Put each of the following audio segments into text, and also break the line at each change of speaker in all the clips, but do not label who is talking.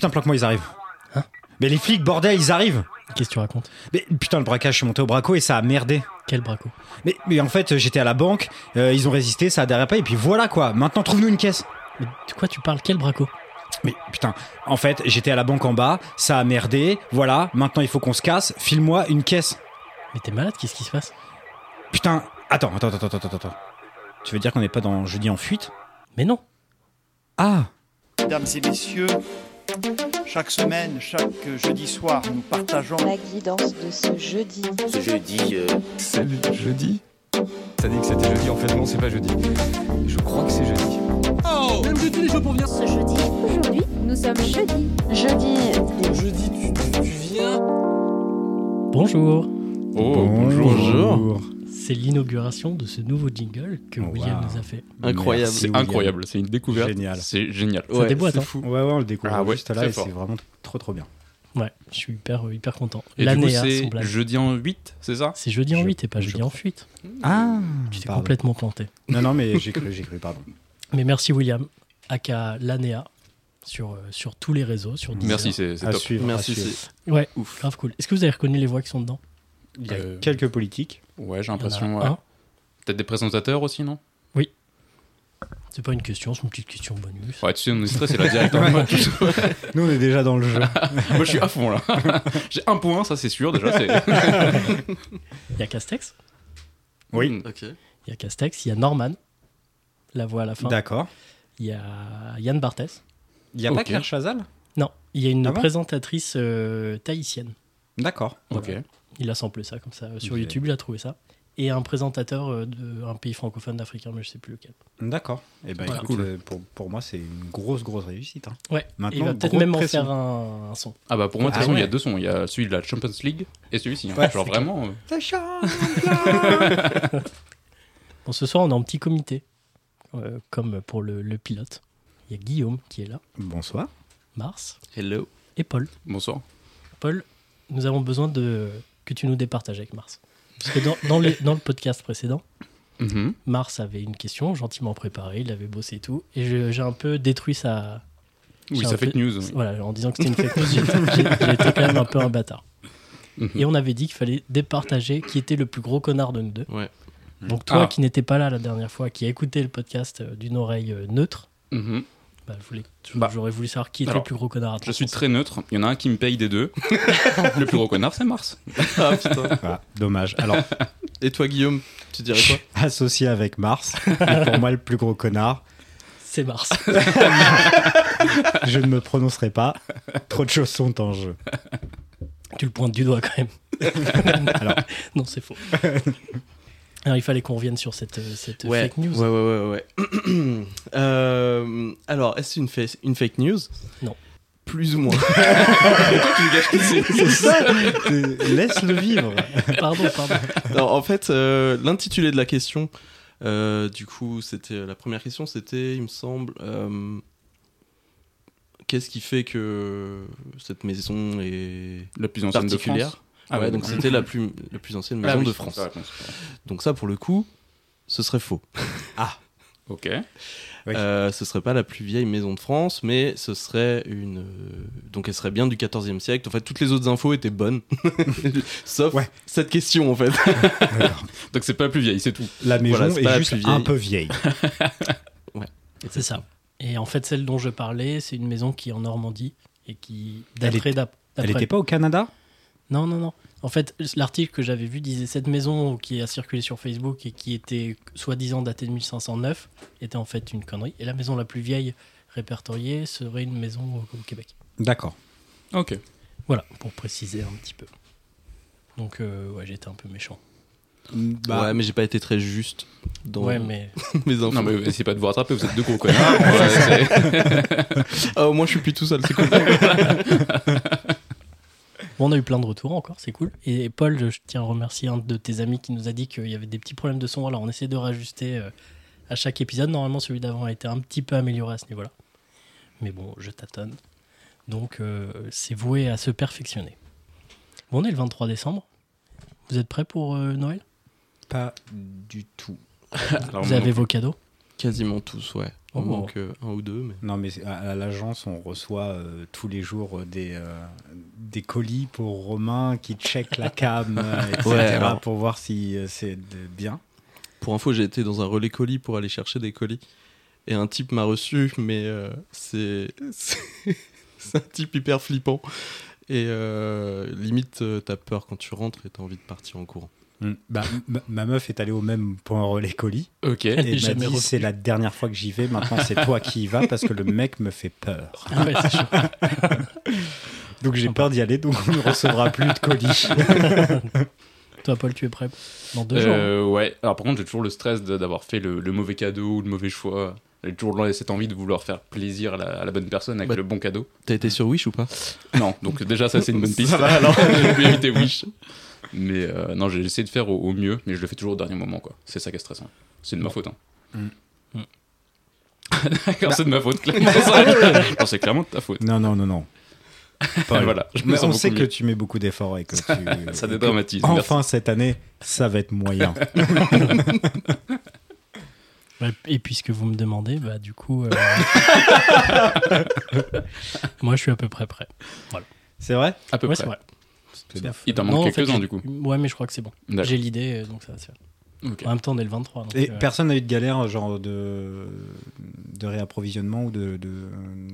simple que moi, ils arrivent. mais les flics, bordel, ils arrivent.
Qu'est-ce que tu racontes
Mais putain, le braquage, je suis monté au braco et ça a merdé.
Quel braco
Mais, mais en fait, j'étais à la banque, euh, ils ont résisté, ça a dérapé, et puis voilà quoi. Maintenant, trouve-nous une caisse.
Mais de quoi tu parles Quel braco
Mais putain, en fait, j'étais à la banque en bas, ça a merdé, voilà, maintenant il faut qu'on se casse, file-moi une caisse.
Mais t'es malade, qu'est-ce qui se passe
Putain, attends, attends, attends, attends, attends, attends. Tu veux dire qu'on n'est pas dans jeudi en fuite
Mais non
Ah
Mesdames et messieurs, chaque semaine, chaque jeudi soir, nous partageons
La guidance de ce jeudi.
Ce jeudi, euh,
C'est le jeudi T'as dit que c'était jeudi, en fait non, c'est pas jeudi. Je crois que c'est jeudi.
Ce jeudi, aujourd'hui, nous sommes jeudi.
Jeudi,
Bonjour
Oh, bonjour.
C'est l'inauguration de ce nouveau jingle que
Oh,
William
wow.
nous a fait.
Incroyable.
Merci,
C'est
William.
incroyable. C'est une découverte.
Génial.
C'est génial.
Ça déboîte,
c'est
hein.
fou.
Ouais, ouais, on le découvre
Ah ouais,
juste là
très
et
fort.
c'est vraiment trop trop bien.
Ouais, je suis hyper, euh, hyper content.
Et du coup,
L'année a son
c'est
blague.
jeudi en 8, c'est ça
C'est jeudi en
Je-
8 et pas
je
jeudi
crois.
en fuite.
Ah
Tu t'es
pardon.
complètement planté.
Non, non, mais j'ai cru, j'ai cru, pardon.
Mais merci William, aka l'ANEA, sur, euh, sur tous les réseaux, sur Deezer.
Merci, c'est c'est
À
top.
suivre, à
Merci.
suivre.
c'est-
Ouais,
Ouf.
grave cool. Est-ce que vous avez reconnu les voix qui sont dedans
Il y a
Euh,
quelques politiques.
Ouais, j'ai
Ah, Il y en a
l'impression. ouais.
un.
Peut-être des présentateurs aussi, non
C'est pas une question, c'est une petite question bonus.
Ouais, tu sais, on est stressé là direct. hein. Moi, je-
Nous, on est déjà dans le jeu.
Moi, je suis à fond là. J'ai un point, ça c'est sûr déjà. c'est-
Il y a Castex,
Oui.
Ok.
il y a Castex, il y a Norman, la voix à la fin.
D'accord.
Il y a Yann Barthès.
Il n'y a pas
Ok.
Claire Chazal
Non, il y a une
Ah bon
présentatrice euh, tahitienne.
D'accord.
Ok.
Il a samplé ça comme ça euh, sur
Ok.
YouTube, il a trouvé ça. Et un présentateur euh, d'un pays francophone d'Africain, mais je sais plus lequel.
D'accord. Et ben,
Voilà.
écoute,
Cool.
euh, pour, pour moi, c'est une grosse, grosse réussite. hein.
Ouais,
Maintenant,
il va peut-être
gros
même en
pression.
faire un, un son.
Ah bah pour moi, de toute
Ah
façon, il y a
ouais.
deux sons. Il y a celui de la Champions League et celui-ci. hein.
Ouais,
Genre
c'est
vraiment. euh,
Bon, ce soir, on est en petit comité, euh, comme pour le, le pilote. Il y a Guillaume qui est là,
Bonsoir.
Mars
Hello.
et Paul.
Bonsoir.
Paul, nous avons besoin de que tu nous départages avec Mars. Parce que dans, dans les- dans le podcast précédent,
Mhm.
Mars avait une question gentiment préparée, il avait bossé et tout, et je- j'ai un peu détruit sa,
Oui,
C'est un
ça fait
peu-
news. oui.
Voilà, en disant que c'était une fake news, j'ai- j'ai- j'étais quand même un peu un bâtard.
Mhm.
Et on avait dit qu'il fallait départager qui était le plus gros connard de nous deux.
Ouais.
Donc toi
Ah.
qui n'étais pas là la dernière fois, qui a écouté le podcast euh, d'une oreille euh, neutre,
Mhm.
bah, je voulais- je-
Bah.
j'aurais voulu savoir qui était
Alors,
le plus gros connard. à ton
Je suis
sens.
très neutre. Il y en a un qui me paye des deux. Le plus gros connard, c'est Mars.
Ah putain.
Ah, dommage. Alors,
Et toi Guillaume, tu dirais quoi
associé avec Mars, et pour moi, le plus gros connard,
C'est Mars.
je ne me prononcerai pas. Trop de choses sont en jeu.
tu le pointes du doigt quand même.
Alors.
Non, c'est faux. Alors il fallait qu'on revienne sur cette, euh, cette
ouais.
fake news.
ouais, ouais, ouais, ouais. Euh, alors, est-ce une, fa- une fake news
Non.
Plus ou moins.
C'est ça Laisse-le vivre.
Pardon, pardon.
Alors, en fait, euh, l'intitulé de la question, euh, du coup, c'était la première question, c'était, il me semble, euh, qu'est-ce qui fait que cette maison est
La plus ancienne de France.
particulière Ah ouais, Ah donc c'était la plus, la plus ancienne
Bah
maison de France. Donc ça, pour le coup, ce serait faux.
Ok.
Oui.
Euh, ce serait pas la plus vieille maison de France, mais ce serait une. euh, Donc elle serait bien du 14e siècle. En fait, toutes les autres infos étaient bonnes, sauf
Ouais.
cette question en fait.
Donc c'est pas la plus vieille, c'est tout.
La maison
Voilà, c'est pas
est
la
juste
plus vieille.
un peu vieille.
C'est ça. Et en fait, celle dont je parlais, c'est une maison qui est en Normandie et qui
Elle
d'après d'ap-
Elle
d'après-
n'était pas au Canada
Non, non, non. En fait, l'article que j'avais vu disait cette maison qui a circulé sur Facebook et qui était soi-disant datée de 1509 était en fait une connerie. Et la maison la plus vieille répertoriée serait une maison au, au Québec.
D'accord.
Ok.
Voilà, pour préciser un petit peu. Donc, euh, ouais, j'étais un peu méchant.
Bah.
ouais, mais j'ai pas été très juste dans
Ouais, mais
mes infos.
Non, mais essayez pas de vous rattraper, vous êtes deux gros connards. Ouais, c'est-
Ah, au moins je suis plus tout seul, c'est cool.
Bon, on a eu plein de retours encore, c'est cool. Et Paul, je tiens à remercier un de tes amis qui nous a dit qu'il y avait des petits problèmes de son. Alors on essaie de rajuster euh, à chaque épisode. Normalement, celui d'avant a été un petit peu amélioré à ce niveau-là. Mais bon, je tâtonne. Donc euh, c'est voué à se perfectionner. Bon, on est le 23 décembre. Vous êtes prêts pour euh, Noël
Pas du tout.
Alors,
Vous
non.
avez vos cadeaux
Quasiment tous, ouais. Il en
Oh.
manque euh, un ou deux. Mais...
Non, mais à à l'agence, on reçoit euh, tous les jours euh, des, euh, des colis pour Romain qui check la cam, euh, etc.,
Ouais, alors.
pour voir si euh, c'est de- bien.
Pour info, j'ai été dans un relais colis pour aller chercher des colis. Et un type m'a reçu, mais euh, c'est c'est- c'est un type hyper flippant. Et euh, limite, euh, t'as peur quand tu rentres et t'as envie de partir en courant.
Mm.
Bah, m- ma meuf est allée au même point relais colis
Ok.
Elle est
et m'a
jamais
dit
revenue.
c'est la dernière fois que j'y vais, maintenant c'est toi qui y vas parce que le mec me fait peur.
Ah ouais, c'est chaud.
Donc j'ai peur d'y aller, donc on ne recevra plus de colis.
Toi, Paul, tu es prêt Dans deux jours. hein
Euh, ouais. Alors par contre, j'ai toujours le stress de- d'avoir fait le, le mauvais cadeau ou le mauvais choix. J'ai toujours le- cette envie de vouloir faire plaisir à la, à la bonne personne avec
Bah-
le bon cadeau.
T'as été sur Wish ou pas
Non, donc déjà ça c'est une bonne piste.
Ça va, alors.
j'ai pu éviter Wish. Mais euh, non, j'ai essayé de faire au, au mieux, mais je le fais toujours au dernier moment quoi. C'est ça qui est stressant. C'est de ma faute. Hein.
Mm.
Mm.
D'accord, c'est de ma faute. clairement. Non, c'est clairement de ta faute.
Non, non, non, non. Paul.
Voilà, je me
Mais
sens
on
beaucoup
sait que
mieux.
tu mets beaucoup d'efforts et que tu.
Ça
que
dédramatise. merci.
Enfin, cette année, ça va être moyen.
Ouais, Et puisque vous me demandez, bah du coup. euh, Moi, je suis à peu près prêt.
C'est vrai
À peu
ouais, c'est
près.
vrai.
C'est bien.
Il t'en
Non, en
manque
fait,
quelques-uns
j'ai-
du coup.
Ouais, mais je crois que c'est bon.
D'accord.
J'ai l'idée, euh, donc ça va se faire.
Ok.
En même temps, on est le 23. donc,
Et
euh,
personne n'a eu de galère, genre de, de réapprovisionnement ou d'articles de,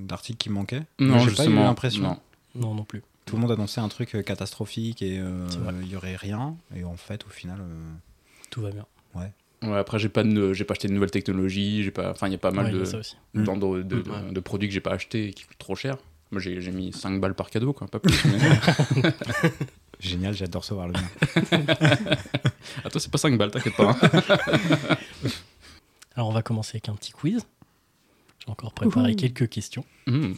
d'articles qui manquaient Moi,
Non,
j'ai pas eu
justement.
l'impression.
non.
Non, non plus.
Tout le monde annonçait un truc euh, catastrophique et euh,
C'est
il
vrai.
y aurait rien. Et en fait, au final. euh,
Tout va bien.
Ouais, après, j'ai pas, de- j'ai pas acheté de nouvelles technologies. J'ai pas, enfin, il y a pas mal
Ouais, il y a
de,
ça aussi.
Mm.
dans de, de-
Mm,
de-
ouais.
de produits que j'ai pas acheté et qui coûtent trop cher. Moi, j'ai j'ai mis 5 balles par cadeau, quoi, pas plus. mais-
Génial, j'adore recevoir le mien.
Ah, toi, c'est pas 5 balles, t'inquiète pas. hein.
Alors, on va commencer avec un petit quiz. J'ai encore préparé quelques questions.
Hmm.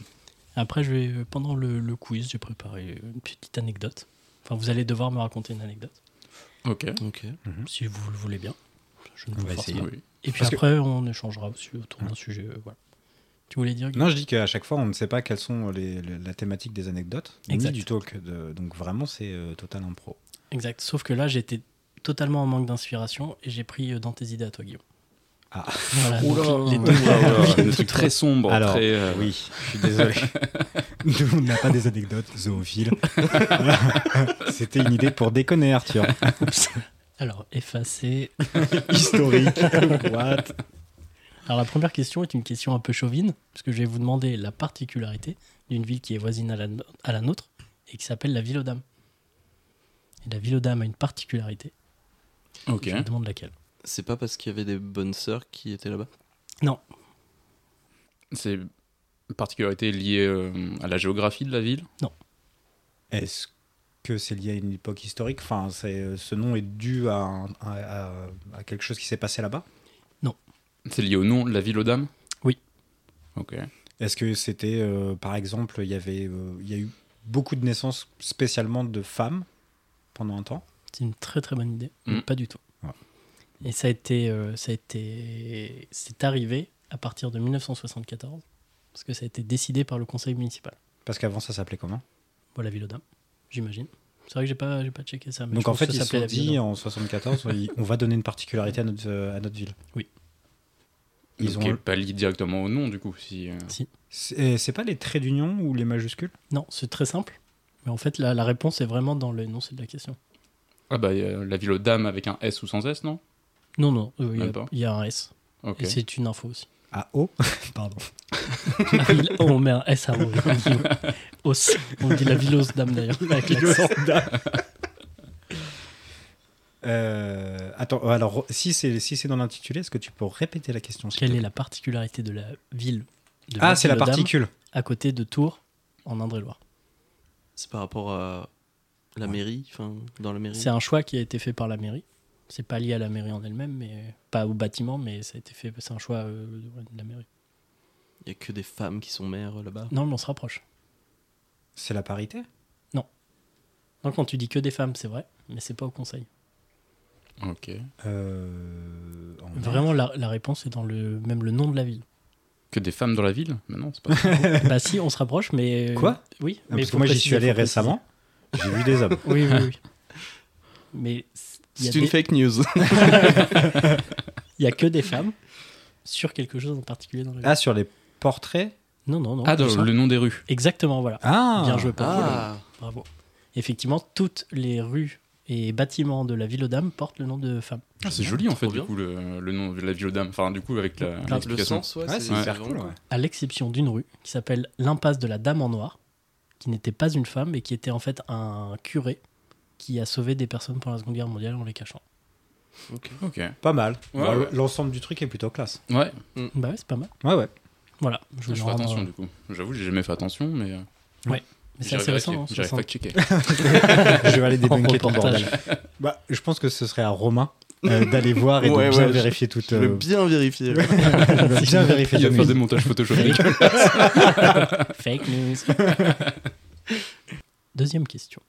Après, je vais, euh, pendant le, le quiz, j'ai préparé euh, une petite anecdote. Enfin, vous allez devoir me raconter une anecdote,
Ok.
Ok.
si vous le voulez bien. Je ne
On
vous
va
force
essayer.
pas.
Oui.
Et puis
Parce que-
après, on échangera aussi autour d'un sujet. euh, voilà. Tu voulais dire Guy
Non, je dis qu'à chaque fois, on ne sait pas quelles sont les, les- la thématique des anecdotes,
Exact.
ni du talk. de- donc vraiment, c'est euh, total impro.
Exact. Sauf que là, j'étais totalement en manque d'inspiration et j'ai pris euh, dans tes idées à toi, Guillaume.
Ah.
Voilà, donc les deux-
Un truc très sombre,
Alors,
très. euh,
Oui, je suis désolé. Nous, on n'a pas des anecdotes zoophiles. C'était une idée pour déconner, Arthur.
Alors, effacer.
Historique. What
Alors, la première question est une question un peu chauvine, puisque je vais vous demander la particularité d'une ville qui est voisine à la, no- à la nôtre et qui s'appelle la Ville aux Dames. Et la Ville aux Dames a une particularité.
Ok.
Je me demande laquelle.
C'est pas parce qu'il y avait des bonnes sœurs qui étaient là-bas
C'est une particularité liée euh, à la géographie de la ville.
Est-ce que c'est lié à une époque historique Enfin, c'est- euh, ce nom est dû à, un- à- à- à quelque chose qui s'est passé là-bas
C'est lié au nom de la ville aux dames
Oui.
Ok.
Est-ce que c'était, euh, par exemple, il y avait, euh, il y a eu beaucoup de naissances spécialement de femmes pendant un temps
C'est une très très bonne idée, mais
Mm.
pas du tout.
Ouais.
Et ça a été, euh, ça a été, c'est arrivé à partir de 1974, parce que ça a été décidé par le conseil municipal.
Parce qu'avant, ça s'appelait comment
Voilà, Ville aux Dames, j'imagine. C'est vrai que j'ai pas, j'ai pas checké ça. Mais je
Donc en
pense
fait,
que
ils
ça
se sont
s'appelait la Ville hein. aux
dit
Dames.
en 74, on- on va donner une particularité à notre, euh, à notre ville. Ils
Ils
ont-
ont pas lié directement au nom, du coup. Si, euh,
C'est c'est pas les traits d'union ou les majuscules
Non, c'est très simple. Mais en fait, la, la réponse est vraiment dans l'énoncé de la question.
Ah, bah, euh, la ville aux dames avec un S ou sans S, non
Non, non, euh, il y a-
Même pas
il y, a un S.
Ok.
Et c'est une info aussi.
Ah, oh Pardon.
La ville- oh, on met un S à Os. On dit la ville aux dames d'ailleurs. avec l'accent.
Euh, attends, alors si c'est si c'est dans l'intitulé, est-ce que tu peux répéter la question s'il te
Quelle est
plaît
la particularité de la ville de
Ah, c'est la
Ville-aux-Dames
particule.
à côté de Tours, en Indre-et-Loire.
C'est par rapport à la mairie Enfin, dans la
Mmh.
mairie
C'est un choix qui a été fait par la mairie. C'est pas lié à la mairie en elle-même, mais pas au bâtiment, mais ça a été fait. C'est un choix euh, de la mairie.
Il y a que des femmes qui sont mères euh, là-bas
Non, mais on se rapproche.
C'est la parité
Non, quand tu dis que des femmes, c'est vrai, mais c'est pas au conseil.
Ok.
Euh, en-
Vraiment, la, la réponse est dans le même le nom de la ville.
Que des femmes dans la ville Mais non, c'est pas ça.
bah si, on se rapproche, mais euh,
Quoi
Oui.
Non, Ah,
mais
Parce que
faut
moi j'y
préciser,
suis allé
faut préciser.
récemment, j'ai vu des hommes.
Oui, oui, oui. Mais il y, a
C'est une
des-
fake news.
il y a que des femmes. sur quelque chose en particulier dans la vie.
Ah, sur les portraits
Non, non, non.
Ah,
tout
dans
ça.
le nom des rues.
Exactement, voilà.
Ah
Bien joué, Paul.
Ah,
Bravo. Effectivement, toutes les rues et bâtiments de la ville aux dames portent le nom de femmes.
C'est joli en fait,
Trop
du
bien.
coup, le, le nom de la ville aux dames. Enfin, du coup, avec la-
Le
le
l'explication.
sens, ouais,
Ouais,
c'est
c'est
ouais.
hyper cool. ouais.
à l'exception d'une rue qui s'appelle l'impasse de la Dame en Noir, qui n'était pas une femme, mais qui était en fait un curé qui a sauvé des personnes pendant la Seconde Guerre mondiale en les cachant.
Ok.
Pas mal.
Ouais,
Bah,
ouais.
L'ensemble du truc est plutôt classe.
Ouais,
Bah ouais, c'est pas mal.
Ouais, ouais.
Voilà, je
Ah, je
voulais
fais
rendre-
attention du coup. J'avoue, j'ai jamais fait attention, mais. euh,
euh, Mais c'est
j'irai
assez
vérifier.
récent, hein,
J'irai
60.
fact-checker.
je vais aller débunker ton
reportage.
bordel. Bah, je pense que ce serait à Romain euh, d'aller voir et
Ouais,
de bien
ouais, je-
vérifier tout.
Je vais bien vérifier.
de bien vérifier
Il va
tout.
faire des montages Photoshop.
Fake news. Deuxième question.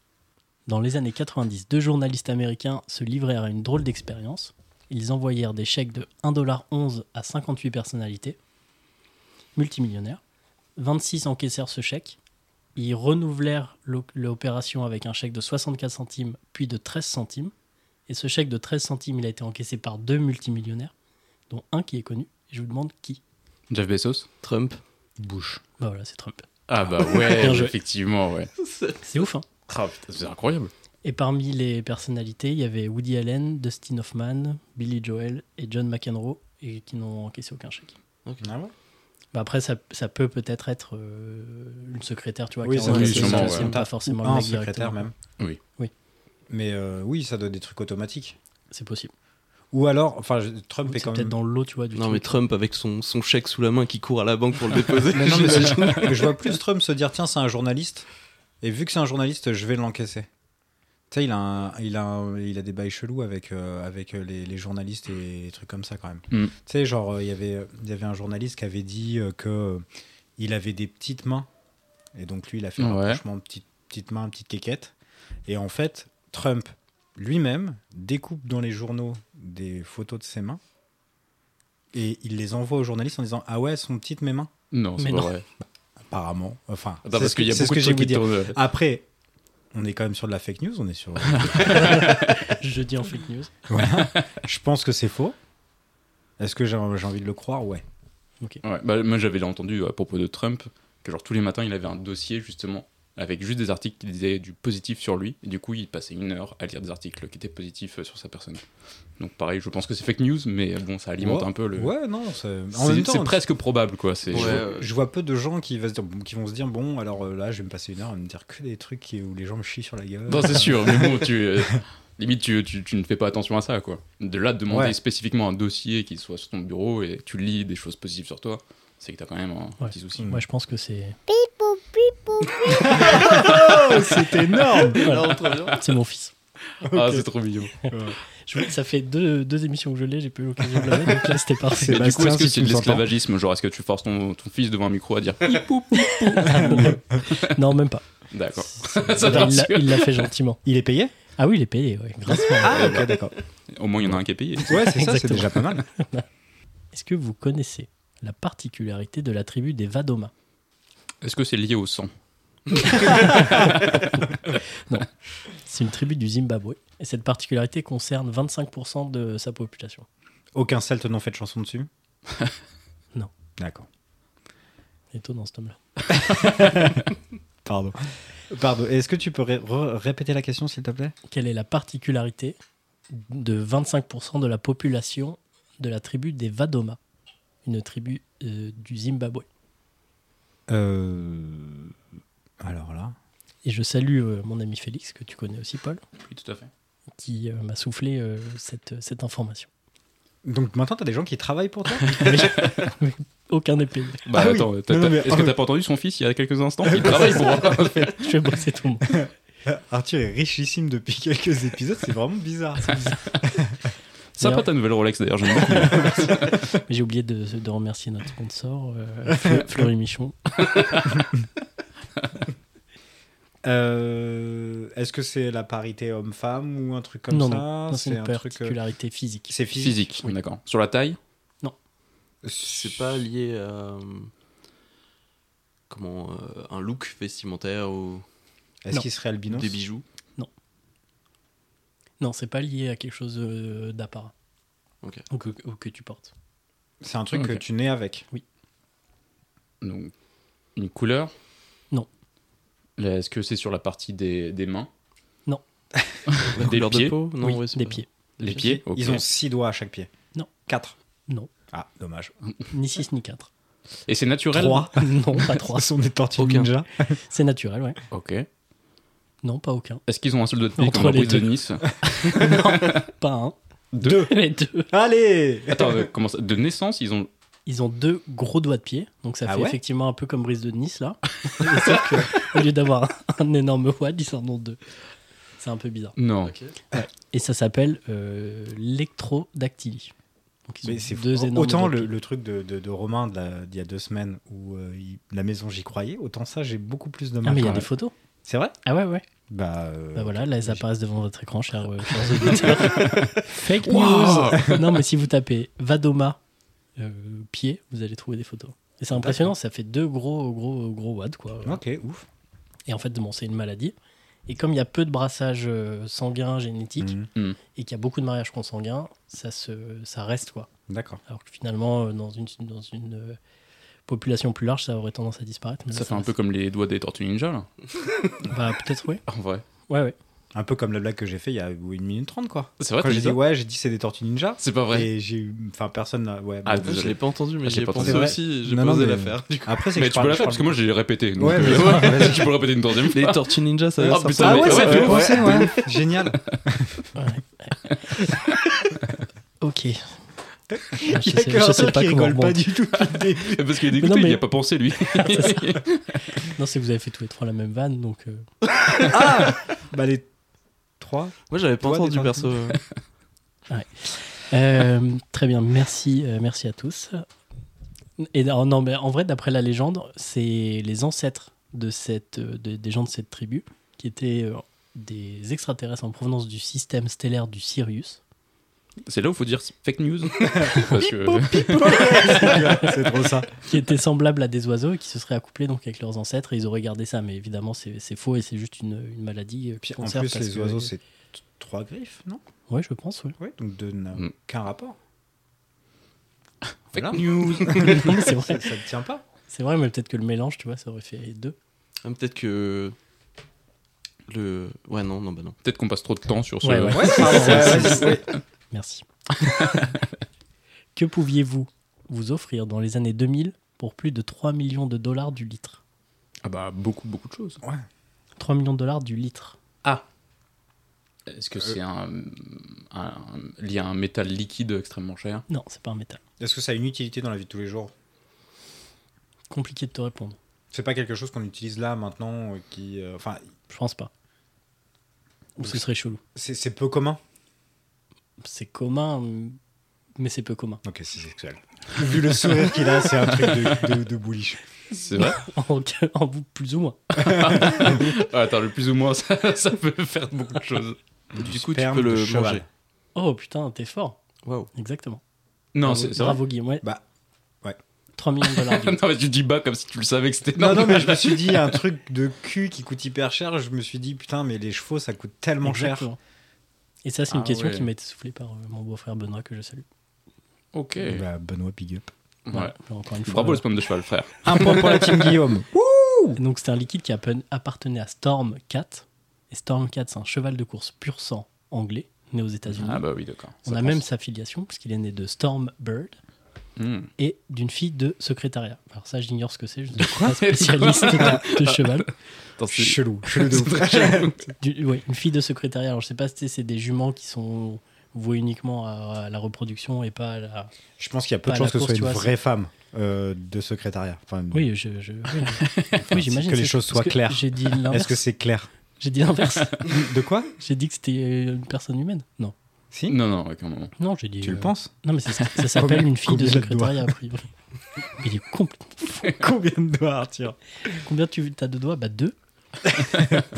Dans les années 90, deux journalistes américains se livrèrent à une drôle d'expérience. Ils envoyèrent des chèques de 1,11$ à 58 personnalités, multimillionnaires. 26 encaissèrent ce chèque. Ils renouvelèrent l'o- l'opération avec un chèque de 64 centimes, puis de 13 centimes. Et ce chèque de 13 centimes, il a été encaissé par deux multimillionnaires, dont un qui est connu. Je vous demande qui.
Jeff Bezos
Trump.
Bouche.
Bah voilà, c'est Trump.
Ah bah ouais,
Bien joué.
effectivement, ouais.
C'est ouf, hein
Ah, putain, C'est incroyable.
Et parmi les personnalités, il y avait Woody Allen, Dustin Hoffman, Billy Joel et John McEnroe, et qui n'ont encaissé aucun chèque.
Ah
Bah après, ça, ça peut peut-être être euh, une secrétaire, tu vois,
Oui,
qui a
ça
oui,
encaissé,
sûrement,
c'est
ouais.
pas forcément
un
le mec
secrétaire
directement.
même.
Oui.
Oui.
Mais euh, oui, ça doit être des trucs automatiques.
C'est possible.
Ou alors, enfin, je- Trump est
C'est
quand
peut-être
même.
dans l'eau, tu vois, du
Non, mais
truc.
Trump avec son, son chèque sous la main qui court à la banque pour le déposer.
Mais non, mais c'est- je vois plus Trump se dire tiens, c'est un journaliste, et vu que c'est un journaliste, je vais l'encaisser. Tu sais, il a, un- il, a un- il a des bails chelous avec, euh, avec euh, les, les journalistes et les trucs comme ça quand même.
Mm.
Tu sais, genre, euh, il y avait- il y avait un journaliste qui avait dit euh, que euh, il avait des petites mains, et donc lui, il a fait un
Ouais.
rapprochement petite, petite main, petite quéquette. Et en fait, Trump lui-même découpe dans les journaux des photos de ses mains. Et il les envoie aux journalistes en disant Ah ouais, elles sont petites mes mains
Non, c'est
Mais
pas
non.
vrai.
apparemment. Enfin,
Attends,
c'est
Ah bah, parce
ce que-
qu'il y a
c'est ce
beaucoup
que
de
j'ai
trucs qui
voulu dire.
tournent. euh,
Après, on est quand même sur de la fake news, on est sur.
Je dis en fake news.
Mm. Voilà. Je pense que c'est faux. Est-ce que j'ai j'ai envie de le croire Ouais.
Ouais, bah, moi j'avais entendu à propos de Trump que genre tous les matins il avait un dossier justement avec juste des articles qui disaient du positif sur lui et du coup il passait une heure à lire des articles qui étaient positifs euh, sur sa personne. Donc pareil, je pense que c'est fake news mais euh, bon ça alimente
Ouais.
un peu le.
Ouais, non. c'est- En même
C'est c'est
temps,
presque probable quoi. C'est
Ouais,
je,
euh,
je vois peu de gens qui, va se dire- qui vont se dire bon, alors euh, là, je vais me passer une heure à me dire que des trucs qui- où les gens me chient sur la gueule.
Non, c'est sûr, mais bon, tu, euh, limite, tu, tu- tu ne fais pas attention à ça, quoi. De là, de demander
Ouais.
spécifiquement un dossier qui soit sur ton bureau et que tu lis des choses positives sur toi, c'est que t'as quand même un
Ouais.
petit souci.
Moi, je pense que c'est.
c'est énorme.
C'est mon fils.
Ah, c'est trop mignon.
Je voulais- Ça fait deux, deux émissions que je l'ai, j'ai pas eu l'occasion de la mettre, donc là, c'était parfait.
Mais du coup,
Sébastien,
est-ce que
si tu
c'est de
nous entends.
l'esclavagisme Genre, est-ce que tu forces ton, ton fils devant un micro à dire
Non, même pas.
D'accord.
Il l'a- il l'a fait gentiment.
Il est payé
Ah oui, il est payé, ouais, grâce à-
Ah, ok, d'accord.
Au moins, il y en a un qui est payé.
Ouais, c'est ça, c'est
Exactement.
déjà pas mal.
Est-ce que vous connaissez la particularité de la tribu des Vadoma
Est-ce que c'est lié au sang
C'est une tribu du Zimbabwe. Et cette particularité concerne 25% de sa population.
Aucun celte n'ont fait de chanson dessus
Non.
D'accord.
Étonnant ce tome-là.
Pardon. Pardon. Est-ce que tu peux ré- re- répéter la question, s'il te plaît
Quelle est la particularité de 25% de la population de la tribu des Vadoma Une tribu euh, du Zimbabwe.
Euh... Alors là.
Et je salue euh, mon ami Félix, que tu connais aussi, Paul,
Oui, tout à fait.
qui euh, m'a soufflé euh, cette, cette information.
Donc maintenant, t'as des gens qui travaillent pour toi
Aucun des pays.
Bah
Ah oui. Ah
attends, t'as-
Non, non,
t'as-
mais-
est-ce que t'as pas entendu son fils il y a quelques instants Il travaille pour.
Je vais bosser tout le monde.
Euh, Arthur est richissime depuis quelques épisodes, c'est vraiment bizarre.
Sympa ta nouvelle Rolex d'ailleurs, j'aime bien.
Mais J'ai oublié de, de remercier notre sponsor, euh, Fle- Fleury Michon.
Euh, Est-ce que c'est la parité homme-femme ou un truc comme
non,
ça
non, non, c'est une
un truc. euh,
particularité physique.
C'est physique.
Physique, d'accord. Sur la taille
C'est pas lié à. Comment. euh, un look vestimentaire ou
Est-ce
Non.
qu'il serait albinos
des bijoux
Non, c'est pas lié à quelque chose euh, d'apparat.
Ok.
Ou que, ou que tu portes.
C'est un truc
Ok.
que tu nais avec.
Donc, une couleur
Non.
Là, Est-ce que c'est sur la partie des, des mains
La
Des
couleur de
pieds
peau Non,
oui,
ouais, c'est
des
pas-
pieds.
Les pieds Ok.
Ils ont six doigts à chaque pied.
Non.
Quatre.
Non.
Ah, dommage.
Ni 6 ni 4.
Et c'est naturel
Trois.
non, pas 3.
sont des tortues
Aucun.
ninja.
C'est naturel, ouais.
Ok.
Non, pas aucun.
Est-ce qu'ils ont un seul doigt de pied
Entre
comme la
les
brise de
deux.
Nice
non, pas un.
Deux.
Les deux.
Allez
Attends, euh, comment ça De naissance, ils ont.
Ils ont deux gros doigts de pied, donc ça
Ah
fait
ouais
effectivement un peu comme Brise de Nice là. Et sauf que, au lieu d'avoir un énorme wad, ils en ont deux. C'est un peu bizarre.
Non.
Et ça s'appelle euh, l'électrodactylie. Donc ils
Mais
ont
c'est
deux
fou.
énormes
Autant
doigts de
le,
pied.
le truc de, de, de Romain de la- d'il y a deux semaines où euh, il- la maison j'y croyais, autant ça j'ai beaucoup plus de mal.
Ah mais il y a
à-
des photos.
C'est vrai
Ah ouais ouais.
Bah, euh,
Bah voilà, là elles apparaissent devant votre écran, chers, euh, chers
Fake
news. non, mais si vous tapez Vadoma euh, pied, vous allez trouver des photos. Et c'est impressionnant, ça fait deux gros, gros, gros wads, quoi.
Ok, ouf.
Et en fait, bon, c'est une maladie. Et comme il y a peu de brassage euh, sanguin génétique
Mm.
Mhm.
et qu'il y a beaucoup de mariages consanguins, ça, se, ça reste, quoi.
D'accord.
Alors que finalement, euh, dans une, dans une euh, population plus large, ça aurait tendance à disparaître. mais
Ça
là,
fait un peu
reste.
comme les doigts des tortues ninja, là.
Bah, peut-être, oui.
En vrai.
Ouais, ouais.
Un peu comme la blague que j'ai fait il y a 1 minute 30 quoi.
C'est vrai,
Quand
t'as
j'ai
dit
dit
ça
ouais, j'ai dit c'est des tortues ninja.
C'est pas vrai.
Et j'ai eu. Enfin, personne n'a. Ouais,
Ah,
bon.
Je
désolé.
l'ai pas entendu, mais
Ah, j'ai
j'y ai
pas
pensé
entendu.
aussi. J'ai
Non, non,
posé
mais-
l'affaire. du coup.
Après, c'est
Mais
que je
tu peux
parle-
la
je
faire
parle
parce que moi, j'ai répété. donc,
Ouais,
euh,
mais- vas-y.
tu peux le répéter une deuxième
Les
fois.
Tortues Ninja, ça
Ah,
ça
putain,
Ah
ressemble.
ouais, ça
Ouais,
fait
ouais.
penser, ouais. Génial.
Ok. Ah,
Il y a que Vincent qui
comment
rigole pas
remonter.
du tout depuis le début.
Parce qu'il est
Mais non,
dégoûté, il n'y
mais-
a pas pensé, lui.
Non, c'est que vous avez fait tous les trois la même vanne, donc... euh,
Ah Bah, les trois.
Moi, j'avais pas
Toi, des
entendu
Tortues
perso. euh.
Euh, très bien, merci, euh, merci à tous. Et oh non, non, mais en vrai, d'après la légende, c'est les ancêtres de cette, euh, de- des gens de cette tribu qui étaient euh, des extraterrestres en provenance du système stellaire du Sirius.
C'est là où il faut dire fake news. Parce que.
c'est trop ça.
qui étaient semblables à des oiseaux et qui se seraient accouplés donc avec leurs ancêtres et ils auraient gardé ça. Mais évidemment, c'est c'est faux et c'est juste une, une maladie. euh, qui
Puis en
conserve
plus,
parce
les
que-
oiseaux, c'est t- trois griffes, non
Ouais, je pense, ouais.
Oui. Donc, deux n'a
Mm.
aucun rapport.
Fake
Voilà.
news.
Non, mais c'est
Ça
vrai.
ne tient pas.
C'est vrai, mais peut-être que le mélange, tu vois, ça aurait fait deux.
Ah, Peut-être que. Le. Ouais, non, non, bah non.
Peut-être qu'on passe trop de temps sur ce.
Ouais, ouais.
Ouais, pardon, ouais, vas-y, ouais.
Merci. que pouviez-vous vous offrir dans les années 2000 pour plus de 3 millions de dollars du litre
Ah bah, beaucoup, beaucoup de choses.
3 millions de dollars du litre.
Est-ce que c'est un, un- lié à un métal liquide extrêmement cher
Non, c'est pas un métal.
Est-ce que ça a une utilité dans la vie de tous les jours
Compliqué de te répondre.
C'est pas quelque chose qu'on utilise là, maintenant, euh, qui. euh, Enfin,
Je pense pas. Ou ce serait chelou.
c'est c'est peu commun.
C'est commun, mais c'est peu commun.
Ok, c'est sexuel. Vu le sourire qu'il a, c'est un truc de, de, de bullish.
C'est vrai
En, en vous, plus ou moins.
Ah, Attends, le plus ou moins, ça, ça peut faire beaucoup de choses.
Du coup, tu
sperme
peux
de
le
cheval.
manger.
Oh putain, t'es fort.
Waouh.
Exactement.
Non,
bravo,
c'est c'est vrai.
bravo Guillaume. Ouais.
Bah, ouais.
3 millions de dollars du litre.
non, mais tu dis bas comme si tu le savais que c'était.
Non, non, mais je me suis dit, un truc de cul qui coûte hyper cher, je me suis dit, putain, mais les chevaux, ça coûte tellement cher.
Exactement. Et ça, c'est une
Ah
question
ouais.
qui m'a été soufflée par euh, mon beau-frère Benoît, que je salue.
Ok.
Bah, Benoît Big Up.
Ouais.
Alors, encore une fois,
Bravo le sperme de cheval, frère.
Un point pour la team Guillaume.
Et Donc c'était un liquide qui appen- appartenait à Storm Cat. Et Storm Cat, c'est un cheval de course pur sang anglais, né aux États-Unis.
Ah bah oui, d'accord.
On
Ça
a
pense.
même sa filiation, puisqu'il est né de Storm Bird
Hmm.
et d'une fille de secrétariat. Alors ça, j'ignore ce que c'est, je ne suis
quoi
pas spécialiste de, de cheval.
Attends, c'est-
Chelou, chelou de
C'est
ouf.
très chelou.
Du- ouais, une fille de secrétariat. Alors je sais pas si c'est des juments qui sont voués uniquement à, à la reproduction et pas à la...
Je pense qu'il y a peu
Pas
de
à
chances que
la
ce
course,
soit
tu
une
vois,
vraie femme euh, de secrétariat. Enfin,
Oui, je, je- oui, oui, j'imagine.
que les
c'est-
choses
parce
soient
que
claires.
J'ai dit
Est-ce
l'inverse.
que c'est clair
J'ai dit l'inverse.
De quoi
J'ai dit que c'était euh, une personne humaine. Non.
Si
Non, non, aucun moment.
Non, j'ai dit...
Tu le
euh,
penses
Non, mais c'est- ça s'appelle
Combien-
une fille de
combien de doigts
secrétariat, a priori. Mais Il est complètement.
Combien de doigts, Arthur
Combien tu as de doigts Bah, deux.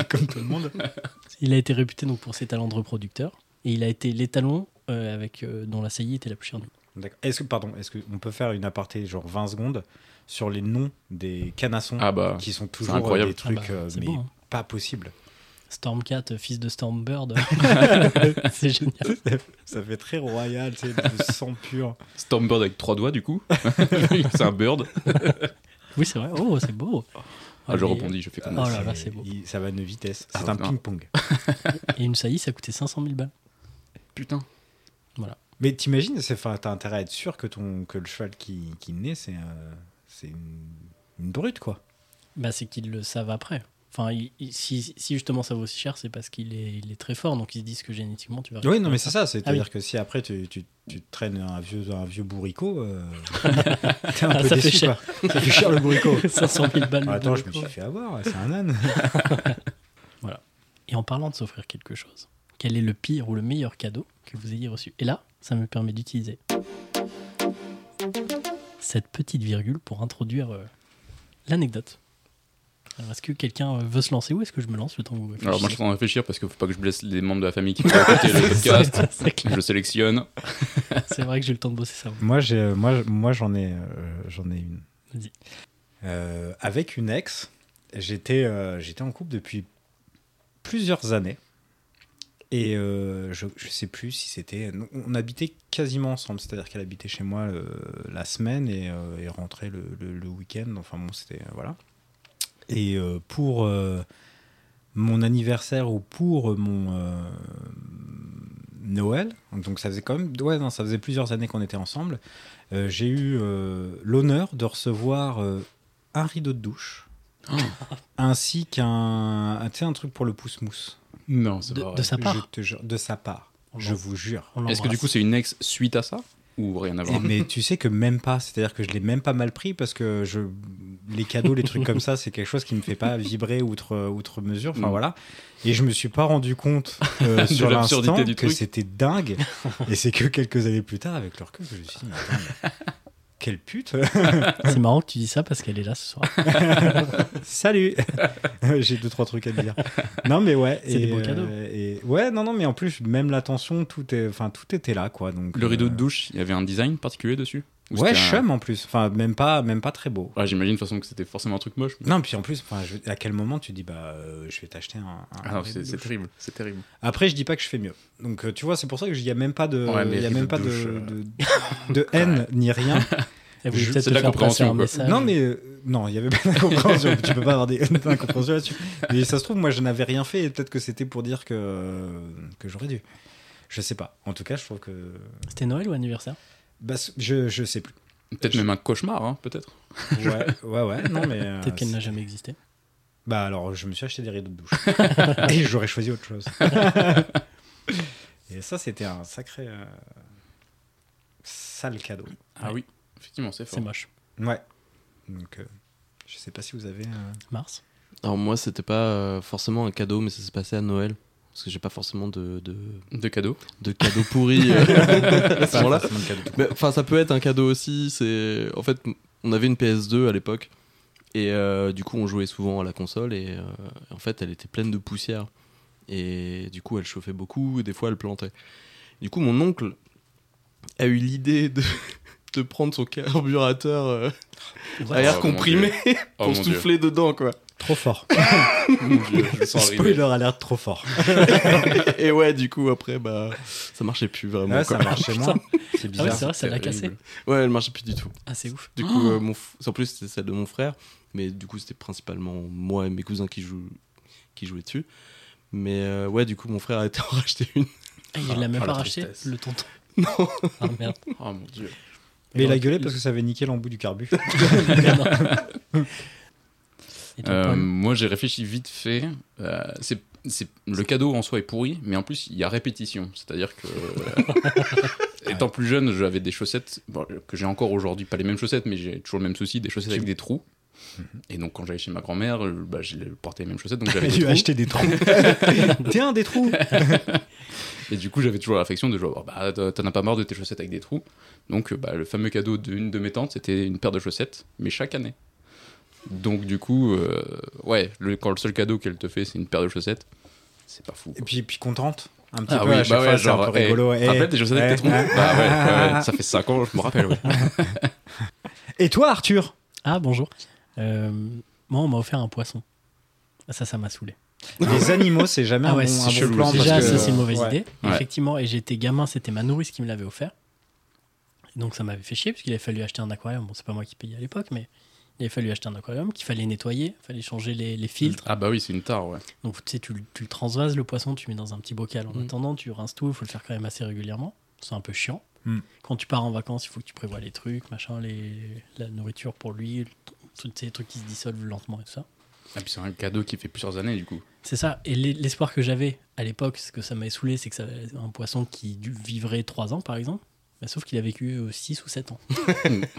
Comme tout le monde.
Il a été réputé donc, pour ses talents de reproducteur. Et il a été l'étalon euh, avec, euh, dont la saillie était la plus chère du monde.
D'accord. Est-ce que, pardon, est-ce qu'on peut faire une aparté, genre 20 secondes, sur les noms des canassons
Ah bah.
qui sont toujours
incroyable.
des trucs,
Ah bah,
euh,
c'est
mais
bon, hein.
pas possibles
Stormcat, euh, fils de Stormbird. c'est génial.
Ça fait très royal, tu sais, de sang pur.
Stormbird avec trois doigts, du coup. c'est un bird.
Oui, c'est vrai. Oh, c'est beau.
Ah, je
Et-
rebondis, je fais comme
Oh
ça.
là là, c'est beau.
Il- ça va de vitesse.
Ah,
C'est un
non.
ping-pong.
Et une saillie, ça coûtait 500 000 balles.
Putain.
Mais t'imagines, c'est- 'fin, t'as intérêt à être sûr que, ton, que le cheval qui, qui naît, c'est euh, c'est une, une brute, quoi.
Bah, c'est qu'ils le savent après. Enfin, il- il- si, si justement ça vaut si cher, c'est parce qu'il est, il est très fort, donc ils se disent que génétiquement tu vas.
Oui, non, mais c'est ça. C'est-à-dire
Ah
que si après tu, tu, tu te traînes un vieux, un vieux bourricot, euh, t'es un
Ah,
peu
ça fait
déçu,
cher.
quoi. Ça fait cher le bourricot.
500 000 balles.
Ah,
le
attends, je me
bourricot.
suis fait avoir, c'est un âne.
Et en parlant de s'offrir quelque chose, quel est le pire ou le meilleur cadeau que vous ayez reçu Et là, ça me permet d'utiliser cette petite virgule pour introduire euh, l'anecdote. Alors, est-ce que quelqu'un euh, veut se lancer ou est-ce que je me lance le temps que vous
Alors, moi,
réfléchissez
je suis en train de réfléchir parce qu'il faut pas que je blesse les membres de la famille qui vont écouter le podcast.
C'est- C'est clair.
Je sélectionne.
C'est vrai que j'ai eu le temps de bosser ça.
Moi, j'ai, euh, moi, moi j'en ai, euh, j'en ai une.
Vas-y.
Euh, avec une ex, j'étais, euh, j'étais en couple depuis plusieurs années. Et euh, je, je sais plus si c'était. non, On habitait quasiment ensemble, c'est-à-dire qu'elle habitait chez moi euh, la semaine et, euh, et rentrait le, le- le week-end. Enfin bon, c'était. euh, Voilà. Et euh, pour euh, mon anniversaire ou pour mon euh, Noël, donc ça faisait quand même. Ouais, non, ça faisait plusieurs années qu'on était ensemble. Euh, j'ai eu euh, l'honneur de recevoir euh, un rideau de douche
Ah.
ainsi qu'un un, tu sais, un truc pour le pouce-mousse.
Non, c'est
De,
pas
de
vrai.
sa part,
Je te jure, de sa part,
On
je
l'en-
vous jure.
on
Est-ce que du
l'embrasse.
coup, c'est une ex suite à ça Ou rien à
Et-
voir
mais tu sais que même pas, c'est-à-dire que je l'ai même pas mal pris parce que je les cadeaux, les trucs comme ça, c'est quelque chose qui me fait pas vibrer outre outre mesure. Enfin
Mm.
voilà, et je me suis pas rendu compte euh,
De
sur
l'absurdité
l'instant
du
que
truc.
c'était dingue. et c'est que quelques années plus tard, avec le recul, que je me suis dit, mais attends, mais quelle pute
C'est marrant que tu dis ça parce qu'elle est là ce soir.
Salut J'ai deux, trois trucs à te dire. Non, mais ouais.
C'est
et,
des beaux
euh,
cadeaux.
et- ouais, non, non, mais en plus, même l'attention, tout, est, enfin, tout était là, quoi. Donc,
Le rideau
euh,
de douche, il y avait un design particulier dessus Ou
Ouais,
c'était un-
chum en plus. Enfin, même pas, même pas très beau.
Ouais, J'imagine de toute façon que c'était forcément un truc moche. mais-
Non, puis en plus, enfin, je- à quel moment tu dis, bah, euh, je vais t'acheter un. un-
Ah
un
non,
rideau
c'est
de
c'est
douche.
terrible, c'est terrible.
Après, je dis pas que je fais mieux. Donc, euh, tu vois, c'est pour ça que il n'y a même pas de,
Ouais, mais
il y a
rideau
même
de
pas de,
douche, euh.
de, de haine ni rien.
Elle voulait
Je-
peut-être te
c'est de la
faire passer
compréhension,
un
quoi.
message.
Non, mais euh, non, il y avait pas d'incompréhension. tu peux pas avoir des- d'incompréhension là-dessus. Mais ça se trouve, moi, je n'avais rien fait et peut-être que c'était pour dire que, euh, que j'aurais dû. Je sais pas. En tout cas, je trouve que.
C'était Noël ou anniversaire
Ah,
Bah, c- je, je sais plus.
Peut-être même un cauchemar, hein, peut-être.
Ouais, ouais, ouais. Non, mais. euh,
Peut-être qu'elle
c'est-
n'a jamais existé.
Bah, alors, je me suis acheté des rideaux de douche. et j'aurais choisi autre chose. et ça, c'était un sacré. euh, sale cadeau.
Ah oui, effectivement, c'est
C'est
fort.
moche.
Ouais. Donc, euh, je sais pas si vous avez. euh,
Mars
Alors moi, c'était pas euh, forcément un cadeau, mais ça s'est passé à Noël. Parce que j'ai pas forcément de, de,
De cadeaux.
de cadeau pourri euh, à ce moment-là.
Forcément de cadeaux.
Mais, Enfin, ça peut être un cadeau aussi. C'est en fait, on avait une PS2 à l'époque et euh, du coup, on jouait souvent à la console et euh, en fait, elle était pleine de poussière et du coup, elle chauffait beaucoup et des fois, elle plantait. Du coup, mon oncle a eu l'idée de, de prendre son carburateur euh, à air
Oh, mon
comprimé
Oh
pour
mon dieu.
souffler dedans, quoi.
Trop fort.
Mon dieu, je le sens arriver.
Spoiler alerte, trop fort.
et ouais, du coup, après, bah, ça marchait plus vraiment.
Ouais,
quoi.
ça marchait moins. C'est
Ah oui,
bizarre.
c'est vrai, ça l'a cassé.
terrible.
Ouais, elle marchait plus du tout.
Ah, c'est ouf.
Du coup,
Oh.
euh, mon f- en plus, c'était celle de mon frère, mais du coup, c'était principalement moi et mes cousins qui, jouent... qui jouaient dessus. Mais euh, ouais, du coup, mon frère a été en racheter une.
Ah, il l'a même
ah,
pas
la
racheté,
tristesse.
le tonton.
Non.
Ah merde.
Oh mon dieu.
Mais il a gueulé parce que ça avait niqué l'embout du carbu.
Non. Ah, Et ton
Euh,
poème
moi, j'ai réfléchi vite fait. Euh, c'est, c'est- le cadeau en soi est pourri, mais en plus, il y a répétition. C'est-à-dire que. euh, étant plus jeune, j'avais des chaussettes bon, que j'ai encore aujourd'hui. Pas les mêmes chaussettes, mais j'ai toujours le même souci des chaussettes avec des trous. Et donc, quand j'allais chez ma grand-mère, euh, bah, je portais les mêmes chaussettes, donc j'avais des
Il a
trous.
acheté des trous. Tiens, des trous.
Et du coup, j'avais toujours l'affection de genre, bah, t'en t'en as pas marre de tes chaussettes avec des trous. Donc, euh, bah, le fameux cadeau d'une de mes tantes, c'était une paire de chaussettes, mais chaque année. Donc, du coup, euh, ouais, le- quand le seul cadeau qu'elle te fait, c'est une paire de chaussettes, c'est pas fou.
Et
quoi.
puis, puis contente. Un petit
Ah
peu
oui,
à chaque
bah
fois,
ouais,
c'est un
genre,
peu
eh,
rigolo.
tu
Eh,
te rappelles des chaussettes avec
eh,
des trous
ah,
Bah ouais, ouais,
ah,
ouais, ça fait 5 ans, je me rappelle, ouais.
eh. Et toi, Arthur
Ah, bonjour. Euh, moi, on m'a offert un poisson. Ah, Ça, ça m'a saoulé.
Les animaux, c'est jamais
Ah
un
ouais,
bon-
c'est
un bon
chelou,
plan.
c'est
parce
Déjà,
que-
ça, c'est une mauvaise
ouais.
idée.
Ouais.
Effectivement, et j'étais gamin, c'était ma nourrice qui me l'avait offert. Donc ça m'avait fait chier, parce qu'il avait fallu acheter un aquarium. Bon, c'est pas moi qui payais à l'époque, mais il avait fallu acheter un aquarium qu'il fallait nettoyer, fallait changer les, les filtres.
Ah bah oui, c'est une tare, ouais.
Donc tu sais, tu, le- tu le transvases, le poisson, tu le mets dans un petit bocal. En
Mm.
attendant, tu rinces tout, il faut le faire quand même assez régulièrement. C'est un peu chiant.
Mm.
Quand tu pars en vacances, il faut que tu prévois les trucs, machin, les, la nourriture pour lui, tous ces trucs qui se dissolvent lentement et tout ça.
Et Ah, puis c'est un cadeau qui fait plusieurs années, du coup.
C'est ça. Et l'e- l'espoir que j'avais à l'époque, ce que ça m'avait saoulé, c'est que ça, un poisson qui du- vivrait 3 ans, par exemple, bah, sauf qu'il a vécu 6 ou 7 ans.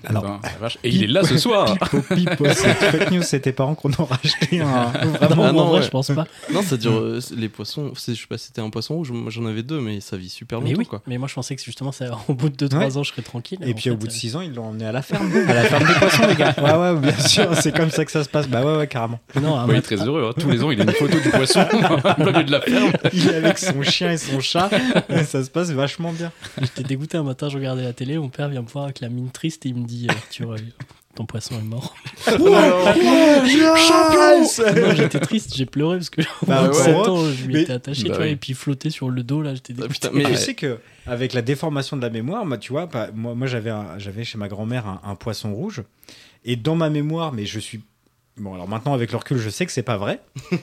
Alors-
Ben, la vache. Et il est là ce soir
Pipo, pipo, c'est fake news, c'est tes parents qu'on aura acheté un.
Vraiment,
Ah
en
non,
vrai,
ouais.
je pense pas.
Non, ça dure. euh, c'est- les poissons, c'est- je sais pas si c'était un poisson rouge, moi, j'en avais deux, mais ça vit super longtemps
mais oui,
quoi.
mais moi je pensais que justement, ça, au bout de 2-3 ans, je serais tranquille.
Et
En
puis
fait,
au bout de
euh,
6 ans, ils l'ont emmené à la ferme. À la ferme des poissons, les gars. Ouais, ouais, bien sûr, c'est comme ça que ça se passe. Bah ouais, ouais, carrément.
Non, un
Ouais, Il est
mat-
très heureux, hein. tous les ans il a une photo du poisson au milieu de la ferme.
Il est avec son chien et son chat. Ça se passe vachement bien.
J'étais dégoûté un matin, je regardais la télé, mon père vient me voir avec la mine triste et il me dit euh, Tu vois, ton poisson est mort. Non, j'étais triste, j'ai pleuré parce que au
Ah, Bah
bout de
ouais.
7 ans, je
Mais-
lui étais attaché,
Bah
tu vois,
oui.
et puis flotter sur le dos, là, j'étais
Ah,
dégoûté.
putain,
Mais
mais
tu sais que avec la déformation de la mémoire, moi, tu vois, pas- moi, moi j'avais, un- j'avais chez ma grand-mère un, un poisson rouge, et dans ma mémoire, mais je suis bon. Alors maintenant, avec le recul, je sais que c'est pas vrai,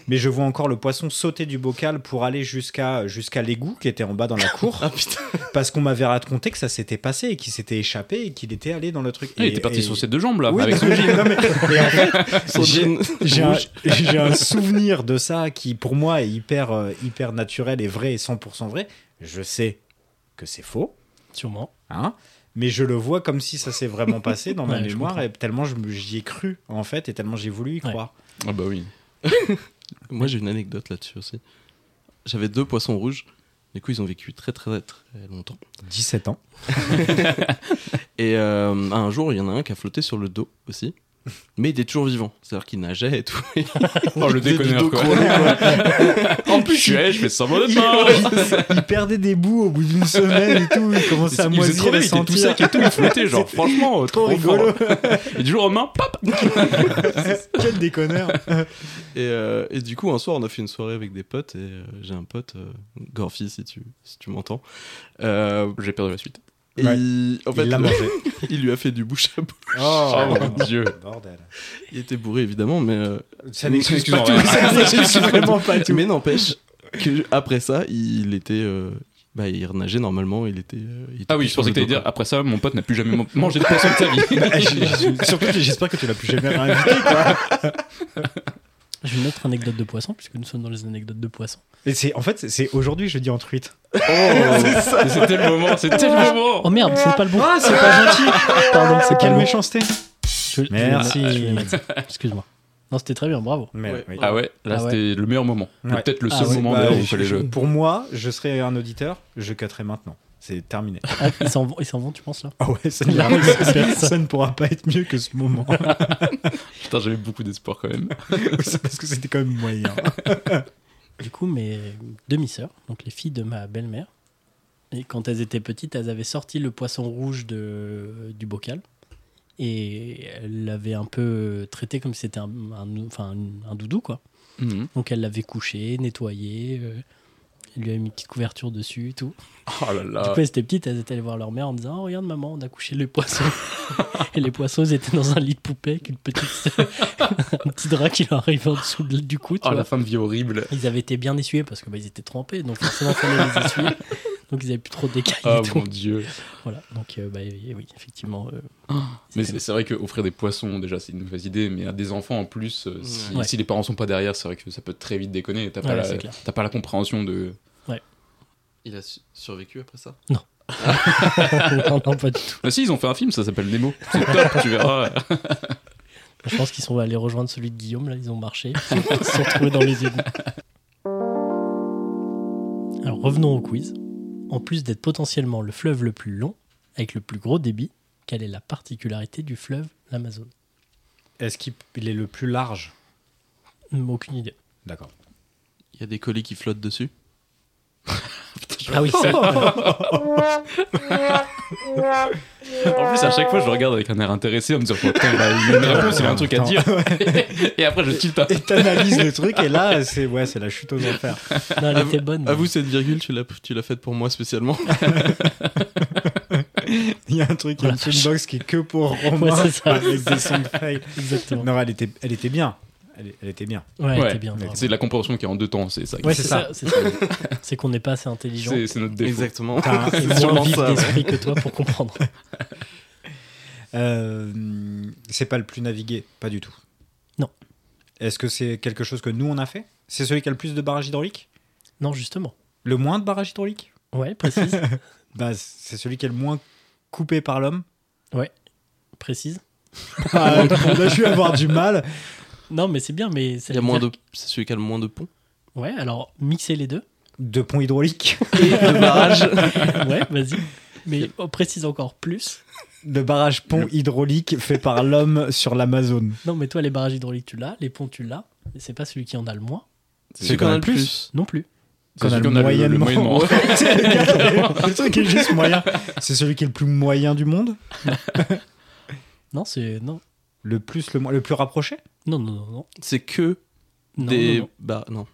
mais je vois encore le poisson sauter du bocal pour aller jusqu'à jusqu'à l'égout qui était en bas dans la cour,
ah putain,
parce qu'on m'avait raconté que ça s'était passé et qu'il s'était échappé et qu'il était allé dans le truc.
Ah, il
Et-
était parti
et-
sur ses deux jambes là,
Oui,
avec
non,
son
mais-
jean.
non, mais- et en fait,
son
J'ai-
jean.
j'ai un, j'ai un souvenir de ça qui, pour moi, est hyper, euh, hyper naturel et vrai et 100% vrai. Je sais que c'est faux,
Sûrement.
hein, mais je le vois comme si ça s'est vraiment passé dans ma
Ouais, je
mémoire
comprends.
et tellement je me- j'y ai cru en fait et tellement j'ai voulu y
Ouais.
croire.
Ah bah oui.
Moi, j'ai une anecdote là-dessus aussi. J'avais deux poissons rouges. Du coup, ils ont vécu très très très longtemps.
17 ans.
Et euh, un jour, il y en a un qui a flotté sur le dos aussi. Mais il est toujours vivant. C'est-à-dire qu'il nageait et tout.
Oh le
Il faisait du
déconneur
dos
quoi.
crôlé,
en plus je suis eh, je fais semblant de
Il perdait des bouts au bout d'une semaine et tout, il commençait à
Il faisait
moisir
trop
et
bien, il était tout
sentir.
sec et tout, il flottait genre franchement euh, trop,
rigolo.
fort. Et du jour au lendemain, pop
Quel déconneur.
Et, euh, et du coup, un soir, on a fait une soirée avec des potes. Et euh, j'ai un pote, euh, Gorfi, si tu, si tu m'entends. Euh,
J'ai perdu la suite.
et
Ouais.
il, en fait,
il l'a mangé.
il lui a fait du bouche à bouche.
Oh, mon dieu.
Bordel.
Il était bourré, évidemment, mais, euh,
Ça n'excuse
Excuse-moi,
pas tout.
ouais.
Ah,
Ça n'excuse vraiment pas tout.
mais n'empêche que après ça, il était. euh, bah, il renageait normalement. Il était. euh, il était
Ah oui,
plus
je
sur
pensais
le
que t'allais
dos,
dire
quoi.
après ça mon pote n'a plus jamais man- mangé de poisson de sa vie.
Bah, j'ai- j'ai- Surtout, que j'espère que tu l'as plus jamais réinvité. Quoi.
J'ai une autre anecdote de poisson, puisque nous sommes dans les anecdotes de poisson.
Et c'est, en fait, c'est- c'est aujourd'hui, je dis en tweet.
ah,
Mais C'était le moment, c'était le moment.
Oh merde, c'est pas le bon.
Ah, c'est pas gentil.
Pardon, c'est
Quelle
calmé.
méchanceté. Merci.
Excuse-moi. Non, c'était très bien, bravo.
Mais,
Ouais.
oui.
Ah ouais, là
Ah ouais.
c'était le meilleur moment. Le-
Ouais.
Peut-être le
Ah
seul
ouais.
moment
Bah,
d'ailleurs où il
je-
fallait
je-
le.
Pour moi, je serais un auditeur, je cutterais maintenant. C'est terminé.
Ah, ils s'en vont, ils s'en vont, tu penses là
Ah ouais, ça,
Là,
n'ira-
c'est-
ça ne pourra pas être mieux que ce moment.
Putain, j'avais beaucoup d'espoir quand même.
Parce que c'était quand même moyen.
Du coup, mes demi-sœurs, donc les filles de ma belle-mère, et quand elles étaient petites, elles avaient sorti le poisson rouge de, du bocal et elles l'avaient un peu traité comme si c'était un, un- enfin, un doudou, quoi.
Mhm.
Donc elle l'avait couché, nettoyé, euh, elle lui avait mis une petite couverture dessus et tout.
Oh là
Du
là.
coup, elles étaient petites, elles étaient allées voir leur mère en disant Oh, regarde, maman, on a couché les poissons. et les poissons, ils étaient dans un lit de poupée avec une petite, un petit drap qui leur arrivait en dessous de- du cou. tu
Oh
vois.
la fin de vie horrible.
Ils avaient été bien essuyés parce que bah, ils étaient trempés, donc forcément, il fallait les essuyer. Donc, ils n'avaient plus trop de d'écailles
Oh
et tout.
mon dieu.
Voilà, donc, euh, bah, oui, oui, effectivement. euh,
Mais
c'était-
c'est c'est vrai qu'offrir des poissons, déjà, c'est une mauvaise idée, mais à des enfants en plus, euh, si,
Ouais.
si les parents sont pas derrière, c'est vrai que ça peut très vite déconner. T'as pas,
Ouais,
la-
c'est clair.
t'as pas la compréhension de.
Il a su- survécu après ça
non, non, pas du tout.
Ah si, ils ont fait un film, ça s'appelle Nemo. C'est top, tu verras.
Je pense qu'ils sont allés rejoindre celui de Guillaume, là, ils ont marché. Ils se sont retrouvés dans les égouts. Alors, revenons au quiz. En plus d'être potentiellement le fleuve le plus long, avec le plus gros débit, quelle est la particularité du fleuve, l'Amazone
Est-ce qu'il il est le plus large
Hum, Aucune idée.
D'accord.
Il y a des colis qui flottent dessus.
Putain,
Ah oui, c'est-
En plus, à chaque fois, je le regarde avec un air intéressé en me disant Putain, bah, il a une réponse, il a un truc à
Attends.
dire. Et après, je tilte pas.
Et t'analyses le truc, et là, c'est ouais, c'est la chute aux enfers.
non, elle
À vous-
était bonne.
À vous, cette virgule, tu l'as, tu l'as faite pour moi spécialement.
Il y a un truc, il y a une
Voilà.
box qui est que pour Romain,
c'est ça.
avec des sons de faille.
Exactement.
Non, elle était, elle était bien. Elle, elle était bien.
Ouais, elle
Ouais.
était bien.
Ouais,
bravo.
C'est de la compréhension qui est en deux temps, c'est ça.
Ouais,
c'est
c'est
ça.
ça. c'est ça. C'est qu'on n'est pas assez intelligent.
C'est c'est notre défaut.
Exactement.
T'as un-
et moins
sûrement
vif
ça, ouais.
d'esprit que toi pour comprendre.
Euh, c'est pas le plus navigué, pas du tout.
Non.
Est-ce que c'est quelque chose que nous on a fait C'est celui qui a le plus de barrages hydrauliques
Non, justement.
Le moins de barrages hydrauliques
Ouais, précise.
Bah, c'est celui qui est le moins coupé par l'homme.
précise.
Ah, là, je vais avoir du mal.
Non, mais c'est bien, mais c'est
Il y a moins de... C'est celui qui a le moins de ponts.
Ouais, alors mixer les deux.
De pont hydraulique,
Et de barrage.
ouais, vas-y. Mais on précise encore plus.
de barrage pont hydraulique fait par l'homme sur l'Amazone.
Non, mais toi, les barrages hydrauliques, tu l'as. Les ponts, tu l'as. mais C'est pas celui qui en a le moins
C'est
Celui
celui
qui en a le
plus.
plus.
non plus.
C'est
qu'on a
celui
le
qu'on a le- le
moyennement.
moyennement.
Ouais, c'est le gars, le truc qui est juste moyen. C'est celui qui est le plus moyen du monde,
Non, c'est. Non.
le plus le moins, le plus rapproché,
Non, non, non, non.
C'est que
Non,
des.
non,
Bah, non.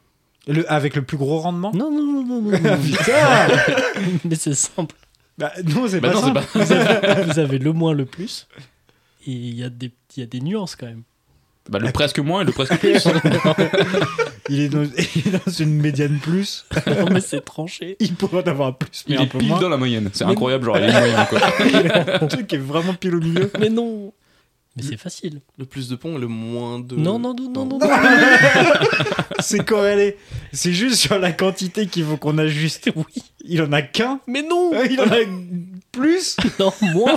le, avec le plus gros rendement.
non. Non, non, non, non, non, non, non.
Putain
Mais c'est simple.
Bah, non, c'est
Bah
pas ça.
non, c'est pas.
Vous avez, vous avez le moins, le plus. Et il y, a des- il y a des nuances quand même.
Bah, le presque moins et le presque plus.
Il est, dans, il est dans une médiane plus.
Non, mais c'est tranché.
Il pourrait en avoir un plus, mais
Il
un
est
peu
pile
moins.
dans la moyenne. C'est
Mais-
incroyable, genre, il est moyen, quoi.
Un truc qui est vraiment pile au milieu.
Mais non Mais c'est facile.
Le plus de ponts et le moins de.
Non, non, non, non, non, non.
C'est corrélé. C'est juste sur la quantité qu'il faut qu'on ajuste. Oui. Il en a qu'un.
Mais non
Euh, Il en a plus.
Non, moins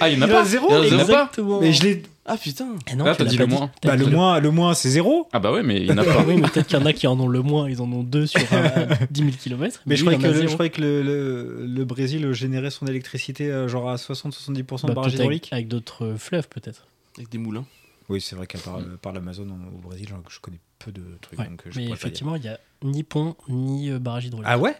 Ah, il y
Il
en a
en a
pas.
zéro.
Il en a
les
zéro.
gars.
Exactement
Mais je l'ai.
Ah putain.
Eh non,
Ah,
tu
t'as
l'as
dit
pas
le moins.
T'as
Bah, le
dit-
moins, le moins, c'est zéro.
Ah, bah ouais, mais il y en a pas.
Oui, mais peut-être qu'il y en a qui en ont le moins, ils en ont deux sur euh, 10 000 km.
Mais je croyais que, le, je croyais que le, le- le Brésil générait son électricité euh, genre à 60-70%
Bah,
de barrage hydraulique.
avec, Bah, avec d'autres euh, fleuves, peut-être.
Avec des moulins.
Oui, c'est vrai qu'à part, euh, par l'Amazon en- au Brésil, genre, je connais peu de trucs.
Ouais.
donc, euh, je
Mais
pourrais pas dire.
effectivement, il n'y a ni pont, ni euh, barrage hydraulique.
Ah ouais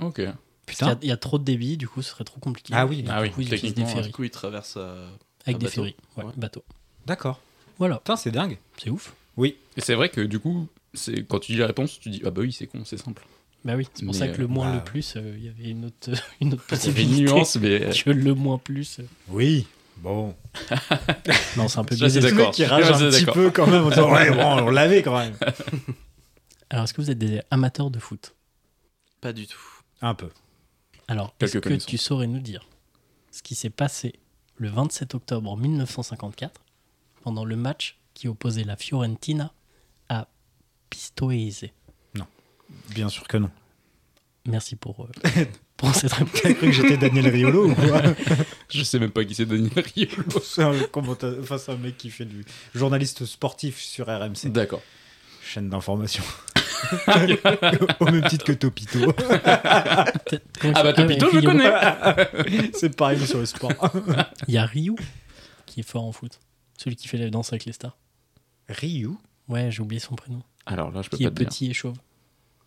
Ok.
Parce qu'il y a- Il y, a trop de débit, du coup, ce serait trop compliqué.
Ah oui.
Et
Ah
du
oui,
coup, ils utilisent des
techniquement,
Du
ferries.
coup, il traverse. euh,
Avec des
bateau.
ferries, ouais,
Ouais.
bateau.
D'accord.
Voilà,
Putain, c'est dingue.
c'est ouf.
Et c'est vrai que du coup, c'est- quand tu dis la réponse, tu dis Ah, bah oui, c'est con, c'est simple.
Bah oui, c'est pour
Mais,
ça que
euh,
le moins,
bah,
le plus, euh, il y avait une autre, une autre
Il y avait une
possibilité.
nuance, mais. euh,
que le moins plus. euh,
Oui. Bon.
Non, c'est un peu
Ça,
biaisé.
c'est D'accord.
Qui rage
Ouais, c'est
un petit
d'accord.
peu quand même en disant Ouais, bon, on l'avait quand même.
Alors, est-ce que vous êtes des amateurs de foot
Pas du tout.
Un peu.
Alors,
Quelques
est-ce que
connaissances.
tu saurais nous dire ce qui s'est passé le 27 octobre 1954 pendant le match qui opposait la Fiorentina à Pistoiese
Bien sûr que non.
Merci pour, euh, pour cette réponse.
T'as cru que j'étais Daniel Riolo ou quoi
Je sais même pas qui c'est Daniel Riolo.
C'est un, commenta- enfin, c'est un mec qui fait du journaliste sportif sur RMC,
D'accord.
chaîne d'information. Au même titre que Topito.
Ah, bah Topito, je
Rio.
connais.
C'est pareil mais sur le sport.
Il y a Ryu qui est fort en foot. Celui qui fait la danse avec les stars.
Ryu
Ouais, j'ai oublié son prénom.
Alors là, je peux
Qui
pas
est
te dire.
petit et chauve.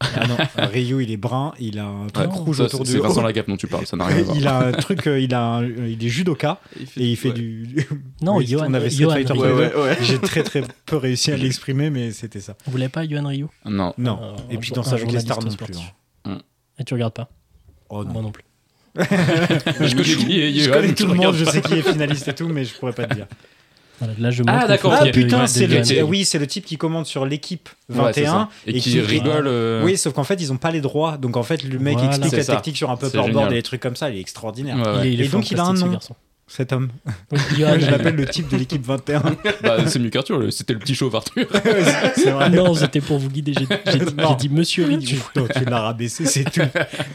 Ah non, Ryu, il est brun, il a un truc
Ouais,
rouge
ça,
autour du
c'est- C'est Vincent
haut.
Lagaffe dont tu parles, ça n'a rien à voir.
Il a un truc, euh, il, a un- il est judoka et il fait
ouais.
du.
Non,
Oui,
Johan.
On avait Street
Johan
Fighter
Ryu.
Pro
Ouais, ouais,
deux.
ouais.
J'ai très très peu réussi à l'exprimer, mais c'était ça.
Vous voulez pas Johan Ryu
Non.
Non.
Euh,
et
un
puis
jour-
dans
un
ça, avec les
journaliste
stars non plus.
sportif.
hein.
Et tu regardes pas
Oh non.
Moi non plus.
Je connais qui est
Je
Johan,
connais tout le monde,
regarde
je
pas.
sais qui est finaliste et tout, mais je pourrais pas te dire.
Voilà, là, je
Ah,
montre
d'accord,
une
ok.
Ah
photo de-
putain,
de
c'est
Johan
le,
Johan.
eh oui, c'est le type qui commande sur l'équipe
Ouais, c'est
21
ça. et qui rigole. euh,
Oui, sauf qu'en fait, ils ont pas les droits. Donc en fait, le mec
Voilà.
explique
C'est
la
ça.
technique sur un peu
C'est
par board
génial.
et des trucs comme ça. Il est extraordinaire.
ouais, ouais.
Il est, il est
Et donc,
fort
il a un
plastique, ce
nom.
garçon.
Cet homme.
Donc, Johan,
Ah, je l'appelle le type de l'équipe 21.
Bah, c'est mieux qu'Arthur, le- c'était le petit chauve Arthur.
c'est vrai.
Non, c'était pour vous guider. J'ai j'ai dit,
Non.
j'ai dit Monsieur
Tu,
Ryu.
non, tu l'as rabaissé, c'est tout.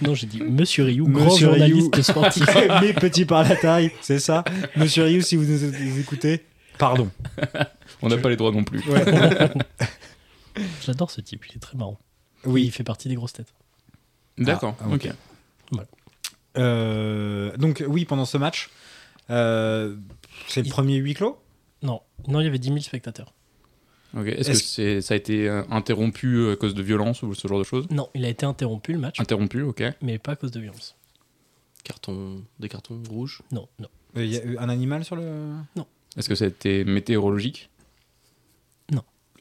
Non, j'ai dit Monsieur Ryu, grand
Monsieur
journaliste
Ryu.
sportif.
Mais petit par la taille, c'est ça. Monsieur Ryu, si vous nous écoutez, pardon.
On n'a pas les droits non plus.
J'adore ce type, il est très marrant.
Oui,
Il fait partie des grosses têtes.
D'accord,
Ah, ok.
ok.
Euh, donc oui, pendant ce match, euh, c'est le
Il-
premier huis clos.
Non, non, il y avait 10 000 spectateurs.
Ok. Est-ce
Est-ce-
que c'est- ça a été euh, interrompu euh, à cause de violence ou ce genre de choses
Non, il a été interrompu le match,
Interrompu, ok.
mais pas à cause de violence.
Carton, des cartons rouges.
Non, non.
Il Euh, y a eu un animal sur le.
Est-ce que ça a été météorologique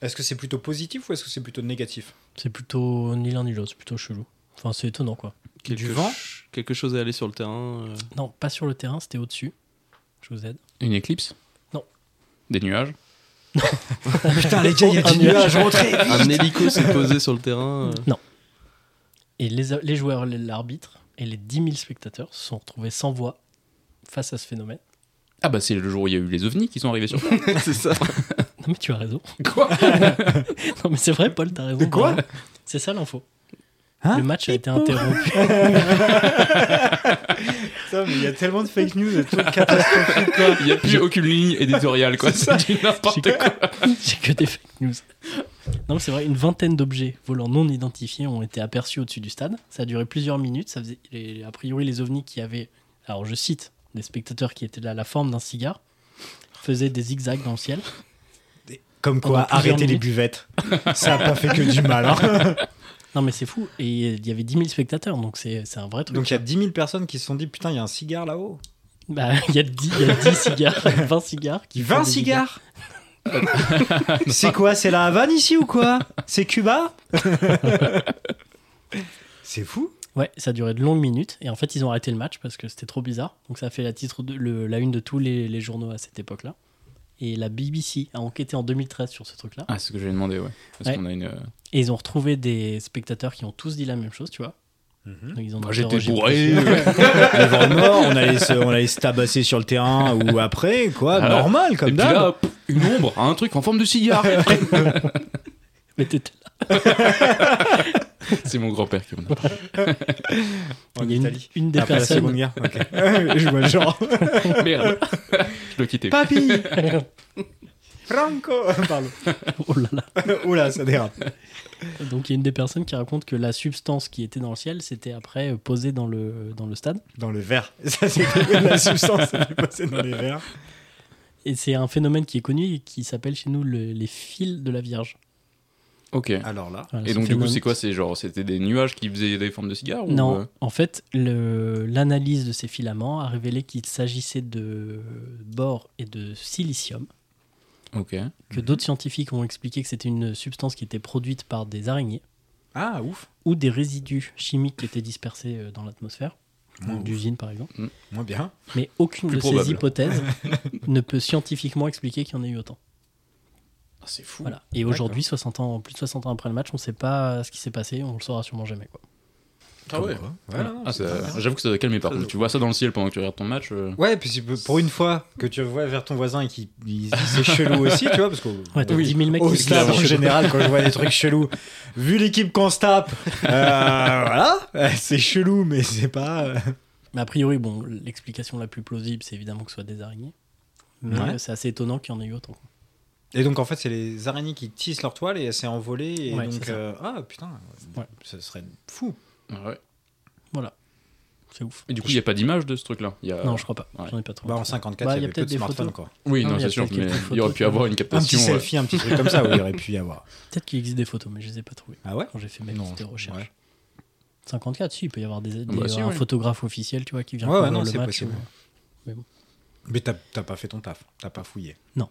Est-ce que c'est plutôt positif ou est-ce que c'est plutôt négatif
C'est plutôt ni l'un ni l'autre, c'est plutôt chelou. Enfin, c'est étonnant quoi.
Quelque
vent
ch- Quelque chose est allé sur le terrain. euh,
Non, pas sur le terrain, c'était au-dessus. Je vous aide.
Une éclipse
Non.
Des nuages
Putain, les gars, il y a
Un
du
nuage.
nuage rentré
un hélico s'est posé sur le terrain. euh,
Et les, les joueurs, l'arbitre et les 10 000 spectateurs se sont retrouvés sans voix face à ce phénomène.
Ah bah c'est le jour où il y a eu les ovnis qui sont arrivés sur
c'est ça.
Non mais tu as raison.
Quoi
Non mais c'est vrai Paul, t'as raison.
quoi
bravo. C'est ça l'info.
Hein
le match a été interrompu.
Putain, mais il y a tellement de fake news et tout catastrophique, quoi.
Il n'y a plus aucune ligne éditoriale quoi,
C'est ça.
c'est du n'importe
J'ai-
quoi.
J'ai que des fake news. Non mais c'est vrai, une vingtaine d'objets volants non identifiés ont été aperçus au-dessus du stade. Ça a duré plusieurs minutes. Ça faisait, les- a priori les ovnis qui avaient, alors je cite, des spectateurs qui étaient là à la forme d'un cigare, faisaient des zigzags dans le ciel.
Comme
Pendant
quoi,
plusieurs
arrêtez les
minutes.
buvettes. Ça a pas fait que du mal. hein.
Non mais c'est fou. Et il y avait 10 000 spectateurs, donc c'est c'est un vrai truc.
Donc il y a 10 000 personnes qui se sont dit Putain, il y a un cigare là-haut.
Bah, il y a 10, il y a 10 cigares, 20 cigares. Qui font
20
des
cigares C'est quoi C'est la Havane ici ou quoi C'est Cuba C'est fou.
Ouais, ça a duré de longues minutes. Et en fait, ils ont arrêté le match parce que c'était trop bizarre. Donc ça a fait la, titre de, le- la une de tous les, les journaux à cette époque-là. Et la BBC a enquêté en 2013 sur ce truc-là.
Ah c'est ce que j'avais demandé ouais. Parce
Ouais.
qu'on a une... euh,
Et ils ont retrouvé des spectateurs qui ont tous dit la même chose, tu vois. Donc, ils ont
Moi, j'étais
interrogé
bourré.
plusieurs-
Les vents morts, on allait, se, on allait se tabasser sur le terrain ou après, quoi.
Ah,
normal,
Et
comme
puis
d'hab.
là, pff, une ombre, un truc en forme de cigare.
Mais t'étais là.
c'est mon grand-père qui m'en a parlé.
En
Il y a une-
Italie.
Une, des
Après la
personnes.
Seconde Guerre. ok. Je vois le genre.
Merde. Je le quittais.
Papi Franco Pardon.
Oh là là.
Oula, ça dérape.
Donc il y a une des personnes qui raconte que la substance qui était dans le ciel, c'était après euh, posée dans le, dans le stade.
Dans le verre. Ça, c'est la substance qui est passée dans les verres.
Et c'est un phénomène qui est connu et qui s'appelle chez nous le- les fils de la Vierge.
Ok.
Alors là.
Voilà,
Et
ce
donc du coup
phénomène-
c'est quoi C'est genre c'était des nuages qui faisaient des formes de cigares ou,
Non,
euh,
en fait, le- l'analyse de ces filaments a révélé qu'il s'agissait de bore et de silicium,
Ok.
que
Mhm.
d'autres scientifiques ont expliqué que c'était une substance qui était produite par des araignées
Ah, ouf.
ou des résidus chimiques qui étaient dispersés euh, dans l'atmosphère,
Moins ouf.
d'usine par exemple.
Moins bien.
Mais aucune
Plus
de ces
probable.
hypothèses ne peut scientifiquement expliquer qu'il y en ait eu autant.
Ah, c'est fou.
Voilà. Et aujourd'hui, 60 ans, plus de 60 ans après le match, on ne sait pas ce qui s'est passé, on le saura sûrement jamais. Quoi.
Ah ouais.
Voilà.
Ah, ça- J'avoue que ça doit calmer par
Très
contre. Tu vois ça dans le ciel pendant que tu regardes ton match. euh,
Ouais, puis c'est pour une fois que tu vois vers ton voisin et qu'il il se dit c'est chelou aussi, tu vois, parce que
Ouais, t'as 10 000 mecs
au
qui
stade en
disent-
général, quand je vois des trucs chelous, vu l'équipe qu'on se tape, euh, voilà, euh, c'est chelou, mais c'est pas. euh,
Mais a priori, bon, l'explication la plus plausible, c'est évidemment que ce soit des araignées. Mais
Ouais.
euh, c'est assez étonnant qu'il y en ait eu autant.
Et donc en fait, c'est les araignées qui tissent leur toile et elle s'est envolée. Et
Ouais, c'est
donc,
ça.
euh, ah putain,
Ouais.
ce serait fou.
ouais.
Voilà. C'est ouf.
Et du coup, il n'y a pas d'image de ce truc-là. Il y a-
Non, je crois pas.
Ouais.
J'en ai pas trop.
Bah, en 54, il
Bah,
y
y a
avait peu
peut-être
de
des
smartphones,
photos.
quoi.
Oui,
Non,
non,
il y a
c'est sûr,
peut-être
mais
quelques photos,
il aurait pu
tu vois.
avoir une
Un petit
captation. euh,
selfie, un petit truc comme ça, oui, il aurait pu y avoir.
Peut-être qu'il existe des photos, mais je les ai pas trouvées
Ah ouais
quand j'ai fait mes
Non, je-
petites recherches.
ouais.
54, si, il peut y avoir des, des-
bah si,
un
ouais.
photographe officiel, tu vois, qui vient
Ouais, ouais,
couvrir
non,
le
c'est
match.
possible.
ou- Mais bon.
Mais t'as t'as pas fait ton taf, t'as pas fouillé.
Non,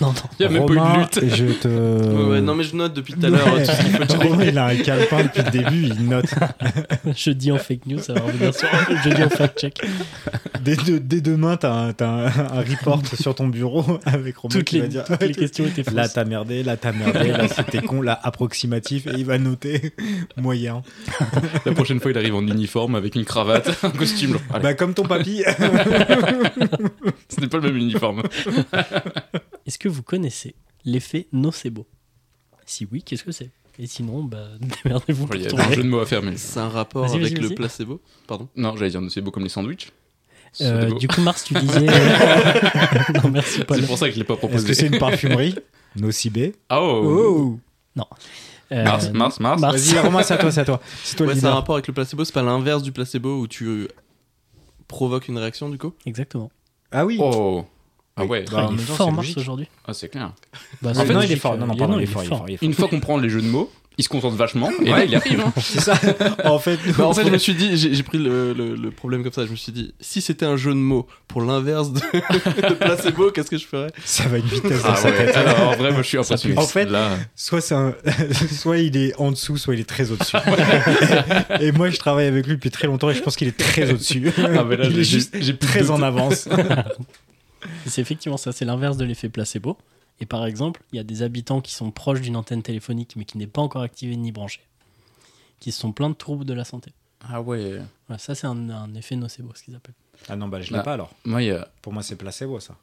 non.
Il n'y a même pas eu de
Romain,
lutte.
Je te.
Ouais, ouais, non, mais je note depuis tout à l'heure. euh, tout ce qu'il faut checker.
Romain, il a un calepin depuis le début, il note.
je dis en fake news, ça va revenir sur. Je dis en fact check.
Dès, de- dès demain, t'as un, t'as un, un report sur ton bureau avec Romain
Toutes
qui
les,
va dire.
toutes les questions étaient fausses.
Là, t'as merdé, là, t'as merdé, là, c'était con, là, approximatif, et il va noter moyen.
La prochaine fois, il arrive en uniforme avec une cravate, un costume. genre, allez,
Bah, comme ton papy.
ce n'est pas le même uniforme.
Est-ce que vous connaissez l'effet nocebo Si oui, qu'est-ce que c'est Et sinon, bah, démerdez-vous pour
Il y a un
trouver.
jeu de mots à faire, mais.
C'est un rapport
Vas-y,
avec
vas-y,
le
vas-y.
placebo. Pardon.
Non, j'allais dire, c'est beau comme les sandwichs. C'est
Euh,
beau.
du coup, Mars, tu disais. euh, non, merci, Paul.
C'est pour ça que je ne l'ai pas
Est-ce que c'est
proposé.
une parfumerie Nocibé.
Ah, oh,
Oh
Euh,
Mars, Mars, Mars.
Mars.
Vas-y, Romain, c'est à toi, c'est à toi. C'est toi
Ouais,
le
c'est un
leader.
rapport avec le placebo. C'est pas l'inverse du placebo où tu euh, provoques une réaction du coup
Exactement.
Ah oui
Oh, Ah ouais,
Bah, en
il est
même temps,
fort
c'est
Mars
logique.
aujourd'hui.
ah, c'est clair.
Bah,
Non,
c'est
non, il est
logique,
fort. Non, non,
euh,
pardon,
il
il
est
est fort. il est fort, il est fort.
Une fois qu'on prend les jeux de mots, il se concentre vachement, et là il arrive. hein.
C'est ça. en fait, nous,
Bah, en fait, je me suis dit, j'ai j'ai pris le, le- le problème comme ça. Je me suis dit, si c'était un jeu de mots pour l'inverse de, de placebo, qu'est-ce que je ferais
ça va une vitesse dans
Ah
sa
ouais,
tête.
alors, en vrai, moi je suis
Ça
impressionné.
pue. En fait-
Là,
Soit, c'est un- soit il est en dessous, soit il est très au-dessus. et moi, je travaille avec lui depuis très longtemps et je pense qu'il est très au-dessus.
ah, mais là,
il
j'ai-
est juste
j'ai plus de
très
doute.
en avance.
C'est effectivement ça, c'est l'inverse de l'effet placebo. Et par exemple, il y a des habitants qui sont proches d'une antenne téléphonique mais qui n'est pas encore activée ni branchée, qui se sont pleins de troubles de la santé.
Ah ouais.
Voilà, ça, c'est un, un effet nocebo, ce qu'ils appellent.
Ah non, bah je l'ai
Bah.
pas alors.
Moi, il y a-
Pour moi, c'est placebo ça.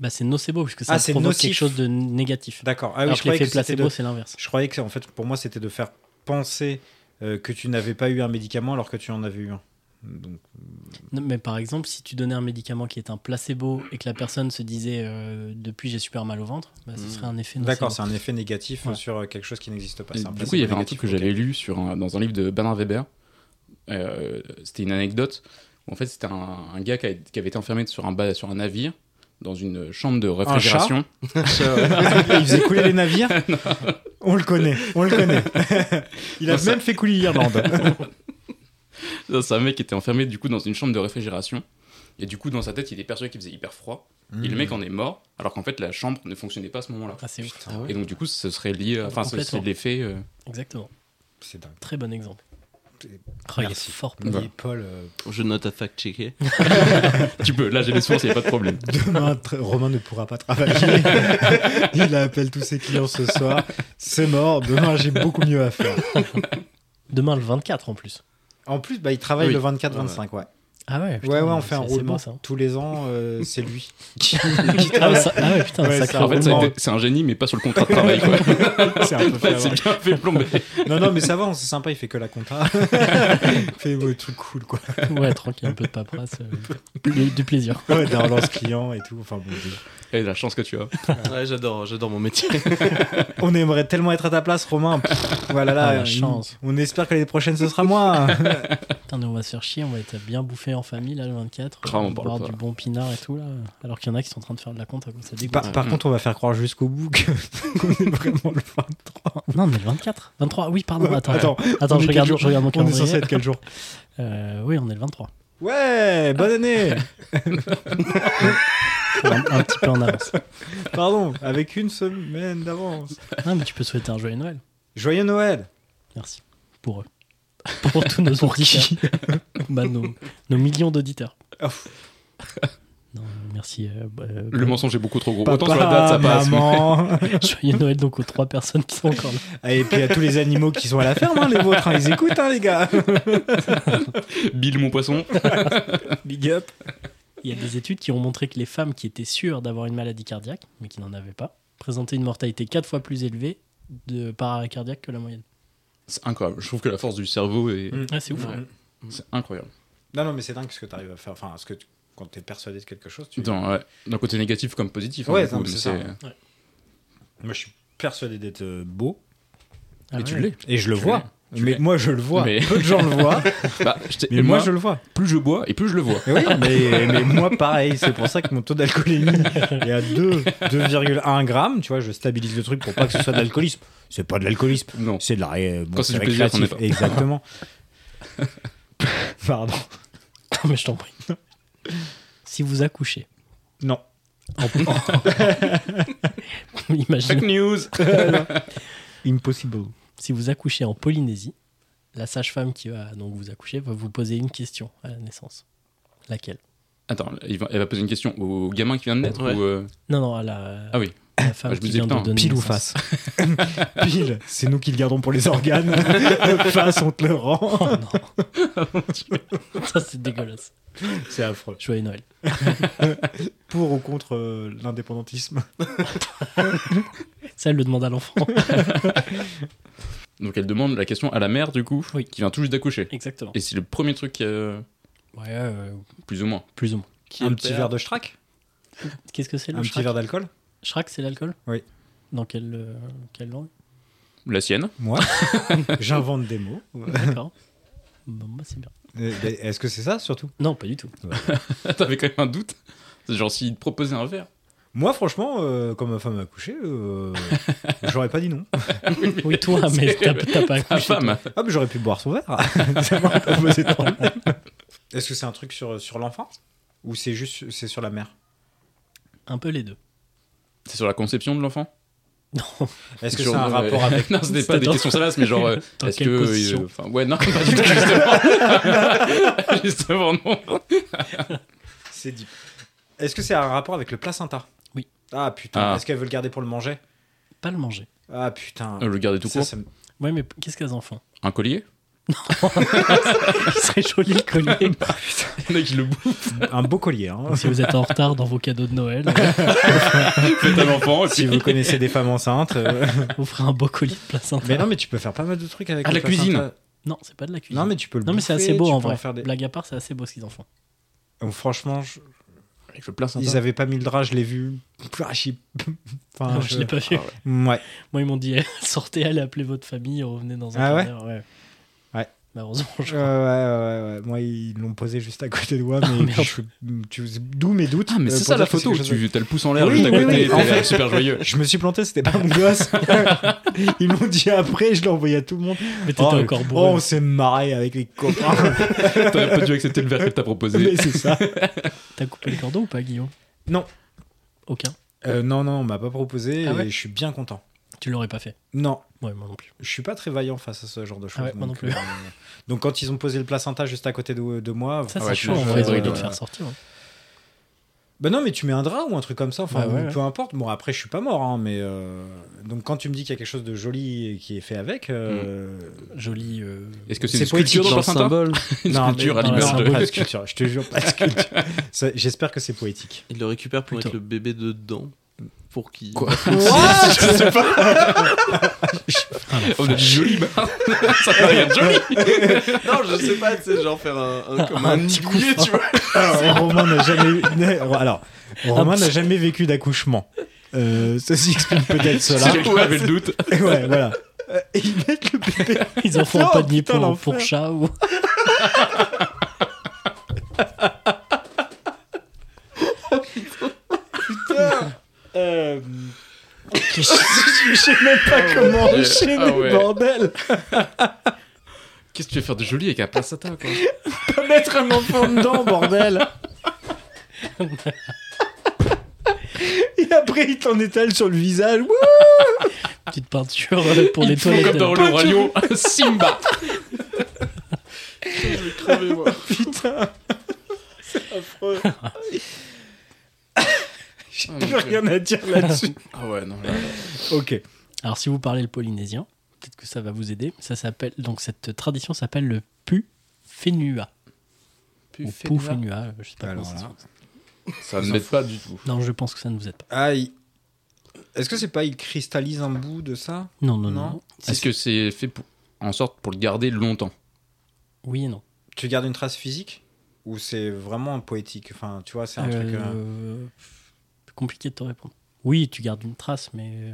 Bah, c'est nocebo, puisque ça
Ah, c'est
provoque
nocif.
quelque chose de négatif.
D'accord. Ah oui,
Alors
je
que
croyais que
l'effet
c'était
placebo,
de...
c'est l'inverse.
Je croyais que en fait, pour moi, c'était de faire penser euh, que tu n'avais pas eu un médicament alors que tu en avais eu un. Donc,
Non, Mais par exemple, si tu donnais un médicament qui est un placebo et que la personne se disait euh, depuis j'ai super mal au ventre, bah, ce
Mm.
serait un effet nocebo.
Hmm. d'accord, c'est un effet négatif euh,
Ouais.
sur euh, quelque chose qui n'existe pas.
Et
C'est un
Du
placebo
coup, il y avait un
négatif,
truc que
ok.
j'avais lu sur un- dans un livre de Bernard Weber. Euh, c'était une anecdote où en fait c'était un, un gars qui, a- qui avait été enfermé sur un, ba- sur un navire dans une chambre de réfrigération.
il faisait couler les navires. on le connaît, on le connaît. il a
Non, ça-
même fait couler l'Irlande.
Ça, C'est un mec qui était enfermé du coup dans une chambre de réfrigération. Et du coup, dans sa tête, il était persuadé qu'il faisait hyper froid. Et
Hmm.
le mec en est mort, alors qu'en fait la chambre ne fonctionnait pas à ce moment-là.
Ah, c'est ouf.
Et donc du coup, ce serait lié, à- enfin, ce- c'est
Complètement.
l'effet. euh,
Exactement.
C'est dingue.
Très bon exemple.
Et-
Oh, il est
Merci.
fort.
Mais
Voilà.
Paul, euh,
Je note à fact-checker.
Tu peux. Là, j'ai les sources, il n'y a pas de problème.
demain, tr- Romain ne pourra pas travailler. il appelle tous ses clients ce soir. C'est mort, demain j'ai beaucoup mieux à faire.
Demain, le 24 en plus.
En plus, bah, il travaille
Oui.
le 24-25, ouais.
Ah ouais,
Ouais, ouais, on fait un
c'est- hein. c'est
roulement.
beau, ça.
Tous les ans, euh, c'est lui.
Ah ouais, ça- ah ouais, putain,
Ouais,
un
ça
sacré
En fait, ça a
roulement.
été- c'est un génie, mais pas sur le contrat de travail. quoi.
C'est un peu
Bah,
fait avoir.
c'est bien fait plomber.
Non, non, mais ça va, c'est sympa, il fait que la compta. il fait des trucs cool, quoi.
Ouais, tranquille, un peu de paperasse. euh, du, du plaisir.
Ouais, des relances clients et tout. Enfin, bon, je-
Et la chance que tu as.
Ouais, j'adore, j'adore mon métier.
on aimerait tellement être à ta place, Romain. Pff, voilà, là,
Ah, la
euh,
chance.
On espère que l'année prochaine, ce sera moi.
Putain, nous, on va se faire chier, on va être bien bouffé en famille là le 24.
Ah, on parle
boire
pas.
du bon pinard et tout là. Alors qu'il y en a qui sont en train de faire de la compte, quoi, ça dégoûte.
par par contre, on va faire croire jusqu'au bout que- qu'on est vraiment le 23.
Non, mais le 24. 23, oui, pardon, attends.
Attends,
Attends,
on est
je
quel
regarde,
jour
je regarde mon
on est
calendrier.
censé être quel jour
Euh, oui, on est le 23.
Ouais, bonne
Ah.
année
Un, un petit peu en avance.
Pardon, avec une semaine d'avance.
Non, mais tu peux souhaiter un joyeux Noël.
Joyeux Noël
Merci. Pour eux. Pour tous nos auditeurs. Bah, nos, nos millions d'auditeurs.
Ah, pff,
Non, merci. euh, bah, euh,
Le mensonge est beaucoup trop gros. Autant
Papa,
sur la date, ça passe. mais-
maman
Joyeux Noël donc aux trois personnes qui sont encore là.
Ah, Et puis à tous les animaux qui sont à la ferme, hein, les vôtres, hein, ils écoutent, hein, les gars.
Bill, mon poisson.
Big up.
Il y a des études qui ont montré que les femmes qui étaient sûres d'avoir une maladie cardiaque, mais qui n'en avaient pas, présentaient une mortalité quatre fois plus élevée de par arrêt cardiaque que la moyenne.
C'est incroyable. Je trouve que la force du cerveau est.
Mm.
Ah, c'est ouf.
Ouais. C'est incroyable.
Non, non, mais c'est dingue ce que tu arrives à faire. Enfin, ce que tu- quand tu es persuadé de quelque chose, tu.
Dans, ouais, d'un côté négatif comme positif. hein,
Ouais,
du coup,
non, mais
mais
c'est
c'est-
ça. Moi, je suis persuadé d'être euh, beau.
Ah
Et tu
ouais.
l'es.
Et je le
Tu
vois.
l'es. Tu
mais
l'es.
moi, je le vois.
Mais-
Peu de gens le voient.
Bah, je t'ai-
Mais
et
moi,
moi,
je le vois.
plus je bois et plus je le vois.
Et oui, mais, mais moi, pareil. C'est pour ça que mon taux d'alcoolémie est à 2 2,1 grammes. Tu vois, je stabilise le truc pour pas que ce soit de l'alcoolisme. C'est pas de l'alcoolisme.
Non.
C'est de la. ré- bon,
Quand c'est du plaisir,
récréatif,
t'en es pas.
Exactement. Pardon.
Non, mais je t'en prie. Si vous accouchez,
Non.
Fake
imaginez,
news.
Impossible.
si vous accouchez en Polynésie, la sage-femme qui va donc vous accoucher va vous poser une question à la naissance. Laquelle
Attends, il va- elle va poser une question au gamin qui vient de naître
Ouais.
ou. euh,
Non, non, à la,
Ah oui.
à la femme
Ah, je me
qui
disais,
vient de
putain,
donner
Pile ou
naissance.
face Pile, c'est nous qui le gardons pour les organes. face, on te le rend.
Oh non. Ça, c'est dégueulasse.
C'est affreux.
Joyeux Noël.
Pour ou contre euh, l'indépendantisme
Ça, elle le demande à l'enfant.
Donc elle demande la question à la mère, du coup,
Oui.
qui vient tout juste d'accoucher.
Exactement.
Et c'est le premier truc, euh,
Ouais, euh,
plus ou moins.
plus ou moins.
est
Un
le
petit
père
verre de Strack
Qu'est-ce que c'est le
Un petit
Shrek
verre d'alcool
Shrek, c'est l'alcool
Oui.
Dans quelle, euh, quelle langue
La sienne.
Moi, j'invente des mots.
D'accord. Bon, bah, c'est bien.
Euh, Est-ce que c'est ça surtout
Non, pas du tout.
T'avais quand même un doute C'est Genre, s'il te proposait un verre.
Moi, franchement, euh, quand ma femme a couché, euh, j'aurais pas dit non.
Oui, toi, mais
C'est-
t'as t'as pas
Ta
accouché. toi.
femme.
Ah, mais j'aurais pu boire son verre. Ça m'aurait pas posé de problème. Est-ce que c'est un truc sur, sur l'enfant Ou c'est juste sur- c'est sur la mère
Un peu les deux.
C'est sur la conception de l'enfant
Non,
Est-ce que
Sur-
c'est un
euh,
rapport avec.
Non, ce n'est pas
C'était
des
dans-
questions salaces, mais genre. euh,
Dans
Est-ce
quelle
que.
position
euh, Enfin, ouais, non, pas du tout, justement. justement, non.
C'est dit. Est-ce que c'est un rapport avec le placenta
Oui.
Ah putain,
Ah.
est-ce qu'elle veut le garder pour le manger
pas le manger.
Ah putain.
Euh, Le garder tout
Ça,
court.
ça me-
Ouais, mais qu'est-ce qu'elles en font
Un collier
Ce serait joli le collier.
Le mec, il le bouffe
un beau collier. hein.
si vous êtes en retard dans vos cadeaux de Noël,
à l'enfant. et
si
puis-
vous connaissez des femmes enceintes. euh,
vous ferez un beau collier de placenta.
Mais non, mais tu peux faire pas mal de trucs avec
Ah,
le
la cuisine.
placenta.
Non, c'est pas de la cuisine.
Non, mais tu peux le
Non, mais c'est
bouffer,
assez beau
tu
en
peux
vrai.
faire des-
Blague à part, c'est assez beau ce qu'ils en font.
Donc, franchement, je-
Avec le placenta.
ils avaient pas mis le drap, je l'ai vu. Ah, j'y- enfin,
Non, je l'ai pas vu.
Ah, Ouais.
Moi, ils m'ont dit eh, sortez, allez appeler votre famille, revenez dans un
Ah
quart
ouais
d'heure, ouais. Bah,
Ouais.
Malheureusement, je crois. Ah,
Euh, ouais, ouais, ouais, ouais. Moi, ils l'ont posé juste à côté de moi, mais
merde.
je- tu- d'où mes doutes.
Ah,
euh,
mais c'est
pour
ça la
dire que
photo,
quelque chose
tu t'as le pouce en l'air
Oui,
juste à
oui,
côté,
oui.
t'as
En
l'air
fait-
super joyeux.
de- Je me suis planté, c'était pas mon gosse. Ils m'ont dit après, je l'ai envoyé à tout le monde.
Mais t'étais
Oh,
encore
oh,
bourré.
on s'est marré avec les copains.
T'aurais pas dû accepter le verre que t'as proposé.
mais c'est ça.
T'as coupé le cordon ou pas, Guillaume
Non.
Aucun.
Euh, non, non, on m'a pas proposé
Ah ouais
et je suis bien content.
Tu l'aurais pas fait.
Non,
Ouais, moi non plus.
je suis pas très vaillant face à ce genre de choses.
Ah ouais, moi
donc,
non plus.
euh, donc quand ils ont posé le placenta juste à côté de, de moi,
Ça,
Ah
c'est
ouais, tu
chaud en
l'as
vrai
fait,
de
ouais,
de le
ouais.
faire sortir. hein.
Bah non, mais tu mets un drap ou un truc comme ça, enfin,
Bah ouais,
ou
ouais.
peu importe. Bon, après, je suis pas mort, hein, mais. euh, Donc, quand tu me dis qu'il y a quelque chose de joli et qui est fait avec. euh,
Joli. euh,
Est-ce que c'est
C'est
une sculpture
poétique
dans
Dans
le
le
placenta
symbole,
Une
non,
sculpture à
mais-
l'image
non,
de.
pas de sculpture, je te jure, pas de sculpture. Ça, J'espère que c'est poétique.
il le récupère pour
Plutôt.
mettre le bébé dedans. Pour qu'il.
Quoi On a
vache.
dit Oh, joli barre. Ça n'a rien de joli.
Non, je sais pas, tu sais, genre faire un, un, comme un, petit coup, tu vois.
Alors, Romain n'a jamais. Alors, Romain n'a jamais vécu d'accouchement. Euh, ceci explique peut-être
Si
cela.
quelqu'un avait le doute.
ouais, voilà. Euh, Et ils mettent le bébé.
Ils en font
Oh,
un panier
putain,
pour,
l'enfer.
pour chat ou.
Euh... je sais même pas comment
Dieu.
enchaîner,
Ah ouais.
bordel.
Qu'est-ce que tu vas faire de joli avec un placenta quoi
Pas mettre un enfant dedans, bordel. Et après, il t'en étale sur le visage. Wouh
Petite peinture euh, pour les
Ils font
toilettes.
comme dans le royaume. Simba.
putain. C'est affreux. J'ai
Ah,
plus
mon
rien à dire là-dessus.
Ah ouais, non. là,
ok.
Alors, si vous parlez le polynésien, peut-être que ça va vous aider. Ça s'appelle donc cette tradition s'appelle le pu fenua ou pou fenua. Je sais pas
Alors
comment ça se
là.
prononce.
Ça ne m'aide pas du tout.
Non, je pense que ça ne vous aide pas.
Ah, il- Est-ce que c'est pas il cristallise un bout de ça
Non, non, non.
Non.
Est-ce que c'est fait pour- en sorte pour le garder longtemps
Oui et non.
Tu gardes une trace physique ou c'est vraiment poétique Enfin, tu vois, c'est un truc. euh,
Euh, Compliqué de te répondre. Oui, tu gardes une trace, mais euh,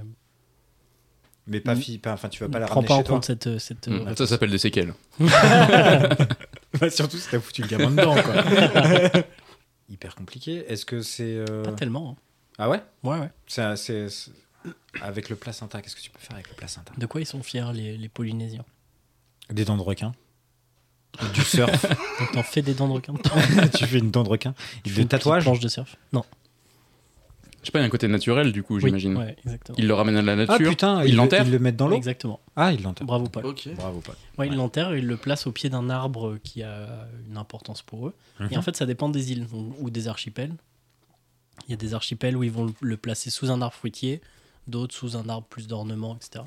Mais pas fi- pas- Enfin, tu vas pas la
prends
ramener
pas en
chez toi. Mm.
compte cette. euh, cette
Hmm,
euh,
Ça s'appelle des séquelles.
Bah, surtout si t'as foutu le gamin dedans, quoi. Hyper compliqué. Est-ce que c'est. euh,
Pas tellement.
Ah ouais
hein. Ouais, ouais.
Ça, c'est- c'est- Avec le placenta, qu'est-ce que tu peux faire avec le placenta
De quoi ils sont fiers, les, les Polynésiens
Des dents de requin. Du surf.
Donc, t'en fais des dents de requin de temps.
tu fais une dent de requin.
Tu fais
Des
une petite
tatouages
planche de surf Non.
Je sais pas, il y a un côté naturel du coup,
Oui,
j'imagine.
Ouais, exactement.
Il le ramène à la
Ah
nature.
putain,
il
ils, le-
l'enterre
ils le mettent dans l'eau
Exactement.
Ah, ils l'enterrent.
Bravo, Paul.
Ok.
Bravo, Paul.
Ouais, ils l'enterrent et ils le placent au pied d'un arbre qui a une importance pour eux. Et
Mhm.
en fait, ça dépend des îles donc- ou des archipels. Il y a des archipels où ils vont le placer sous un arbre fruitier, d'autres sous un arbre plus d'ornement, etc.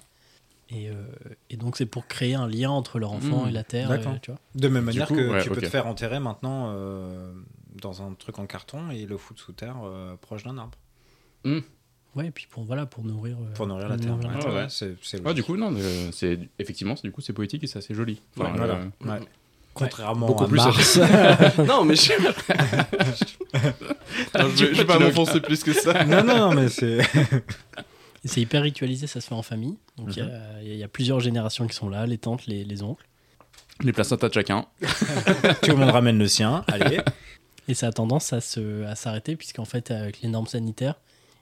Et, euh, et donc, c'est pour créer un lien entre leur enfant
Mmh,
et la terre.
Mhm. d'accord.
et tu vois.
De même manière
coup,
que
ouais,
tu peux
ok.
te faire enterrer maintenant euh, dans un truc en carton et le foutre sous terre euh, proche d'un arbre
Ouais, et puis pour, voilà, pour nourrir. euh,
pour nourrir la terre.
nourrir
la terre. Ah, Ouais.
c'est- c'est
Ouais,
logique.
du coup, non, euh, c'est effectivement, c'est- du coup, c'est poétique et c'est assez joli. Enfin,
Ouais, voilà.
euh,
Ouais. Contrairement
Beaucoup
à
plus à-
Mars.
Non, mais je. Non, je, vais- je vais pas m'enfoncer plus que ça.
non, non, non, mais c'est.
Et C'est hyper ritualisé, ça se fait en famille. Donc, il y a-
Mhm.
il y, a- il y a plusieurs générations qui sont là les tantes, les, les oncles.
les placentas de chacun.
Tout le monde ramène le sien. Allez.
Et ça a tendance à se- à s'arrêter, puisqu'en fait, avec les normes sanitaires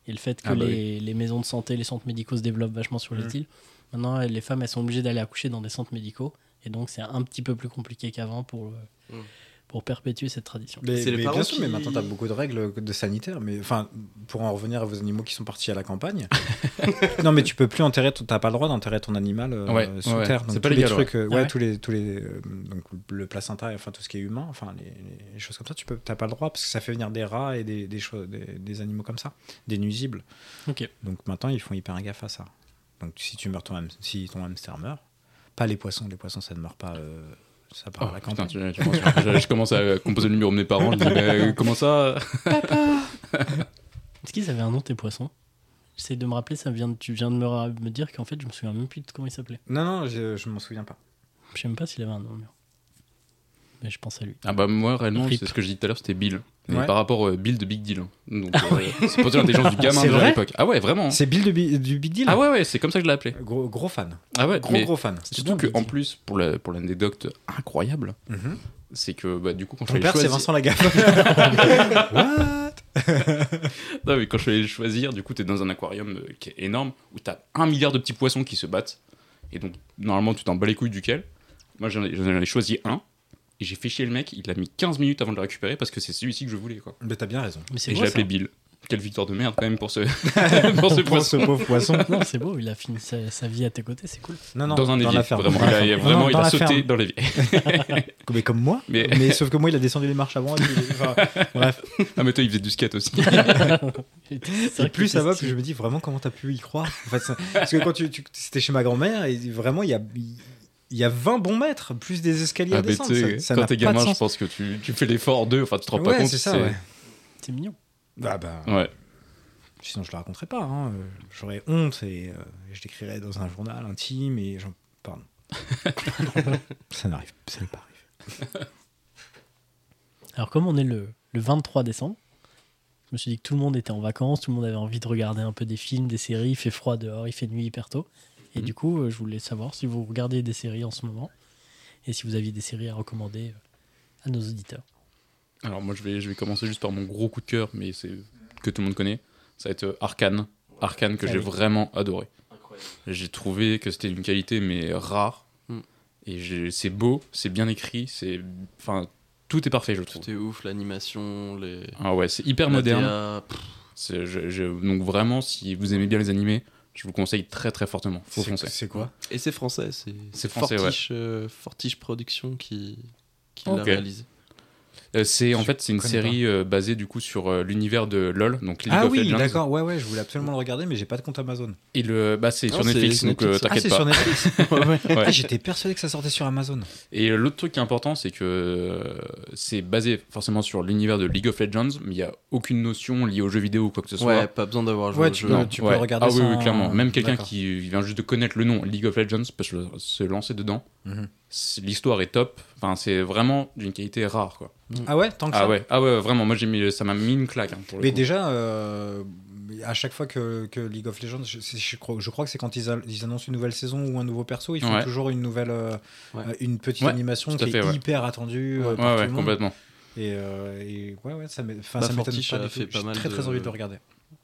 et le fait que
Ah bah
les, les maisons de santé, les centres médicaux se développent vachement sur les
Mhm.
îles, maintenant, elles- les femmes, elles sont obligées d'aller accoucher dans des centres médicaux. Et donc, c'est un petit peu plus compliqué qu'avant pour,
Mmh.
euh,
Mhm.
pour perpétuer cette tradition.
Mais,
C'est les
mais
parents
bien sûr, mais
qui-
maintenant, tu as beaucoup de règles de sanitaires. Mais enfin, pour en revenir à vos animaux qui sont partis à la campagne, non, mais tu peux plus enterrer, ton- t'as pas le droit d'enterrer ton animal euh,
Ouais,
sous
ouais,
terre.
c'est
Donc,
pas
tous les
légal,
trucs, euh,
Ah
ouais,
ouais
tous les, tous les, euh, donc le placenta, et enfin tout ce qui est humain, enfin les, les choses comme ça, tu peux, t'as pas le droit parce que ça fait venir des rats et des, des choses, des, des animaux comme ça, des nuisibles.
Ok.
Donc maintenant, ils font hyper gaffe à ça. Donc si tu meurs ton, ham- si ton hamster meurt, pas les poissons, les poissons ça ne meurt pas, euh, ça part à
Oh,
la
putain,
campagne.
tu- tu penses- je, je commence à composer le numéro de mes parents. Je dis, mais euh, comment ça
Est-ce qu'ils avaient un nom, tes poissons J'essaie de me rappeler, ça vient de- tu viens de me, ra- me dire qu'en fait, je me souviens même plus de comment il s'appelait.
Non, non, je, je m'en souviens pas.
Je sais même pas s'il avait un nom. Mais, mais je pense à lui.
Ah bah moi réellement
Rip.
c'est ce que j'ai dit tout à l'heure c'était Bill. Et
Ouais. Ah
par rapport euh, Bill de Big Deal. Donc euh, c'est pas dire l'intelligence du gamin
C'est
déjà à
vrai
l'époque. Ah ouais vraiment.
C'est Bill de Bi- du Big Deal.
Ah ouais ouais c'est comme ça que je l'ai appelé.
Gros, gros fan.
Ah ouais
Gros,
mais
gros fan.
C'était bien,
surtout
Big
que en
Deal.
plus pour la pour l'anecdote incroyable c'est que bah, du coup quand je
Mhm. Ton père,
l'ai
c'est
choisi
Vincent Lagaffe. What
non, mais quand je l'ai choisir du coup t'es dans un aquarium euh, qui est énorme où t'as un milliard de petits poissons qui se battent et donc normalement tu t'en bats les couilles duquel. Moi j'en ai, j'en ai choisi un et j'ai fait chier le mec il a mis 15 minutes avant de le récupérer parce que c'est celui-ci que je voulais quoi.
Mais t'as bien raison.
Mais c'est
Et je
beau,
l'ai
ça.
appelé Bill. Quelle victoire de merde quand même pour ce pour ce
Pour
poisson.
ce pauvre poisson.
Non, c'est beau, il a fini sa, sa vie à tes côtés, c'est cool.
Non, non,
dans un évier,
la ferme.
vraiment.
Dans
Il
la
a, il a
ferme.
vraiment,
Non, non,
il
dans
a
la
sauté
ferme.
dans l'évier.
Mais comme moi.
Mais-
Mais... sauf que moi, il a descendu les marches avant. et puis- enfin, bref.
Ah, mais toi, il faisait du skate aussi. Ah,
Et plus ça va, plus je me dis vraiment comment t'as pu y croire. En fait, ça- Parce que quand tu, tu- c'était chez ma grand-mère, et vraiment, il y a, il y a 20 bons mètres, plus des escaliers
Ah,
à
mais tu
descendre.
sais,
Ça, ça
quand
n'a
t'es
pas de
gamin, je
sens.
pense que tu, tu fais l'effort d'eux. Enfin, tu te rends pas
Ouais,
compte.
c'est ça, ouais.
C'est mignon.
Bah, bah,
Ouais.
Sinon, je le raconterai pas. hein. Euh, J'aurais honte et euh, je l'écrirais dans un journal intime et j'en. Pardon. ça n'arrive ça n'est pas arrivé.
Alors, comme on est le, le 23 décembre, je me suis dit que tout le monde était en vacances, tout le monde avait envie de regarder un peu des films, des séries. Il fait froid dehors, il fait nuit hyper tôt. Et
Mm.
du coup, euh, je voulais savoir si vous regardez des séries en ce moment et si vous aviez des séries à recommander euh, à nos auditeurs.
Alors, moi, je vais, je vais commencer juste par mon gros coup de cœur, mais c'est que tout le monde connaît. Ça va être euh, Arcane. Arcane que
Ah
j'ai
oui.
vraiment adoré. J'ai trouvé que c'était une qualité, mais rare.
Mm.
Hmm.
Et j'ai- c'est beau, c'est bien écrit, c'est. Enfin, tout est parfait, je trouve.
Tout est ouf, l'animation, les.
Ah ouais, c'est hyper
la
moderne.
DA, pff,
C'est- je- je- donc vraiment, si vous aimez bien les animés, je vous le conseille très très fortement. Faut foncer.
C'est quoi
Et c'est français, c'est
C'est français,
Fortiche, euh, Fortiche Productions qui, qui l'a
Ok.
réalisé.
Euh, c'est en
Je
fait c'est une
connais
série euh, basée du coup sur euh, l'univers de LoL, donc League
Ah
of
oui,
Legends.
d'accord, ouais, ouais, je voulais absolument le regarder, mais j'ai pas de compte Amazon.
Et le bah c'est
Non,
sur
c'est-
Netflix,
c'est
donc
Netflix,
euh,
ça.
Ah,
t'inquiète
c'est
pas.
sur Netflix
Ouais.
Ah, j'étais persuadé que ça sortait sur Amazon.
Et euh, l'autre truc qui est important, c'est que euh, c'est basé forcément sur l'univers de League of Legends, mais il n'y a aucune notion liée aux jeux vidéo ou quoi que ce soit.
Ouais, pas besoin d'avoir joué
Ouais, Euh,
au
tu
jeu.
peux-
Non,
le regarder
Ah oui, oui,
sans-
clairement. Même quelqu'un
D'accord.
qui vient juste de connaître le nom League of Legends peut se, se lancer dedans.
Mhm.
C'est- L'histoire est top. Enfin, c'est vraiment d'une qualité rare, quoi.
Ah ouais, tant que ça.
Ah ouais, ah ouais, vraiment. Moi, j'ai mis, ça m'a mis une claque. hein, pour le
Mais
coup.
déjà, euh, à chaque fois que, que League of Legends, je, c'est- je crois, je crois que c'est quand ils, a- ils annoncent une nouvelle saison ou un nouveau perso, ils font
Ouais.
toujours une nouvelle, euh,
Ouais.
euh, une petite
Ouais,
animation
tout à
qui
fait,
est
ouais.
hyper attendue euh,
Ouais,
par
Ouais,
tout
ouais,
le monde.
complètement.
Et, euh, et ouais, ouais, ça m'é- enfin,
Bah,
ça m'étonne
Fortiche
pas
a
du
fait
tout.
pas
J'ai
mal
très très
de-
envie de le regarder.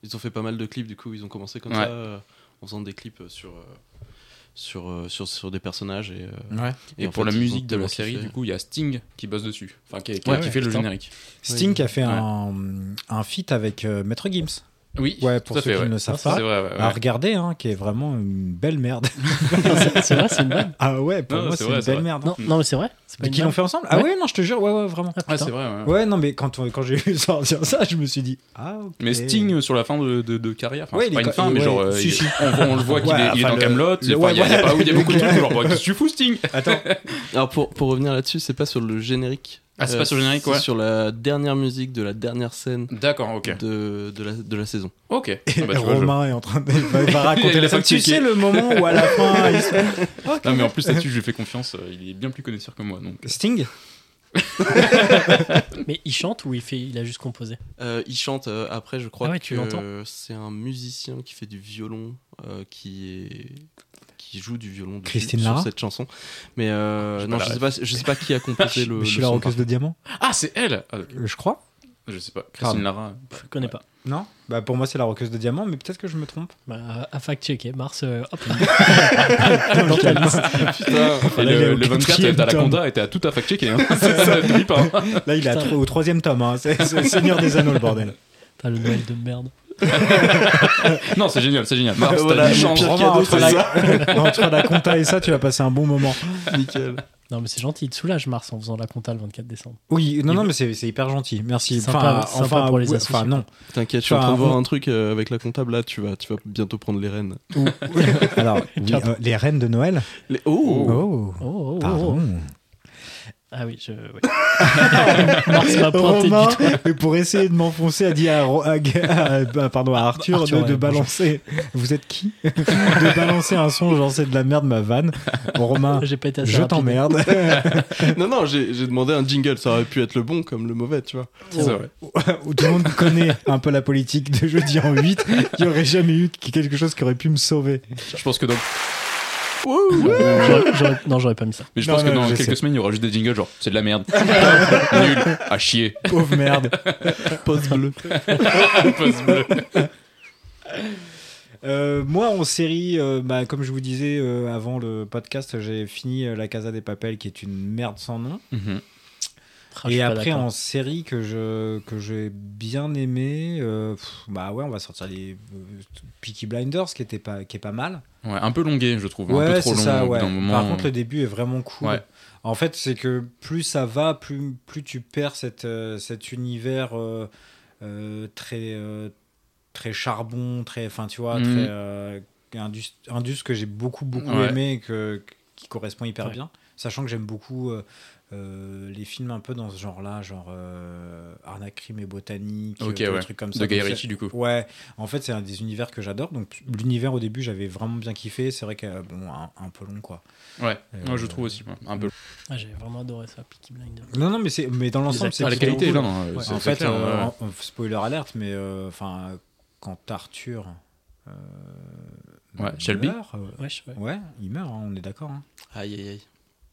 Ils ont fait pas mal de clips, du coup, ils ont commencé comme
Ouais.
ça, euh, en faisant des clips euh, sur, euh, sur, euh, sur, sur des personnages. Et, euh,
Ouais.
Et,
en
pour
fait,
la
ils ont
musique de la
tellement
série,
kiffé.
du coup, il y a Sting qui bosse dessus, enfin qui, qui-
Ouais,
qui
ouais,
fait le
putain.
générique.
Sting a fait
Ouais.
un, un feat avec euh, Maître Gims.
Oui,
Ouais, pour
tout à
ceux
fait,
qui
ouais.
ne le savent pas.
C'est vrai, ouais, ouais.
à regarder, hein, qui est vraiment une belle merde.
c'est c'est vrai, c'est une bonne.
Ah ouais, pour
Non,
moi,
c'est
c'est
vrai,
une
c'est
belle
vrai.
merde. hein.
Non, non, mais c'est vrai. C'est
Mm.
pas
Mais
une
qu'ils
blague.
l'ont fait ensemble Ah
Ouais.
ouais, non, je te jure, ouais, ouais, vraiment.
Ah,
Ouais,
putain.
c'est vrai. ouais.
Ouais, non, mais quand, on- quand j'ai vu sortir ça, je me suis dit, ah ok.
Mais Sting euh, sur la fin de, de- de carrière, enfin,
Ouais,
c'est
il
pas
est
une
co-
fin, mais
ouais,
genre euh,
si,
il-
si.
On, on le voit qu'il
Ouais,
est, il est
enfin,
dans
le-
Camelot. Il
le-
y a-
ouais,
il y a
voilà.
pas- il y a beaucoup de trucs genre bah, qu'est-ce que tu fous Sting
Attends,
Alors pour, pour revenir là-dessus, c'est pas sur le générique. euh,
Ah, c'est pas sur le générique,
c'est
ouais.
sur la dernière musique de la dernière scène
D'accord, ok,
de, de, la, de la saison.
ok. Ah, bah, tu vois, je-
Romain est en train de va, va
Il a
raconter
la
la fin.
facture
Tu
qui est-
sais le moment où à la fin, il se-
Non mais en plus là-dessus, je lui fais confiance. euh, Il est bien plus connaisseur que moi, donc.
Sting
Mais il chante ou il, fait, il a juste composé
Euh, il chante euh, après,
Ah
je euh, qui joue du violon dessus,
Christine
sur
Lara
cette chanson. Mais euh,
J'ai
non,
Ah, pas
je
la
sais pas, je sais pas qui a composé le.
Je suis
le
la
son,
roqueuse de diamant
Ah, c'est elle Ah, ok.
Je crois.
Je sais pas. Christine Lara.
Je connais pas.
Non Bah pour moi c'est la roqueuse de diamant, mais peut-être que je me trompe.
Bah, à fact checker, Mars, euh, hop,
Dans ta liste.
Ah,
Putain,
Ah, là, il est
le,
au
le 24,
quatrième
t'as la
tome.
conda et t'as tout à fact-checker. Hein. Ça te dit pas.
Là il est à
Putain.
tro- au troisième tome, hein. c'est c'est le Seigneur des Anneaux le bordel.
t'as le Noël de merde.
Non, c'est génial, c'est génial. Mars, t'as
voilà,
du
mon
champ.
pire
Vraiment,
cadeau,
entre,
c'est ça.
la... entre la compta et ça, tu vas passer un bon moment.
Nickel.
Non, mais c'est gentil, il te soulage Mars en faisant la compta le 24 décembre.
Oui, non, non, mais c'est c'est hyper gentil. Merci.
Sympa- sympa pour les
ouais,
associés,
Enfin, non.
T'inquiète, je suis en
Enfin,
train de voir
on-
un truc euh, avec la comptable là. Tu vas, tu vas bientôt prendre les rênes.
Alors, oui, euh, les reines de Noël.
Les- Oh,
Oh,
Oh, oh, oh.
pardon.
Ah oui, je. ouais. Mars m'a pointé
Romain,
du tout.
et pour essayer de m'enfoncer, a dit à, Ro- à Ga- à- bah, pardon, à Arthur,
Arthur,
de, de
ouais,
balancer. Vous êtes qui De balancer un son, genre c'est de la merde ma vanne. Bon, Romain,
J'ai pas été assez
je
rapide.
t'emmerde. Ah
non, non, j'ai j'ai demandé un jingle. Ça aurait pu être le bon comme le mauvais, tu vois.
C'est vrai.
Tout le monde connaît un peu la politique de jeudi en 8. Il n'y aurait jamais eu quelque chose qui aurait pu me sauver.
Je pense que dans,
J'aurais- j'aurais- Non, j'aurais pas mis ça.
mais je
Non,
pense que
non,
dans
je
quelques
sais.
semaines, il y aura juste des jingles genre c'est de la merde. Nul. À chier.
Pauvre merde.
Oh, Pause bleue.
Pause bleue.
Euh, moi, en série, euh, bah, comme je vous disais euh, avant le podcast, j'ai fini euh, La Casa des Papels, qui est une merde sans nom.
Mhm.
Ah, je suis
Et
pas
après,
d'accord.
en série que je que j'ai bien aimé, euh, pff, bah ouais, on va sortir les euh, Peaky Blinders, qui était pas qui est pas mal.
Ouais, un peu longué, je trouve. un peu
ouais,
trop
c'est
long.
ça.
au bout
Ouais.
d'un moment.
Par contre, le début est vraiment cool.
Ouais.
En fait, c'est que plus ça va, plus plus tu perds cette euh, cet univers euh, euh, très euh, très charbon, très, enfin tu vois,
Mhm.
très euh, indus, indus que j'ai beaucoup beaucoup
Ouais.
aimé, et que qui correspond hyper
Ouais.
bien, sachant que j'aime beaucoup. euh, euh, les films un peu dans ce genre-là, genre euh, Arnaque, Crime et Botanique,
Ok,
euh, des
ouais.
trucs comme ça.
de Guy
Donc, c'est-
Ritchie, du coup.
Ouais, en fait, c'est un des univers que j'adore. Donc, l'univers au début, j'avais vraiment bien kiffé. C'est vrai que, euh, bon, un, un peu long, quoi.
Ouais.
Euh,
Ouais, je trouve aussi. ouais, Un peu.
Ah, j'ai vraiment adoré ça, Peaky Blinders.
Non, non, mais, c'est- mais dans l'ensemble,
acteurs,
c'est
Ah, la
plutôt
qualité,
cool.
là, non.
Ouais,
c'est-
en
c'est
fait,
clair,
euh,
ouais.
en- en- spoiler alerte, mais euh, enfin, quand Arthur. euh,
Ouais, Shelby.
meurt, euh,
Wesh, ouais.
ouais, il meurt, hein, on est d'accord. hein.
Aïe, aïe, aïe.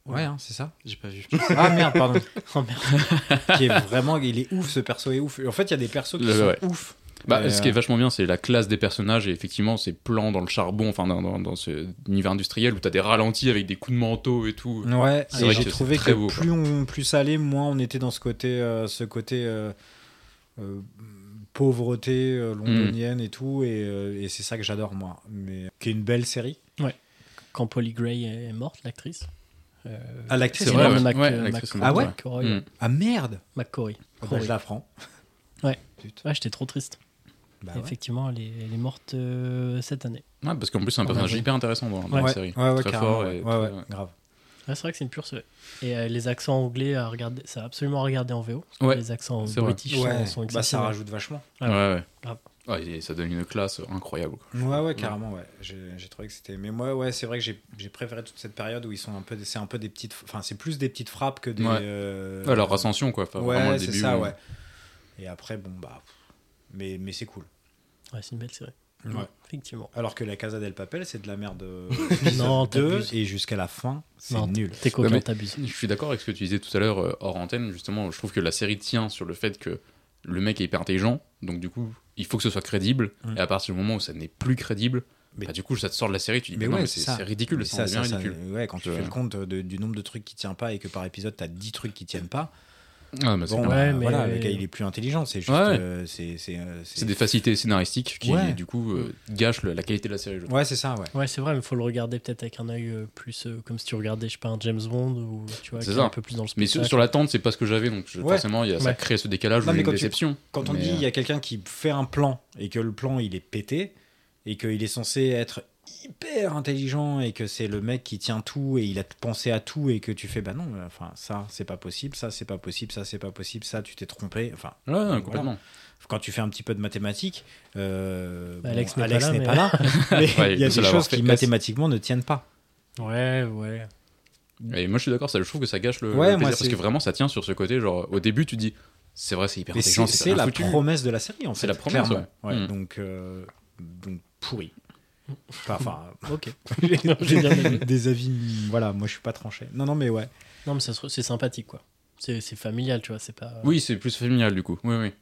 Ouais, hein, c'est ça.
J'ai pas vu.
Ah merde, pardon.
Oh merde.
Qui est vraiment, il est ouf, ce perso est ouf. En fait, il y a des persos qui
Le-
sont
ouais.
ouf.
Bah,
Et,
ce qui est
euh,
vachement bien, c'est la classe des personnages et effectivement ces plans dans le charbon, enfin dans, dans, dans ce univers industriel où t'as des ralentis avec des coups de manteau et tout.
Ouais,
C'est
et
vrai
j'ai
que c'est
trouvé que
très beau, quoi.
plus on plus ça allait, moins on était dans ce côté euh, ce côté euh, euh, pauvreté
Hmm.
euh, londonienne et tout et, euh, et c'est ça que j'adore moi, mais qui est une belle série.
Quand Polly Gray est morte, l'actrice. Euh,
Ah l'actrice
C'est
est
vrai,
morte.
ouais.
Mac- euh,
l'actrice
Mac-
est morte,
ouais.
McCoy,
Mm.
Ah merde,
McCory.
Ah bah,
Corey.
je la prends.
Ouais.
Putain,
Ouais, j'étais trop triste.
bah ouais.
Effectivement, elle est, elle est morte euh, cette année.
Mm. Ouais, parce qu'en plus c'est un
Ouais,
personnage
ouais.
hyper intéressant dans, dans
Ouais,
la série.
ouais, ouais,
très
carrément,
fort
ouais.
et
Ouais,
très-
ouais, grave.
Ouais, c'est vrai que c'est une pure série. Et euh, les accents anglais à regarder, ça a absolument à regarder en VO. parce que
Ouais.
Les accents
C'est vrai.
british sont-
Ouais,
sont,
bah, ça
exceptionnels.
rajoute vachement.
Ouais,
Ouais, ouais.
grave.
Ouais, et ça donne une classe incroyable. quoi.
Ouais, ouais, carrément, ouais. J'ai j'ai trouvé que c'était. Mais moi, ouais, c'est vrai que j'ai j'ai préféré toute cette période où ils sont un peu. des- C'est un peu des petites. Enfin, c'est plus des petites frappes que des.
Ouais.
euh,
Ouais, leur ascension quoi, enfin, vraiment
ouais,
le
c'est
début.
ça,
où-
ouais. Et après, bon, bah. pff, Mais, mais c'est cool.
Ouais, c'est une belle série.
Ouais.
Effectivement.
Alors que la Casa del Papel, c'est de la merde. euh,
Non,
deux,
t'abuses.
et jusqu'à la fin, c'est
Non,
nul.
T'es coquin,
mais-
t'abuses.
Je suis d'accord avec ce que tu disais tout à l'heure euh, hors antenne, justement, je trouve que la série tient sur le fait que le mec est hyper intelligent, donc du coup, il faut que ce soit crédible,
Mm.
et à partir du moment où ça n'est plus crédible,
Mais-
bah, du coup, ça te sort de la série, tu dis, mais, non,
ouais,
mais c'est
ça.
c'est ridicule,
Mais
ça, en devient ridicule.
ouais, quand tu
Je-
fais le compte de- du nombre de trucs qui tient pas et que par épisode t'as 10 trucs qui tiennent pas,
Ah, bah, c'est
bon,
clair.
bah,
Ouais, mais-
voilà, le gars il est plus intelligent, c'est juste.
Ouais.
euh, c'est- c'est, euh,
C'est des facilités scénaristiques qui,
Ouais.
du coup, euh, gâchent le- la qualité de la série. je trouve.
Ouais, c'est ça, ouais.
Ouais, c'est vrai, mais faut le regarder peut-être avec un œil euh, plus euh, comme si tu regardais, je sais pas, un James Bond ou tu vois,
C'est
qui est
ça.
un peu plus dans le
Mais
spectacle.
sur, sur l'attente, c'est pas ce que j'avais, donc je-
Ouais.
forcément, il y a, ça
Ouais.
crée ce décalage
Non,
ou
mais
une
quand tu-
déception.
Quand on
Mais,
dit il
euh,
y a quelqu'un qui fait un plan et que le plan il est pété et qu'il est censé être hyper intelligent et que c'est le mec qui tient tout et il a pensé à tout et que tu fais bah non euh, enfin ça c'est pas possible ça c'est pas possible ça c'est pas possible ça tu t'es trompé enfin
Ouais, ouais,
Voilà.
complètement.
quand tu fais un petit peu de mathématiques euh, bon,
Bah, Alex n'est pas là,
n'est
mais-
pas là mais
Ouais,
il y a
le
des
seul à avoir
choses
fait
qui
S.
mathématiquement ne tiennent pas
Ouais, ouais.
Et moi, je suis d'accord, ça, je trouve que ça gâche le,
Ouais,
le
moi,
plaisir, parce
c'est-
que vraiment, ça tient sur ce côté, genre, au début, tu dis, c'est vrai, c'est hyper
Mais
intelligent,
c'est
c'est
c'est
bien
la
foutu.
promesse de la série en fait
C'est la promesse,
clairement.
ouais. Mm.
donc euh, donc pourri Enfin, enfin,
Ok.
j'ai
J'ai bien aimé.
des avis. Voilà, moi je suis pas tranché. Non, non, mais ouais.
Non, mais ça se- c'est sympathique, quoi. C'est c'est familial, tu vois, c'est pas.
Oui, c'est plus familial du coup. Oui, oui.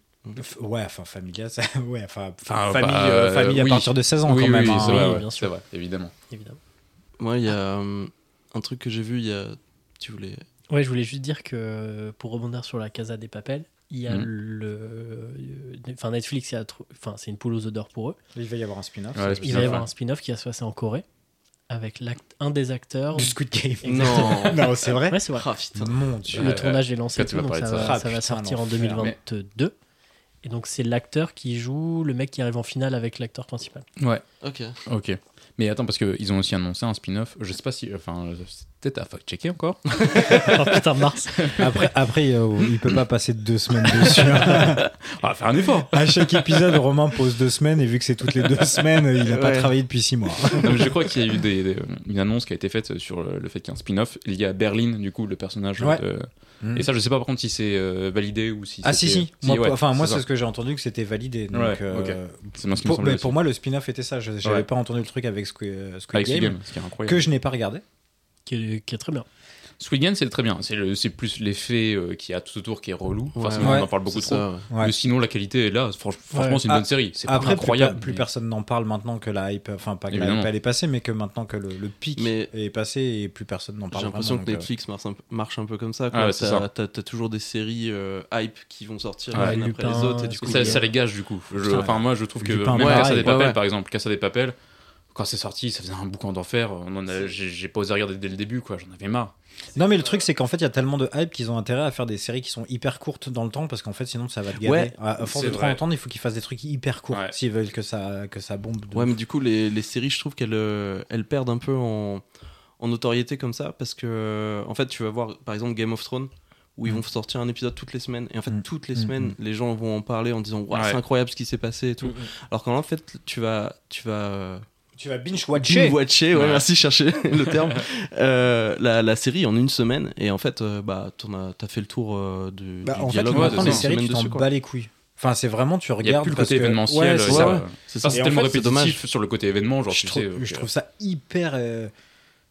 F- ouais, enfin, Familia, ça. Ouais, enfin,
Enfin,
famille,
bah,
euh, famille à
oui.
partir de 16 ans
oui,
quand même.
oui,
hein.
c'est vrai,
Oui,
ouais,
bien
c'est
sûr.
vrai, évidemment.
évidemment.
Moi, il y a euh, un truc que j'ai vu il y a. Tu voulais.
Ouais, je voulais juste dire que euh, pour rebondir sur la Casa des Papels, il y a
Mhm.
le. Enfin, Netflix, il y a tr- enfin, c'est une poule aux odeurs pour eux.
Il va y avoir un spin-off.
Ouais,
c'est-
Il
spin-off,
va y
ouais.
avoir un spin-off qui va se passer en Corée avec l'act- un des acteurs.
Du Squid Game.
Exactement.
Non, c'est vrai.
Ouais, c'est vrai.
Ah, putain.
Mon dieu.
le
Ouais,
tournage est lancé,
quand tu
tout,
vas
donc
parler
ça,
de
va,
ça.
Ah,
ça va
putain,
sortir en
l'enfer.
2022. Et donc, c'est l'acteur qui joue, le mec qui arrive en finale avec l'acteur principal.
Ouais.
Ok.
Ok. Mais attends, parce qu'ils ont aussi annoncé un spin-off. Je sais pas si. Enfin, c'est peut-être à fact-checker encore.
Oh, putain, Mars.
Après, après euh, il peut pas passer deux semaines dessus. hein.
On va Ah, faire un effort
à chaque épisode, Romain pose deux semaines et vu que c'est toutes les deux semaines, il a pas
Ouais.
travaillé depuis six mois.
Non, mais Je crois qu'il y a eu des- des- une annonce qui a été faite sur le le fait qu'il y a un spin-off lié à Berlin, du coup, le personnage.
Ouais.
de-
Mm.
Et ça, je sais pas par contre si c'est euh, validé ou si.
Ah si
c'était-
si, moi,
ouais,
enfin moi
c'est
c'est
ça.
ce que j'ai entendu que c'était validé. Donc,
Ouais,
euh,
C'est bien ce qui me
pour,
semblait.
mais pour moi le spin-off était ça. Je- J'avais
Ouais.
pas entendu le truc avec Squid, euh, Squid
Avec
Game,
Squid Game, ce qui est incroyable.
que je n'ai pas regardé.
qui est, qui est très bien.
Squid Game, c'est très bien. C'est le- c'est plus l'effet euh, qu'il y a tout autour qui est relou.
Ouais,
Forcément,
ouais.
on en parle beaucoup
C'est
trop.
ça, ouais.
Ouais.
Mais sinon, la qualité est là. Franch- Franchement,
Ouais.
c'est une
Ah,
bonne série. C'est pas
Après plus
incroyable.
per- plus,
mais-
personne n'en parle maintenant que la hype, enfin pas que la
Évidemment.
hype elle est passée, mais que maintenant que le, le pic
Mais-
est passé et plus personne n'en parle.
J'ai l'impression
vraiment,
que
donc,
Netflix marche un peu, marche un peu comme ça. quoi.
euh, Ah ouais, c'est
T'as
ça.
t'as- t'as toujours des séries euh, hype qui vont sortir
Ouais,
les unes après
Lupin,
les autres. Et du coup,
Squid
ça,
Game.
ça les gage du coup. Je-
Putain,
enfin, moi, je trouve que
Lupin,
même
ouais,
Casa des
ouais,
Papels,
ouais.
par exemple, Casa des Papels, quand c'est sorti, ça faisait un boucan d'enfer. On en a- j'ai j'ai pas osé regarder dès le début, quoi. J'en avais marre.
euh. Non, mais le truc, c'est qu'en fait, il y a tellement de hype qu'ils ont intérêt à faire des séries qui sont hyper courtes dans le temps parce qu'en fait, sinon, ça va te gaver.
Ouais,
à, à force
c'est
de trop
vrai.
entendre, il faut qu'ils fassent des trucs hyper courts
Ouais.
s'ils veulent que ça, que ça bombe. de
Ouais,
ouf.
mais du coup, les, les séries, je trouve qu'elles euh, elles perdent un peu en, en notoriété comme ça parce que, euh, en fait, tu vas voir, par exemple, Game of Thrones où ils
Mm.
vont sortir un épisode toutes les semaines et en fait
Mm.
toutes les
Mm,
semaines les gens vont en parler en disant Waouh,
Ouais.
c'est incroyable ce qui s'est passé et tout
Mm, mm.
alors qu'en fait tu vas tu vas euh,
Tu vas binge-watcher.
Binge-watcher, ouais,
Ouais.
merci, chercher le terme. Euh, la, la série en une semaine, et en fait, euh, bah, t'en as, t'as fait le tour euh, du,
Bah,
du
en fait,
dialogue.
ouais,
maintenant,
de
les
ça,
séries, tu t'en bats les couilles. Enfin, c'est vraiment, tu
Il y a
regardes.
plus le
parce
côté
que-
événementiel.
Ouais, c'est
ça,
ça.
ouais.
euh,
C'est ça.
ça, c'est
Et en
tellement
fait, c'est
répétitif sur le côté événement. Genre,
je,
tu sais,
trouve,
ok.
je trouve ça hyper. euh,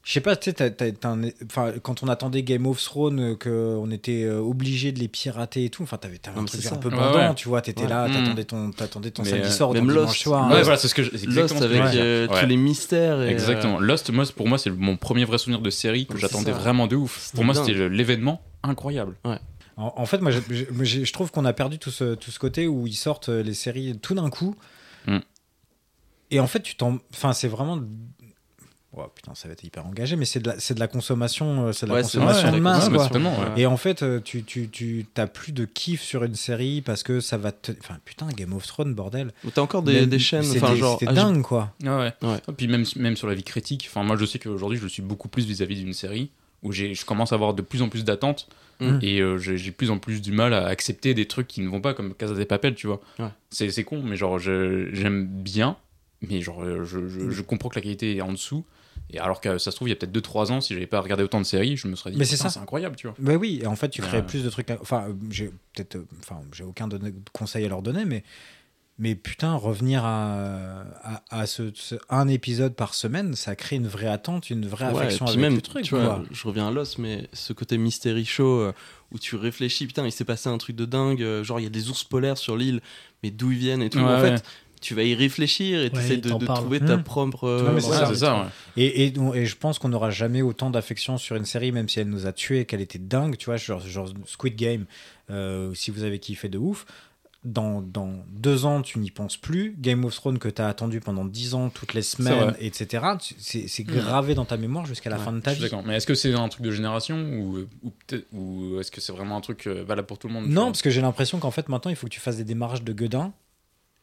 Je sais pas, tu sais, t'as- t'as- t'as un- enfin, quand on attendait Game of Thrones, qu'on était euh, obligé de les pirater et tout, enfin, t'avais t'avais
Non,
un
mais
truc
c'est
un
ça.
peu
Ouais,
bandant,
ouais.
tu vois, t'étais
Ouais.
là,
Mm.
t'attendais ton, t'attendais ton
Mais,
samedi
euh,
soir, ton
même
dimanche
Lost.
soir. hein.
Ouais,
Lost.
voilà, c'est ce que je- c'est exactement
Lost
ce que je
avec
veux dire.
euh,
Ouais.
tous les mystères. Et, euh,
Exactement. Lost, moi, c'est- pour moi, c'est mon premier vrai souvenir de série que
C'est
j'attendais
ça.
vraiment de ouf.
C'était
Pour moi,
dingue.
c'était le- l'événement incroyable.
En, en fait, moi, j'ai- j'ai- moi, j'ai- je trouve qu'on a perdu tout ce, tout ce côté où ils sortent euh, les séries tout d'un coup.
Mm.
Et en fait, tu t'en. Enfin, c'est vraiment. Oh, putain, ça va être hyper engagé, mais c'est de la, c'est de la consommation, euh, c'est de la
Ouais, c'est-
consommation
ouais,
de
la
masse,
consommation.
quoi.
Totalement, ouais.
Et en fait, euh, tu, tu, tu t'as plus de kiff sur une série parce que ça va te. Enfin, putain, Game of Thrones, bordel.
Mais T'as encore des,
Mais
des chaînes,
c'était-
enfin, genre.
C'était
ah,
dingue, quoi.
Ouais, ouais.
Ouais.
Et puis même, même sur la vie critique, enfin moi je sais qu'aujourd'hui je le suis beaucoup plus vis-à-vis d'une série où j'ai- je commence à avoir de plus en plus d'attentes
Mm.
et euh, j'ai j'ai de plus en plus du mal à accepter des trucs qui ne vont pas comme Casa des Papel, tu vois.
Ouais.
C'est c'est con, mais genre je- j'aime bien, mais genre euh, je, je- je comprends que la qualité est en dessous. Et alors que ça se trouve, il y a peut-être 2-3 ans, si j'avais pas regardé autant de séries, je me serais dit,
Mais c'est
Putain,
ça.
c'est incroyable, tu vois.
Bah oui, et en fait, tu
Ouais.
ferais plus de trucs. Enfin, euh, j'ai peut-être. euh, Enfin, j'ai aucun donné- conseil à leur donner, mais. Mais putain, revenir à, à, à ce, ce- un épisode par semaine, ça crée une vraie attente, une vraie
Ouais,
affection
et puis
avec
même,
le truc.
tu vois, je reviens à Lost, mais ce côté mystery show euh, où tu réfléchis, putain, il s'est passé un truc de dingue, euh, genre il y a des ours polaires sur l'île, mais d'où ils viennent et tout.
Ouais,
en
ouais.
fait, tu vas y réfléchir et tu essaies
il
de,
t'en
de
parle.
trouver ta
Hmm.
propre.
Non, mais c'est
Ouais,
ça.
c'est ça, ouais.
Et, et, on- et je pense qu'on n'aura jamais autant d'affection sur une série, même si elle nous a tués, qu'elle était dingue, tu vois, genre, genre Squid Game, euh, si vous avez kiffé de ouf. Dans, dans deux ans, tu n'y penses plus. Game of Thrones que tu as attendu pendant dix ans, toutes les semaines, etc. tu- C'est c'est gravé dans ta mémoire jusqu'à la
Ouais,
fin de
Mm. Je
ta
suis
vie.
d'accord. Mais est-ce que c'est un truc de génération ou, euh, ou, peut-être- ou est-ce que c'est vraiment un truc euh, valable pour tout le monde tu
Non,
vois
parce que j'ai l'impression qu'en fait, maintenant, il faut que tu fasses des démarrages de gueudin.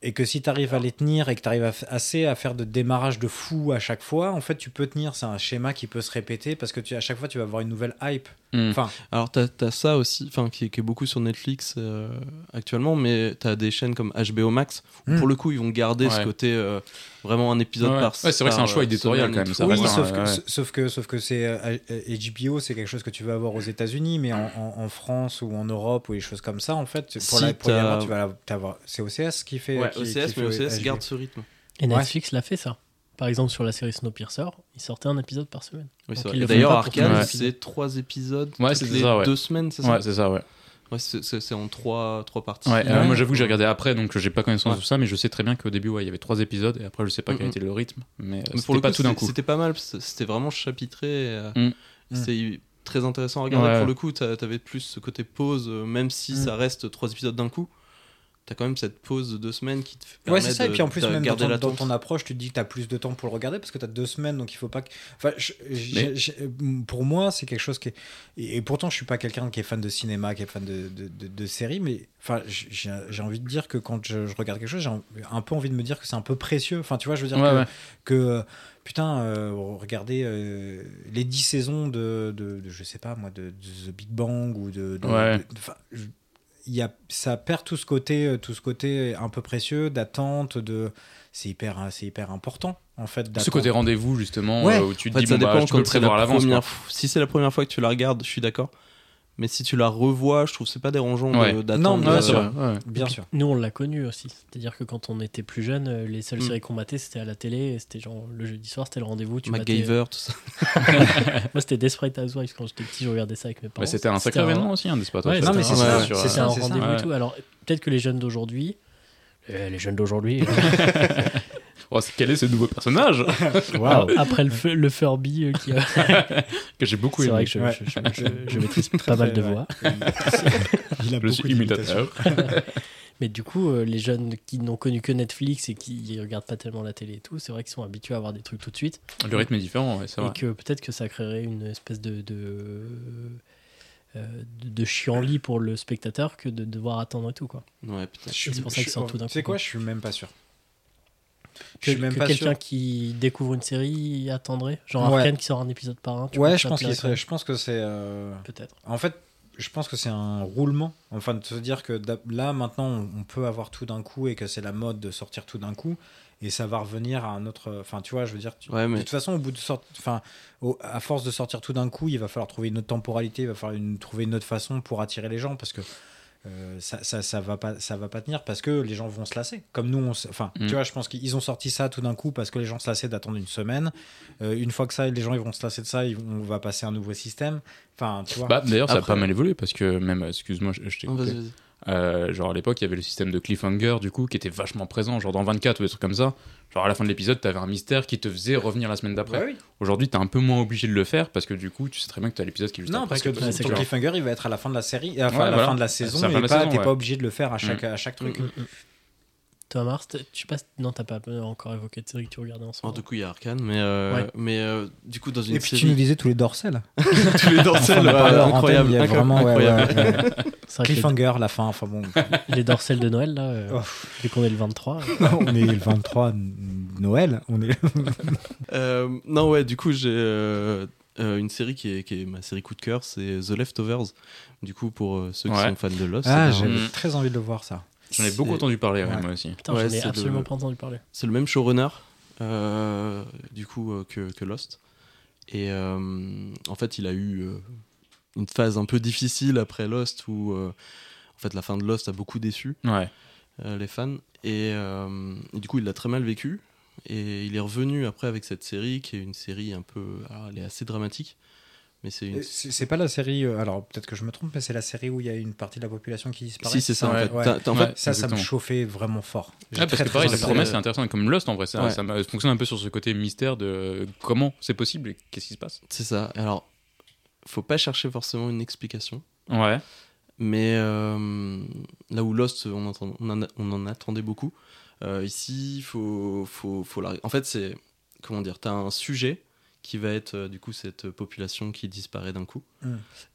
Et que si tu arrives à les tenir et que tu arrives assez à faire de démarrages de fou à chaque fois, en fait, tu peux tenir. C'est un schéma qui peut se répéter parce que tu, à chaque fois, tu vas avoir une nouvelle hype.
Mm.
Enfin,
Alors, t'as as ça aussi, enfin, qui, est- qui est beaucoup sur Netflix euh, actuellement, mais t'as des chaînes comme HBO Max, où
Hmm.
pour le coup, ils vont garder ce
Ouais.
côté euh, vraiment un épisode
Ouais.
par
Ouais, c'est vrai que c'est un
par,
choix
euh,
éditorial,
semaine
quand
et
même,
tout.
ça
oui,
reste un-
sauf, que,
ouais.
sa- sauf que sauf que c'est euh, euh, HBO, c'est quelque chose que tu vas avoir aux États-Unis, mais en, en- en France ou en Europe ou des choses comme ça, en fait, pour
Si
la pour y
t'as-
avoir, tu vas la- t'avoir- C'est OCS qui fait.
Ouais,
qui- qui
OCS,
fait
mais OCS
HBO.
garde ce rythme.
Et
Ouais.
Netflix l'a fait, ça. Par exemple, sur la série Snowpiercer, ils sortaient un épisode par semaine.
Oui, c'est
Donc,
vrai.
ils
Et
le font
D'ailleurs,
pas pour
Arcane,
tout le
monde.
c'est trois épisodes
Ouais,
toutes
c'est
les
ça, ouais.
deux semaines, c'est ça
Ouais, c'est ça, ouais.
Ouais, c'est- c'est c'est en trois, trois parties.
Ouais, euh,
Ouais.
moi j'avoue que j'ai regardé après, donc j'ai pas connaissance
Ouais.
de ça, mais je sais très bien qu'au début, ouais, il y avait trois épisodes, et après, je sais pas quel
Mhm.
était le rythme, mais, euh,
Mais
c'était pas tout d'un
c'était-
coup.
C'était pas mal, parce que c'était vraiment chapitré. et, euh,
Mm.
C'était très intéressant à regarder.
Ouais.
Pour le coup, t'a- t'avais plus ce côté pause, euh, même si
Mm.
ça reste trois épisodes d'un coup. T'as quand même cette pause de deux semaines qui te fait
Ouais, c'est ça. Et
de-
puis en plus,
de
même dans
garder
ton,
l'attente.
dans ton approche, tu te dis que tu as plus de temps pour le regarder parce que tu as deux semaines, donc il faut pas que. Enfin, je- j'ai-
Mais-
j'ai- pour moi, c'est quelque chose qui est. Et et pourtant, je suis pas quelqu'un qui est fan de cinéma, qui est fan de, de, de- de séries, mais enfin, j'ai j'ai envie de dire que quand je, je regarde quelque chose, j'ai un, un peu envie de me dire que c'est un peu précieux. Enfin, tu vois, je veux dire
Ouais,
que,
ouais.
que, euh, putain, euh, regardez euh, les 10 saisons de, de, de- je sais pas moi, de, de The Big Bang ou de. de-
Ouais.
de- enfin, je- il y a, ça perd tout ce côté, euh, tout ce côté un peu précieux d'attente, de c'est hyper, hein, c'est hyper important en fait.
Ce
d'attente.
côté rendez-vous, justement,
Ouais.
euh, où tu te
En fait,
dis,
ça
bon, bah,
dépend
je peux le
quand c'est la
prévoir à l'avance.
première fois- Si c'est la première fois que tu la regardes, je suis d'accord. Mais si tu la revois, je trouve que c'est pas dérangeant de-
Ouais.
Non,
d'attendre.
mais
euh,
c'est
quoi.
vrai.
Ouais, ouais.
Bien sûr.
Nous, on l'a connu aussi. C'est-à-dire que quand on était plus jeune, euh, les seules
Mm.
séries qu'on matait, c'était à la télé. et C'était genre le jeudi soir, c'était le rendez-vous. Tu matais-
euh,
MacGyver, tout ça.
Moi, c'était Desperate Housewives quand j'étais petit, je regardais ça avec mes parents.
Bah, c'était un sacré événement aussi, hein, n'est-ce pas toi,
Ouais,
ça,
non, mais
t'as-
c'est ça,
sur,
c'est
euh,
C'était
ça,
un
c'est ça.
rendez-vous et
Ouais.
tout. Alors, peut-être que les jeunes d'aujourd'hui. euh, les jeunes d'aujourd'hui.
Oh, c'est- quel est ce nouveau personnage
Waouh. Après le, fe- le Furby euh, qui.
que j'ai beaucoup
C'est vrai
aimé
que je,
Ouais.
je- je- je- je maîtrise pas mal de
ouais.
voix.
Il a
Je suis
beaucoup d'imitations.
imitateur.
Mais du coup, euh, les jeunes qui n'ont connu que Netflix et qui regardent pas tellement la télé et tout, c'est vrai qu'ils sont habitués à avoir des trucs tout de suite.
Le rythme est différent, ouais, c'est vrai.
et que peut-être que ça créerait une espèce de. de euh, de de chiant-lit pour le spectateur que de devoir attendre et tout quoi.
Ouais, putain.
Je-
C'est pour ça qu'ils
je-
sortent tout d'un
Tu sais
coup,
quoi
quoi.
Je suis même pas sûr. je
Que,
suis même
que
pas
quelqu'un
sûr.
qui découvre une série attendrait, genre
Ouais.
Arkane qui sort un épisode par un. tu
Ouais,
penses
je
que ça
pense qu'il
plairait
serait. Je pense que c'est. euh,
quand même peut-être.
En fait, je pense que c'est un roulement. Enfin, de se dire que d'a- là, maintenant, on on peut avoir tout d'un coup et que c'est la mode de sortir tout d'un coup. Et ça va revenir à un autre. Enfin, tu vois, je veux dire, tu-
Ouais, mais-
de toute façon, au bout de sort... enfin, au- à force de sortir tout d'un coup, il va falloir trouver une autre temporalité, il va falloir une- trouver une autre façon pour attirer les gens parce que euh, ça, ça, ça va pas, ça va pas tenir parce que les gens vont se lasser. Comme nous, on se- enfin,
Mm.
tu vois, je pense qu'ils ont sorti ça tout d'un coup parce que les gens se lassaient d'attendre une semaine. Euh, une fois que ça, les gens ils vont se lasser de ça, ils vont- on va passer à un nouveau système. Enfin, tu vois.
Bah, D'ailleurs, ça a
Après-
pas mal évolué parce que même, euh, excuse-moi, je, je t'ai
Non,
coupé.
vas-y, vas-y.
Euh, genre à l'époque, il y avait le système de cliffhanger du coup qui était vachement présent, genre dans 24 ou des trucs comme ça. Genre à la fin de l'épisode, t'avais un mystère qui te faisait revenir la semaine d'après.
Bah oui.
Aujourd'hui, t'es un peu moins obligé de le faire parce que du coup, tu sais très bien que t'as l'épisode qui est juste
Non,
après.
parce que
tu peux
ton
c'est
ton
sortir.
clair.
cliffhanger, il va être à la fin de la série, euh, enfin,
Ouais,
à la
voilà.
fin de la
C'est la
saison,
fin de
et
la
pas,
saison,
t'es
ouais. Mm.
pas obligé de le faire à chaque, à chaque truc.
Toi, Mars, t- je sais pas, si- non, t'as pas encore évoqué de série que tu regardais en ce
Alors,
moment.
Oh, du coup, il y a Arcane, mais, euh,
Ouais.
mais euh, du coup, dans une
Et puis tu nous
série.
disais tous les dorsets là.
Ah,
tous les dorsales,
Enfin, on en parlait
euh,
hors antenne,
incroyable.
il y a
incroyable,
vraiment, ouais, ouais,
incroyable.
ouais.
C'est vrai que les-
Cliffhanger, la fin, enfin bon.
les, dorsales de Noël, là, euh,
Oh.
vu qu'on est le 23. euh,
on est le 23 Noël, on est.
Euh, non, ouais, du coup, j'ai euh, euh, une série qui est, qui est ma série coup de cœur, c'est The Leftovers. Du coup, pour euh, ceux qui
Ouais.
sont fans de Lost,
Ah,
c'est,
j'avais
Mm.
très envie de le voir ça.
J'en ai beaucoup
c'est-
entendu parler, ouais,
Ouais.
moi aussi.
Putain,
Ouais,
j'en ai
c'est de-
absolument pas entendu parler.
c'est le même showrunner euh, du coup, euh, que, que Lost. Et euh, en fait, il a eu euh, une phase un peu difficile après Lost où euh, en fait, la fin de Lost a beaucoup déçu.
Ouais.
euh, les fans. Et, euh, et du coup, il l'a très mal vécu. Et il est revenu après avec cette série, qui est une série un peu. alors, elle est assez dramatique, mais c'est une.
C'est c'est pas la série, euh, alors peut-être que je me trompe, mais c'est la série où il y a une partie de la population qui disparaît.
Si, c'est ça,
Ouais,
en fait.
ouais.
T'as- t'as- en fait,
Ouais,
Ça, ça me
exactement.
chauffait vraiment fort. J'ai
Ouais, parce
très,
que
très
pareil,
envie
la
de
promesse,
promesse
regarder.
est intéressante. Comme Lost, en vrai, ça,
Ouais.
ça m'a- fonctionne un peu sur ce côté mystère de euh, comment c'est possible et qu'est-ce qui se passe.
c'est ça. Alors, faut pas chercher forcément une explication.
Ouais.
Mais euh, là où Lost, on, entend- on en, a- on en attendait beaucoup, euh, ici, il faut, faut, faut la- En fait, c'est. Comment dire T'as un sujet qui va être, euh, du coup, cette population qui disparaît d'un coup.
Mm.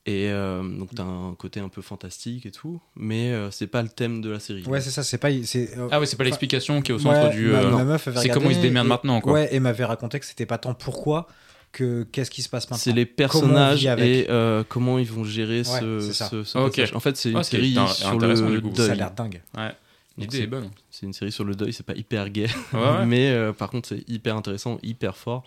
Et euh, donc, t'as un côté un peu fantastique et tout, mais euh, c'est pas le thème de la série.
Ouais, c'est ça, c'est pas. c'est, euh,
Ah ouais, c'est pas
enfin,
l'explication qui est au centre
Ouais,
du.
ma-
euh,
ma meuf avait
c'est comment ils se
regardé
démerdent
et-
maintenant, quoi.
Ouais, et m'avait raconté que c'était pas tant pourquoi que qu'est-ce qui se passe maintenant.
C'est les
Comment on
personnages
vit avec.
et euh, comment ils vont gérer ce,
c'est ça.
ce- ce
Ok.
passage. En fait, c'est une
Ah, c'est
série
int-
sur
intéressant,
le
du coup.
Ça a
deuil.
l'air dingue.
L'idée est bonne.
C'est une série sur le deuil, c'est pas hyper gay.
Ouais, ouais.
Mais euh, par contre, c'est hyper intéressant, hyper fort.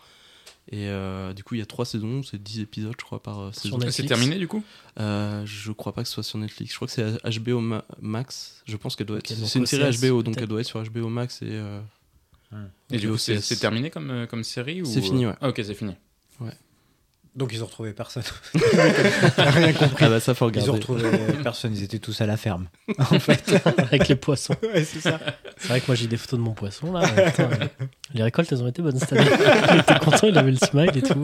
Et euh, du coup, il y a trois saisons, c'est 10 épisodes, je crois, par euh, saison.
Netflix.
C'est terminé, du coup
Euh, je crois pas que ce soit sur Netflix. Je crois que c'est HBO Ma- Max. Je pense qu'elle doit être.
Ok, donc
c'est une série
OCS,
HBO, donc
peut-être.
elle doit être sur HBO Max et. euh,
Ah,
Et du
Du
coup, c'est
OCS.
c'est terminé comme, euh, comme série ou...
C'est fini, ouais.
Ah, ok, c'est fini.
Donc ils ont retrouvé personne.
Ah bah ça, faut
Ils
regarder.
ont retrouvé personne. Ils étaient tous à la ferme. En fait.
avec les poissons.
ouais, c'est ça.
C'est vrai que moi j'ai des photos de mon poisson là. Euh, putain, euh, les récoltes elles ont été bonnes cette année. il était content, il avait le smile et tout.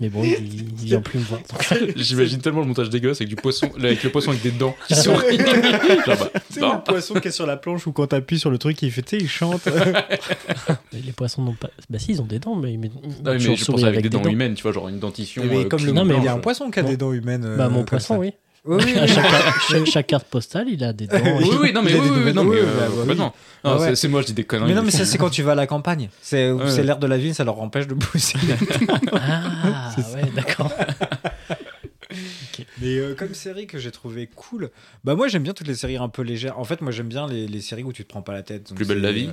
Mais bon, il, il vient plus me voir. donc. euh,
J'imagine tellement le montage dégueulasse avec du poisson, avec le poisson avec des dents qui sourit. Genre, bah,
C'est
non.
le poisson qui est sur la planche ou quand t'appuies sur le truc, il fait, tu sais, il chante.
Mais les poissons n'ont pas. Bah si, ils ont des dents, mais ils mettent.
Non, mais
toujours
je
sourire
pensais avec, des dents,
dents.
humaines, tu vois, genre une dentition.
Mais
euh,
comme le
clean,
non, mais
il y a
blanche.
un poisson qui a
Bon.
des dents humaines. euh,
Bah mon
comme
poisson,
ça.
oui.
Oui, oui,
À
oui.
chaque, à chaque- chaque carte postale, il a des dents.
Oui, oui, non, mais
Il a
oui,
des
oui,
nouvelles
non, mais
dents.
euh,
Ouais, bah oui.
complètement. Non,
Ouais.
c'est- C'est moi, je dis des conneries.
Mais non, mais ça, c'est quand tu vas à la campagne. C'est
Ouais.
c'est l'air de la ville, ça leur empêche de pousser.
Ah ouais, d'accord.
Mais euh, comme série que j'ai trouvé cool, bah moi j'aime bien toutes les séries un peu légères. En fait, moi j'aime bien les, les séries où tu te prends pas la tête. donc
Plus belle
c'est-
la vie.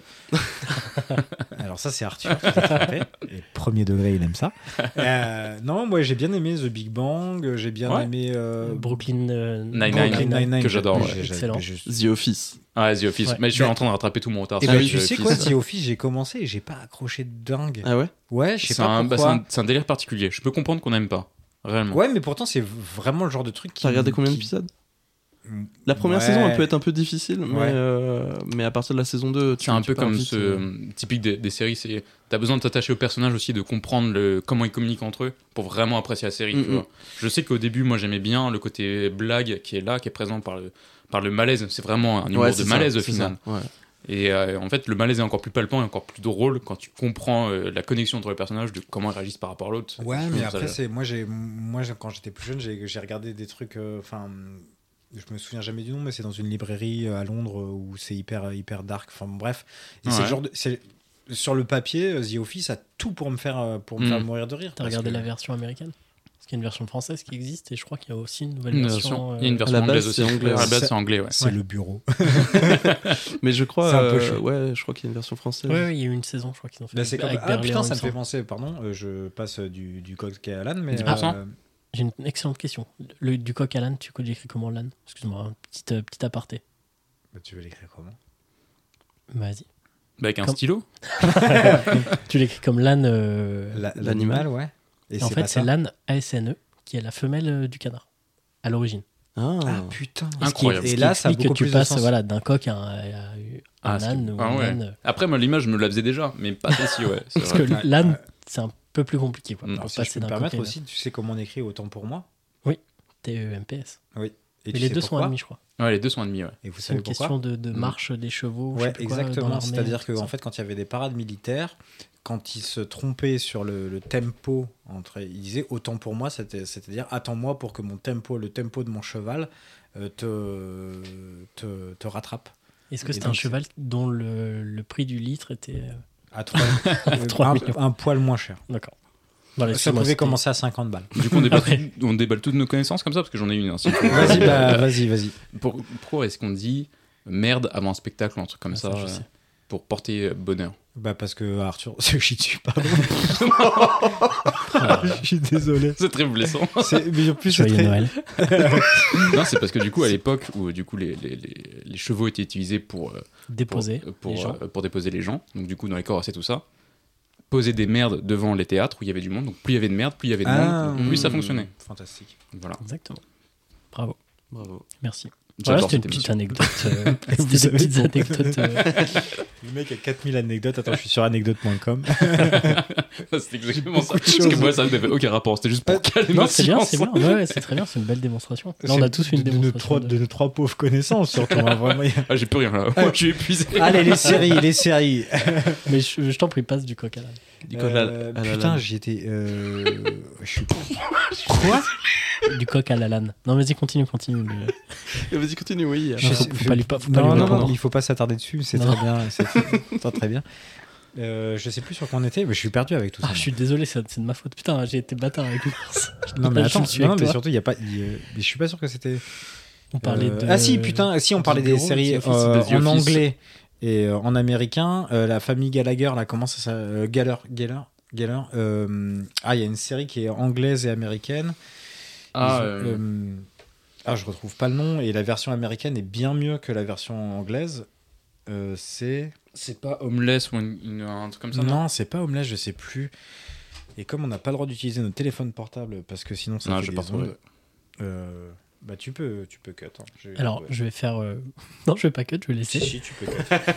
Alors ça c'est Arthur. qui t'a frappé. Et premier degré, il aime ça. Euh, non, moi j'ai bien aimé The Big Bang. J'ai bien
Ouais.
aimé euh,
Brooklyn euh,
Nine-Nine.
Brooklyn Nine-Nine.
que j'adore, ouais.
J'ai- j'ai-
Excellent.
j'ai- j'ai-
The Office.
Ah, The Office.
Ouais.
Mais je suis
Bah-
en train de rattraper tout mon retard.
Et
sur
bah,
The
tu sais
Office.
quoi, The Office, j'ai commencé et j'ai pas accroché de dingue.
Ah ouais
Ouais, je sais
C'est
pas
un, bah, c'est
pourquoi.
un- c'est un délire particulier. Je peux comprendre qu'on n'aime pas. Réellement.
Ouais, mais pourtant c'est vraiment le genre de truc qui.
T'as regardé combien
qui-
d'épisodes La première
Ouais.
saison, elle peut être un peu difficile, mais,
Ouais.
euh, mais à partir de la saison 2, tu
C'est un
tu
peu
pars
comme
vite,
ce
euh.
euh, typique des, des séries, c'est t'as besoin de t'attacher au personnage aussi, de comprendre le, comment ils communiquent entre eux pour vraiment apprécier la série. tu
Mhm.
vois. Je sais qu'au début, moi j'aimais bien le côté blague qui est là, qui est présent par le, par le malaise. C'est vraiment un humour
Ouais,
de
c'est ça,
malaise au
c'est
final.
ça, ouais.
Et euh, en fait, le malaise est encore plus palpant et encore plus drôle quand tu comprends euh, la connexion entre les personnages, de comment ils réagissent par rapport à l'autre.
Ouais,
Je
mais
trouve ça-
après, c'est moi, j'ai, moi, j'ai- quand j'étais plus jeune, j'ai, j'ai regardé des trucs. euh, Enfin, je me souviens jamais du nom, mais c'est dans une librairie euh, à Londres euh, où c'est hyper, hyper dark. Enfin, bref, et c'est
Ouais.
le genre de- c'est sur le papier, euh, The Office a tout pour me faire, euh, pour me
Mm.
faire mourir de rire.
T'as
parce
regardé
que-
la version américaine Parce qu'il y a une version française qui existe et je crois qu'il y a aussi une nouvelle
Une
version.
version-
euh,
Il y a une version
à la
anglaise
base,
aussi.
c'est anglais,
À la
ouais.
base,
Ça-
c'est anglais, ouais.
C'est le bureau.
Mais je crois,
C'est un peu
euh,
chaud.
ouais, je crois qu'il y a une version française.
Ouais, ouais, il y a eu une saison, je crois qu'ils ont fait.
Là, c'est comme...
avec
Ah
Berlin,
putain,
il
ça me
me
fait
semble.
penser, pardon, euh, je passe euh, du, du coq à l'âne, mais.
Du pourcent
euh,
J'ai une excellente question. Le, du coq à l'âne, tu l'écris comment l'âne Excuse-moi, un petit, euh, petit aparté.
bah, tu veux l'écrire comment
Vas-y.
Bah, avec un
Comme-
stylo
Tu l'écris comme l'âne. euh,
La-
l'animal.
L'animal, ouais. Et
et en fait,
pas
c'est
ça
l'âne ASNE E qui est la femelle euh, du canard à l'origine.
Ah,
Ah putain.
Ce qui-
Incroyable.
ce
Et
qui
là, ça a
explique
beaucoup
que tu
plus de
passes
sens.
voilà d'un coq à un, à
Ah,
un
ce qui-
âne ou
ah,
un
ouais.
âne.
Après, moi, l'image, je me la faisais déjà, mais pas celle-ci, ouais. c'est
Parce
vrai.
que
Ouais.
l'âne, c'est un peu plus compliqué. Quoi,
Mm.
pour
Alors, si je peux
passer
me
d'un euh,
permettre
coq
aussi, tu sais comment on écrit autant pour moi.
E TEMPS.
Et
Mais
tu
les
sais
deux sont
pourquoi
admis, je crois.
Ouais, les deux sont ennemis, ouais.
Et vous
C'est
savez
une
pourquoi
question de, de
Mm.
marche des chevaux. je sais
Ouais,
plus quoi, dans
exactement.
l'armée,
C'est-à-dire que
tout ça.
en fait, quand il y avait des parades militaires, quand ils se trompaient sur le, le tempo, entre, ils disaient autant pour moi, c'était- c'est-à-dire attends-moi pour que mon tempo, le tempo de mon cheval, euh, te, te, te rattrape.
Est-ce que
Et
c'est
donc,
un
c'est-
cheval dont le, le prix du litre était. euh,
À trois- euh,
Trois millions.
un, un poil moins cher.
D'accord. Voilà,
Ça
excuse-moi,
pouvait
c'était-
commencer à 50 balles.
Du coup, on déballe,
Après.
on déballe toutes nos connaissances comme ça, parce que j'en ai une. hein, ainsi.
Vas-y, bah, vas-y, vas-y.
Euh, Pour- pourquoi est-ce qu'on dit merde avant un spectacle ou un truc comme
Ah,
ça,
ça, je
euh,
sais.
pour porter euh, bonheur
Bah parce que Arthur se chie dessus, pardon.
Ah,
Je suis désolé.
C'est très blessant.
C'est- Mais en plus, c'est
Joyeux
très-
Noël.
non, c'est parce que du coup, à l'époque où du coup les, les- les- les chevaux étaient utilisés pour euh, pour,
Déposé.
euh, pour,
les gens.
euh, pour déposer les gens, donc du coup dans les corps et tout ça, poser des merdes devant les théâtres où il y avait du monde. Donc plus il y avait de merde, plus il y avait de
Ah,
monde, donc plus ça
hmm.
fonctionnait.
Fantastique.
Voilà.
Exactement. Bravo.
bravo.
Merci. Voilà,
J'adore
c'était une
cette
petite
émission.
anecdote. euh,
Vous
C'était des
savez
petites
pourquoi.
anecdotes. euh,
Le mec a 4000 anecdotes. Attends, je suis sur anecdote.com.
C'était exactement ça.
beaucoup de
Parce
choses.
que moi, ça n'avait aucun rapport. C'était juste pour calmer
Ah, Non,
le
c'est bien,
silence.
c'est bien. Ouais, ouais, c'est très bien, c'est une belle démonstration. Là, on a tous fait une
de, de nos
démonstration.
trois, de nos trois pauvres connaissances, surtout. hein, vraiment.
Ah, j'ai plus rien là. Moi, je suis épuisé.
Allez, les séries, les séries.
de- Mais je, je t'en prie, passe du coq à l'âne.
Du coup,
Euh,
là- ah là là.
putain, j'y étais. euh, je suis. Quoi
Du coq à la lane. Non, vas-y, continue, continue. mais- euh.
Et Vas-y, continue, oui.
Je
faut-
sais-
faut pas lui- pas- faut pas
non,
lui
non,
répondre. hein.
non, il faut pas s'attarder dessus. C'est
Non.
très bien. C'est c'est très bien. Euh, je sais plus sur quoi on était, mais je suis perdu avec tout ça.
Ah, je suis désolé, c'est c'est de ma faute. Putain, j'ai été bâtard avec lui.
Non, mais
je
attends,
suis
non,
avec
mais
toi.
surtout, il y a pas. il, euh, mais je suis pas sûr que c'était.
On parlait
Euh,
de.
Ah si, putain, si on
du
parlait des
bureau, de
séries
The Office,
euh,
de The
en
Office.
anglais et euh, en américain, euh, la famille Gallagher, là, comment ça s'appelle euh, Galler, Galler, Galler. euh, ah, il y a une série qui est anglaise et américaine.
Ah,
Ils ont-
euh,
euh, ah, je retrouve pas le nom. Et la version américaine est bien mieux que la version anglaise. Euh, c'est.
C'est pas homeless ou une- une- un truc comme ça
Non, c'est pas Homeless, je sais plus. Et comme on n'a pas le droit d'utiliser nos téléphones portables parce que sinon ça
Non,
fait
j'ai
des
pas retrouvé.
ondes, euh, bah tu peux, tu peux cut. hein. J'ai-
Alors,
ouais.
je vais faire. euh, Non, je vais pas cut, je vais
Si,
laisser.
si, tu peux cut.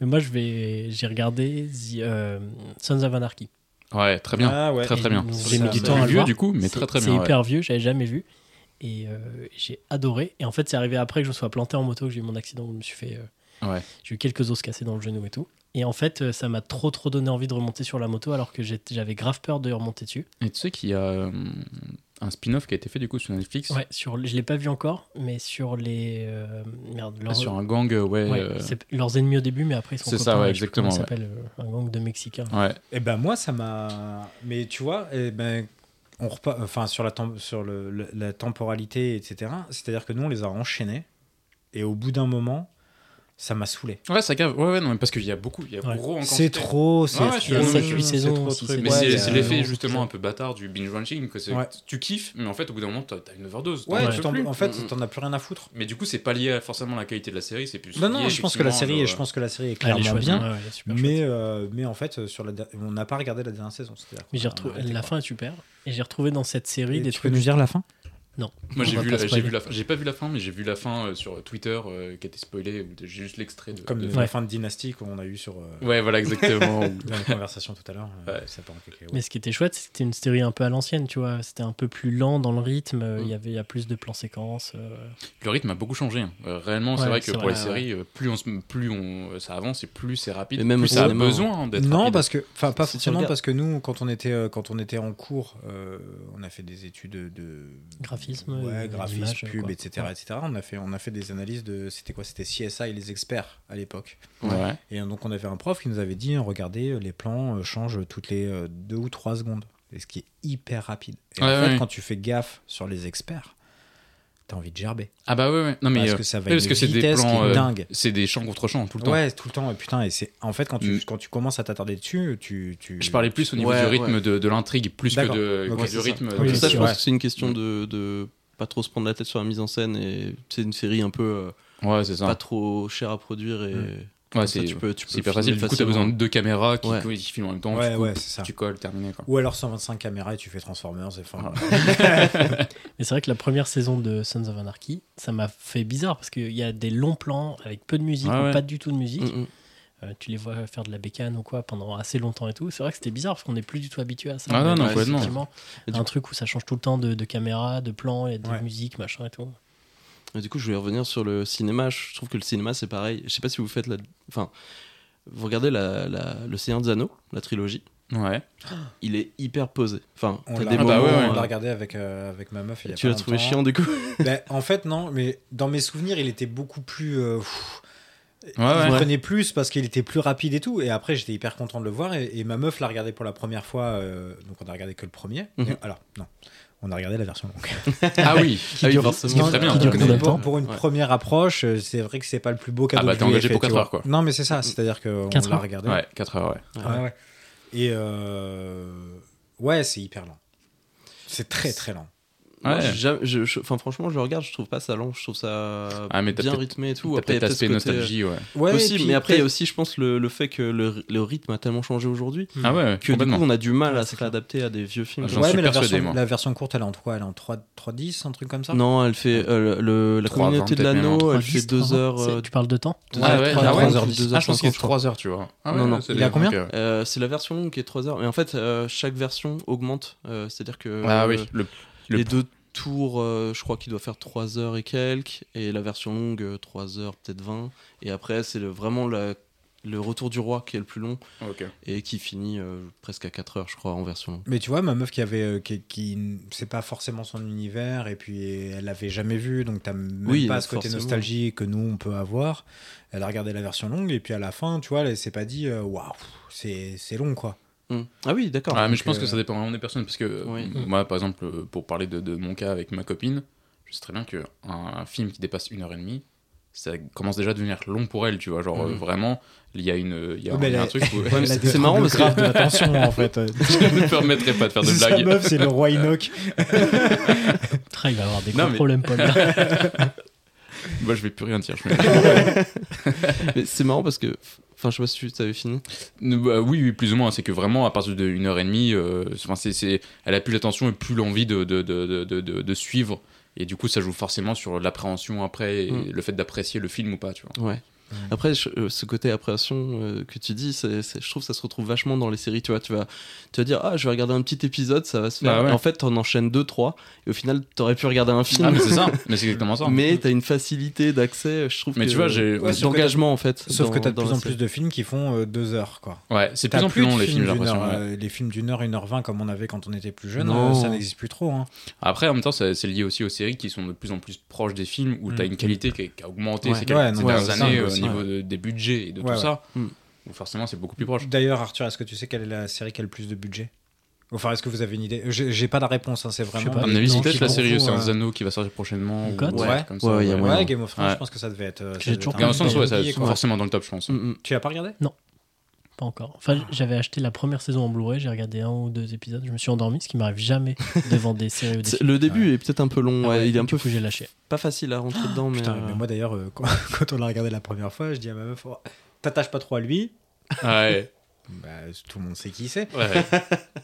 Mais moi, je vais. J'ai regardé The, euh, Sons of Anarchy.
Ouais, très bien.
Ah ouais.
Très très bien.
J'ai
mis
C'est
du temps à
plus
le
vieux
voir.
du coup, mais
C'est-
très très
C'est
bien. ouais.
hyper vieux, j'avais jamais vu. Et euh, j'ai adoré. Et en fait, c'est arrivé après que je me sois planté en moto, que j'ai eu mon accident où je me suis fait. euh,
Ouais.
J'ai eu quelques os cassés dans le genou et tout. Et en fait, euh, ça m'a trop trop donné envie de remonter sur la moto alors que j'étais- j'avais grave peur de remonter dessus.
Et tu sais qu'il y a euh, un spin-off qui a été fait du coup sur Netflix
Ouais, sur, les- je l'ai pas vu encore, mais sur les. euh, merde, leur-
sur un gang, euh, ouais.
ouais,
euh,
c'est leurs ennemis au début, mais après ils sont
C'est
copains,
ça, ouais,
et je sais plus comment
exactement,
ils s'appellent, euh, un gang de Mexicains.
ouais.
Et ben moi ça m'a. Mais tu vois, eh ben on repa- enfin sur la tem- sur le, le- la temporalité etc. C'est-à-dire que nous on les a enchaînés et au bout d'un moment ça m'a saoulé.
Ouais, ça cave. Ouais, ouais, non, mais parce qu'il y a beaucoup, il y a
Ouais.
gros en
C'est
quantité.
trop, c'est
Ouais, je suis
trop,
d'accord.
c'est
Sept, huit
trop
saisons,
truc.
six saisons.
Mais
Ouais,
c'est
il y a
c'est
un
l'effet
moment,
justement
c'est
un peu bâtard du binge watching que c'est-
Ouais.
tu kiffes, mais en fait au bout d'un moment t'as t'as une overdose. t'en
euh, Ouais,
peux
tu t'en-
plus.
en fait
Mm, mm.
t'en as plus rien à foutre.
Mais du coup c'est pas lié à forcément la qualité de la série, c'est plus.
Non non,
lié,
je pense que la
effectivement,
série, est-
genre,
je pense que la série est
Elle est
clairement
chouette,
bien.
hein, ouais, elle est super chouette.
Mais, euh, mais en fait, euh, sur la, da- on n'a pas regardé la dernière saison. c'est-à-dire
Mais j'ai
qu'on a
retrouvé
arrêté,
la
quoi.
fin est super. Et j'ai retrouvé dans cette série
Et
des
tu peux
trucs.
nous dire la fin
euh, Moi j'ai
On va
vu,
pas
la- j'ai
spoiler.
vu la fin, j'ai pas vu la fin, mais j'ai vu la fin euh, sur Twitter euh, qui a été spoilée, où j'ai juste l'extrait de.
Comme
de-
la
Ouais.
fin de Dynasty qu'on a eu sur, euh,
Ouais, voilà exactement.
dans la conversation tout à l'heure. euh,
Ouais.
ça part en cacahuète.
Mais ce qui était chouette, c'était une série un peu à l'ancienne, tu vois. C'était un peu plus lent dans le rythme. euh, Il
Mm.
y avait il y a plus de plans séquences. euh,
Le rythme a beaucoup changé. hein. Euh, réellement, c'est
Ouais,
vrai que
c'est
pour
vrai,
les
ouais,
séries, euh, plus on, se- plus on, euh, ça avance et plus c'est rapide.
Et même
plus
au
ça a
cinéma,
besoin hein, d'être
Non,
rapide.
parce que, enfin, pas
Si tu
forcément
regardes-
parce que nous, quand on était, euh, quand on était en cours, euh, on a fait des études de
Graphisme,
ouais,
euh,
graphisme,
d'image,
pub,
quoi.
etc., etc. On a fait, on a fait des analyses de, c'était quoi C'était CSI et les experts à l'époque.
Ouais.
Et euh, donc on avait un prof qui nous avait dit, regardez, les plans euh, changent toutes les euh, deux ou trois secondes, et ce qui est hyper rapide. Et
Ouais,
en fait,
ouais.
quand tu fais gaffe sur les experts, t'as envie de gerber
Ah bah ouais, ouais. Non, mais
parce
euh,
que ça va
oui,
une
parce que c'est des
vitesse qui
plans,
est
euh,
dingue.
c'est des champs contre champs tout le temps.
Ouais, tout le temps. Et putain, et c'est en fait quand tu
Mm.
quand tu commences à t'attarder dessus, tu tu.
Je parlais plus au niveau
Ouais,
du rythme
ouais.
de, de l'intrigue plus que,
D'accord.
de,
Ok,
que
c'est
du
ça.
rythme.
Oui,
Tout
de-
ça, je
ouais.
pense que c'est une question de, de pas trop se prendre la tête sur la mise en scène et c'est une série un peu euh,
Ouais, c'est
pas
ça.
trop chère à produire et
Mm.
Ouais,
comme
c'est
ça, tu peux, tu
c'est
peux
hyper
filmer
facile. Du coup, t'as besoin de deux caméras qui,
Ouais.
qui filment en même temps.
Ouais,
tu, coupes,
ouais, c'est ça.
tu colles, terminé. Quoi.
Ou alors 125 caméras et tu fais Transformers. Et fin.
Ah.
Mais c'est vrai que la première saison de Sons of Anarchy, ça m'a fait bizarre parce qu'il y a des longs plans avec peu de musique,
Ah
ou
ouais.
pas du tout de musique.
Mm, mm.
Euh, tu les vois faire de la bécane ou quoi pendant assez longtemps et tout. C'est vrai que c'était bizarre parce qu'on n'est plus du tout habitué à ça. On
Ah non,
est
non,
dans
complètement.
effectivement
Et du
Un truc où ça change tout le temps de, de caméra, de plan, et de
Ouais.
musique, machin et tout.
Mais du coup, je voulais revenir sur le cinéma. Je trouve que le cinéma, c'est pareil. Je sais pas si vous faites la. Enfin, vous regardez la, la- le Seigneur des Anneaux, la trilogie.
Ouais.
Il est hyper posé. Enfin,
On
t'as
l'a
des
Ah bah
moments.
ouais, ouais.
on l'a
euh,
regardé avec euh, avec ma meuf. Il y a
tu
pas
l'as trouvé
longtemps.
chiant du coup.
Ben, en fait, non. Mais dans mes souvenirs, il était beaucoup plus. euh, pff,
Ouais,
il
ouais.
prenait plus parce qu'il était plus rapide et tout. Et après, j'étais hyper content de le voir. Et, et ma meuf l'a regardé pour la première fois. euh, donc, on a regardé que le premier.
Mhm.
Alors, non. On a regardé la version longue.
Ah oui,
Ah oui,
dure-
forcément.
ce qui est très
Non,
bien.
non,
dure
mais
combien de
pour,
temps
pour une
Ouais.
première approche, euh, c'est vrai que c'est pas le plus beau cadeau
Ah bah,
que je
t'es
lui ai
engagé
fait,
pour
tu
4
vois.
heures, quoi.
Non, mais c'est ça, c'est-à-dire qu'on
Quatre
l'a
heures
regardé.
Ouais, 4 heures, ouais.
Ouais, ouais. Et euh, ouais, c'est hyper lent. C'est très très lent.
Moi,
Ouais.
j'ai jamais- je- je- Enfin, franchement, je le regarde. Je trouve pas ça lent. Je trouve ça
Ah, mais t'as
bien
peut-être-
rythmé et tout.
T'as
Après, il y
peut-être
a peut-être ce côté,
l'aspect
euh,
nostalgie, ouais.
Ouais,
possible,
et puis
mais après, il y a
peut-être-
aussi, je pense, le, le fait que le, le rythme a tellement changé aujourd'hui
Ah ouais,
que
ouais,
du coup,
complètement. Ah,
on a du mal
Ouais,
à
c'est
se
clair.
réadapter à des vieux films.
J'en
ouais,
suis
mais la
persuadé,
version,
moi.
la version courte, elle est en 3, elle est en 3, 3.10, un truc comme ça.
Non, elle fait euh, le- le, la
Trois,
communauté de
vingt, peut-être
l'anneau,
Enfin,
elle fait
juste
2
avant,
heures.
c'est-
euh,
Tu parles de temps
deux
Ah
heures
ouais,
trente,
ah ouais,
deux heures
ok.
cinquante,
Ah, je pense qu'il est
je crois.
3 heures, tu vois. Ah ouais,
Non, non.
c'est
Il
des-
a combien
ok, ouais.
Euh, c'est la version longue qui est 3 heures. Mais en fait, euh, chaque version augmente. euh, C'est-à-dire que
Ah
euh,
oui, le
les
le-
deux tours, euh, je crois qu'il doit faire 3 heures et quelques. Et la version longue, euh, 3 heures, peut-être 20. Et après, c'est le- vraiment la- le retour du roi qui est le plus long
Ok.
et qui finit euh, presque à 4 heures, je crois, en version longue.
Mais tu vois, ma meuf qui avait, euh, qui, qui n- c'est pas forcément son univers, et puis elle l'avait jamais vu, donc t'as même
Oui,
pas ce côté
forcément.
nostalgie que nous on peut avoir. Elle a regardé la version longue, et puis à la fin, tu vois, elle s'est pas dit, euh, waouh, c'est c'est long quoi.
Hmm. Ah oui, d'accord.
Ah, mais je
donc,
pense
euh,
que ça dépend vraiment des personnes. Parce que euh,
Oui.
moi, par exemple, euh, pour parler de, de mon cas avec ma copine, je sais très bien qu'un un film qui dépasse une heure et demie, ça commence déjà à devenir long pour elle, tu vois. Genre,
Mhm.
euh, vraiment, il y a, une, il y a,
Ouais,
un- il y
mais
a un truc où.
mais
Elle a
c'est-
des
c'est marrant
troubles
parce que-
graves de l'attention en fait.
je ne me permettrai pas de faire de
C'est sa
blagues.
meuf, c'est le roi Enoch.
Putain, Ah, il va avoir des
Non,
gros
mais-
problèmes, Paul.
Moi, je vais plus rien dire. je
Mais c'est marrant parce que. Enfin, je sais pas si tu avais fini.
Ne- bah oui, oui, plus ou moins. C'est que vraiment, à partir d'une heure et demie, euh, c'est- enfin, c'est- c'est- elle a plus l'attention et plus l'envie de, de, de- de- de- de- de suivre. Et du coup, ça joue forcément sur l'appréhension après et
Mm.
le fait d'apprécier le film ou pas. Tu vois.
Ouais.
Ouais.
Après, je- euh, ce côté appréhension euh, que tu dis, c'est- c'est- je trouve que ça se retrouve vachement dans les séries. Tu vois, tu vas, tu vas dire, ah, je vais regarder un petit épisode, ça va se faire.
Ah ouais.
Et en fait, t'en enchaînes deux, trois, et au final, t'aurais pu regarder un film.
Ah, mais c'est ça, mais c'est exactement ça.
mais t'as une facilité d'accès, je trouve.
Mais
que-
tu vois, j'ai-
Ouais, sauf
d'engagement en fait.
Sauf que
dans-
t'as de
dans
plus
la
en plus de films qui font euh, deux heures, quoi.
Ouais, c'est de
T'as
plus en plus long
de
les films, j'ai
d'une
l'impression.
heure,
ouais.
euh, Les films d'une heure, une heure vingt, comme on avait quand on était plus jeune,
Non.
euh, ça n'existe plus trop. hein.
Après, en même temps, ça- c'est lié aussi aux séries qui sont de plus en plus proches des films où
Mm.
t'as une qualité qui, qui a augmenté
Ouais.
ces quelques-
Ouais, non,
ces
ouais,
dernières
c'est ça,
années
ouais,
au
c'est
niveau
vrai.
de- des budgets et de
Ouais,
tout ça.
Mm.
Où forcément, c'est beaucoup plus proche.
D'ailleurs, Arthur, est-ce que tu sais quelle est la série qui a le plus de budget Enfin, est-ce que vous avez une idée J'ai j'ai pas la réponse, hein, c'est
sais
vraiment.
pas.
À
Ah,
mon avis,
non,
c'est
je
peut-être
sais
la
pas.
série
Pour vous,
Océans
ouais.
des Anneaux qui va sortir prochainement. ou-
God
Ouais.
comme ça,
Ouais, il y a
ouais.
Ouais,
moyen.
Game of Thrones,
Ouais.
je pense que ça devait être. euh, ça
J'ai
devait
toujours
être
Ah, Dans le
un
sens, ouais, ça-
oublié, quoi.
forcément dans le top, je pense.
Mm, mm.
Tu l'as pas regardé
Pas encore. Enfin, j- j'avais acheté la première saison en Blu-ray, j'ai regardé un ou deux épisodes, je me suis endormi, ce qui m'arrive jamais devant des séries ou des
C'est-
films.
Le début est peut-être un peu long,
Ah
ouais,
ouais,
il est un
du
peu
coup, j'ai lâché.
pas facile à rentrer dedans, mais,
Putain, mais
euh,
moi d'ailleurs, euh, quand, quand on l'a regardé la première fois, je dis à ma meuf, oh, t'attaches pas trop à lui.
Ouais,
Bah, tout le monde sait qui c'est.
ouais.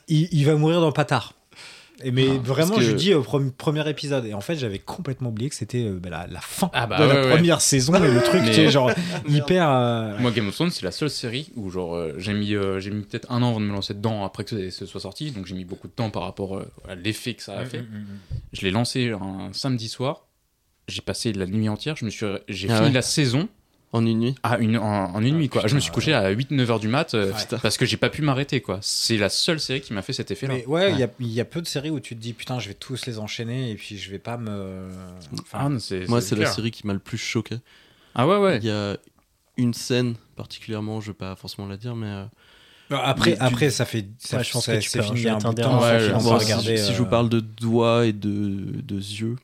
Il, il va mourir dans Patard. Et mais
Ah,
vraiment,
parce que-
je dis au prom- premier épisode. Et en fait, j'avais complètement oublié que c'était euh, bah, la, la fin
Ah bah
de la
ouais, ouais.
première saison et le truc,
Mais-
tu sais, genre hyper. euh,
Moi, Game of Thrones, c'est la seule série où genre euh, j'ai mis, euh, j'ai mis peut-être un an avant de me lancer dedans après que ce soit sorti, donc j'ai mis beaucoup de temps par rapport euh, à l'effet que ça
Mm,
Ah,
a
Mm,
fait. Je l'ai lancé un samedi soir, j'ai passé la nuit entière, je me suis, j'ai
Ah
fini
ouais.
la saison
en une nuit.
à une, en, en une
Ah,
nuit quoi. je me suis
putain,
couché à 8-9 heures du mat euh,
Ouais.
parce que j'ai pas pu m'arrêter quoi. C'est la seule série qui m'a fait cet effet-là.
Mais ouais, il y a- il y, a peu de séries où tu te dis putain, je vais tous les enchaîner et puis je vais pas me.
Ah,
Enfin,
non, c'est,
Moi, c'est la
clair.
série qui m'a le plus choqué.
Ah ouais ouais.
Il y a une scène particulièrement, je vais pas forcément la dire, mais euh,
bah, après,
Mais tu-
après, ça fait. Ça,
Ouais, je pense
ça-
que tu
c'est
peux
fini
rajouter
un
un
bout de
dernier
temps,
Ouais,
ça,
ouais.
on va
bon, si-
regarder,
si, je
euh,
vous parle de doigts et de, de yeux,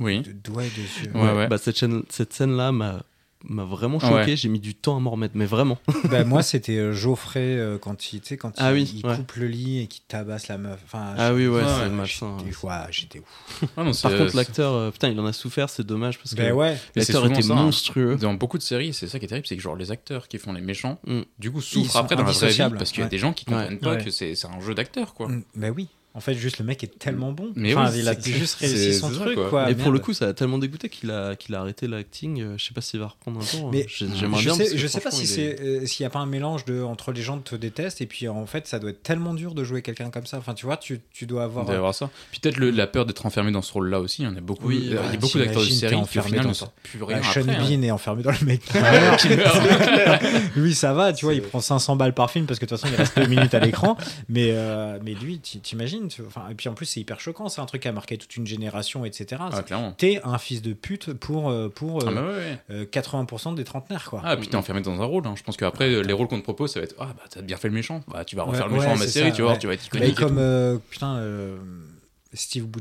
Oui.
de doigts et de yeux.
Ouais, ouais.
bah, cette, chaîne- cette scène-là m'a m'a vraiment choqué,
Ouais.
j'ai mis du temps à m'en remettre, mais vraiment.
Bah, moi, c'était euh, Geoffrey euh, quand il, tu sais, quand
Ah
il,
oui,
il
ouais.
coupe le lit et qu'il tabasse la meuf. Enfin,
Ah oui, ouais,
ouais,
c'est
ouais,
malsain.
Des fois, j'étais ouf.
Ah non, c'est-
Par contre,
c'est-
l'acteur, euh, putain, il en a souffert, c'est dommage parce que
Ben ouais.
Mais c'est
l'acteur
souvent
était
ça, hein.
monstrueux.
Dans beaucoup de séries, c'est ça qui est terrible, c'est que genre les acteurs qui font les méchants,
Mm.
du coup
Ils
souffrent
sont
après dans la vraie vie
indissociables,
parce qu'il y a
ouais.
des gens qui comprennent pas
Ouais.
que c'est c'est un jeu d'acteur quoi.
Mm, Ben oui. En fait, juste le mec est tellement bon.
Mais
Enfin,
oui,
il a
c'est-
juste
c'est-
réussi
c'est
son
ça,
truc,
quoi.
quoi.
et pour le
Merde.
coup, ça a tellement dégoûté qu'il a, qu'il a arrêté l'acting. euh, Je sais pas s'il va reprendre un jour.
Mais
j'aimerais
Je
bien. parce
sais,
que
je sais pas
franchement,
si
il est-
c'est euh, s'il n'y a pas un mélange de entre les gens te détestent et puis en fait ça doit être tellement dur de jouer quelqu'un comme ça. Enfin tu vois tu, tu dois avoir.
D'avoir ça. Puis peut-être le- la peur d'être enfermé dans ce rôle-là aussi. hein. Il y en a beaucoup, euh,
Oui,
il y a
ouais,
beaucoup d'acteurs de
t'imagines,
séries
bah, t'es
qui au
enfermé
final
dans
ne
ça.
sortent plus rien.
Bah, Sean
après, hein. Ah
Bean est enfermé dans le mec.
Ouais, qui meurt.
lui ça va tu vois il prend 500 balles par film parce que de toute façon il reste 2 minutes à l'écran. Mais euh, mais lui t'i- t'imagines tu- enfin et puis en plus c'est hyper choquant c'est un truc qui a marqué toute une génération etc.
Ah, clairement.
T'es un fils de pute pour euh, pour
Ah,
euh,
bah ouais, ouais.
euh, 80% des trentenaires quoi.
Ah, puis t'es enfermé dans un rôle. hein. Je pense qu'après, les rôles qu'on te propose, ça va être Ah, bah t'as bien fait le méchant. Bah, tu vas refaire
Ouais,
le méchant
ouais,
en ma
c'est
série,
ça,
tu vois,
ouais.
tu vas être
Mais
iconique. et
comme
tout.
euh, putain euh, Steve Bou-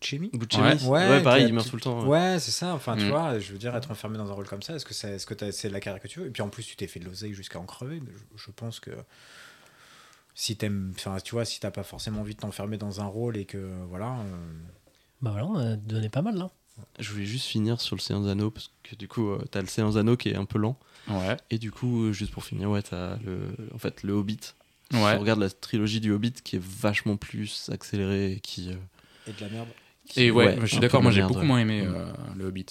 Buscemi.
Buscemi,
Ouais.
ouais,
Ouais,
pareil,
t'as-
il hein. meurt tout le temps. ouais.
Ouais, c'est ça. Enfin, tu
Mm.
vois, je veux dire, être enfermé dans un rôle comme ça, est-ce que c'est est -ce c'est la carrière que tu veux Et puis en plus, tu t'es fait de l'oseille jusqu'à en crever. Mais Je, je pense que si t'aimes, enfin, tu vois, si t'as pas forcément envie de t'enfermer dans un rôle et que voilà. euh,
Bah voilà, on a donné pas mal hein. là.
Je voulais juste finir sur le Seigneur des Anneaux parce que du coup, euh, t'as le Seigneur des Anneaux qui est un peu lent.
Ouais.
Et du coup, euh, juste pour finir, ouais, t'as le, en fait, le Hobbit. Si
Ouais.
on regarde la trilogie du Hobbit qui est vachement plus accélérée et qui. euh,
et de la merde.
qui-
Et ouais,
un
je suis
peu
d'accord,
de
moi j'ai
merde,
beaucoup
ouais.
moins aimé
Mm.
euh, le Hobbit.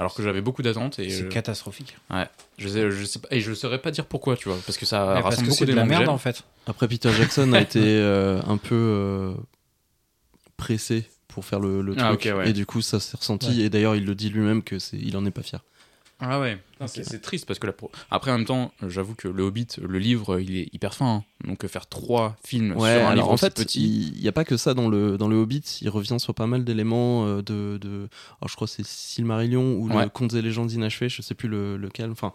Alors que j'avais beaucoup d'attentes et
c'est
euh,
catastrophique.
Je sais, je sais pas, et je saurais pas dire pourquoi, tu vois, parce que ça
Mais parce
rassemble
que
beaucoup
c'est de la
d'éléments que
merde
j'aime.
en fait.
Après, Peter Jackson a été euh, un peu euh, pressé pour faire le, le truc.
Ah, ok, ouais.
Et du coup, ça s'est ressenti. Et d'ailleurs, il le dit lui-même que c'est, il en est pas fier.
Ah ouais, Putain, c'est c'est triste parce que la pro... après en même temps, euh, j'avoue que le Hobbit, le livre, euh, il est hyper fin, hein. donc euh, faire trois films
Ouais,
sur un
alors,
livre
en
aussi
fait,
petit.
il n'y a pas que ça dans le, dans le Hobbit. Il revient sur pas mal d'éléments euh, de, de- Alors, je crois que c'est Silmarillion ou
Ouais.
le Contes et légendes inachevées, je sais plus le, lequel. Enfin,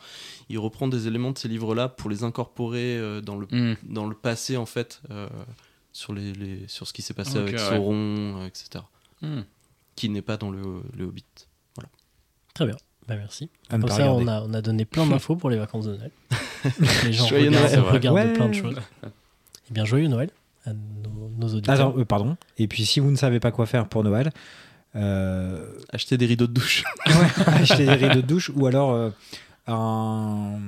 il reprend des éléments de ces livres-là pour les incorporer euh, dans, le,
Hmm.
dans le passé, en fait, euh, sur, les, les- sur ce qui s'est passé
Ok,
avec
ouais.
Sauron, euh, etc.
Hmm.
Qui n'est pas dans le, le Hobbit.
Très bien. Bah merci.
À ne
Comme
pas
ça, on
regarder.
a, on a donné plein d'infos pour les vacances de Noël. les gens
Joyeux
regardent,
Noël.
regardent
Ouais.
plein de choses. Eh bien, joyeux Noël à nos, nos auditeurs.
Ah, Attends, euh, pardon. Et puis si vous ne savez pas quoi faire pour Noël, euh,
Acheter des rideaux de douche.
acheter des rideaux de douche ou alors euh, un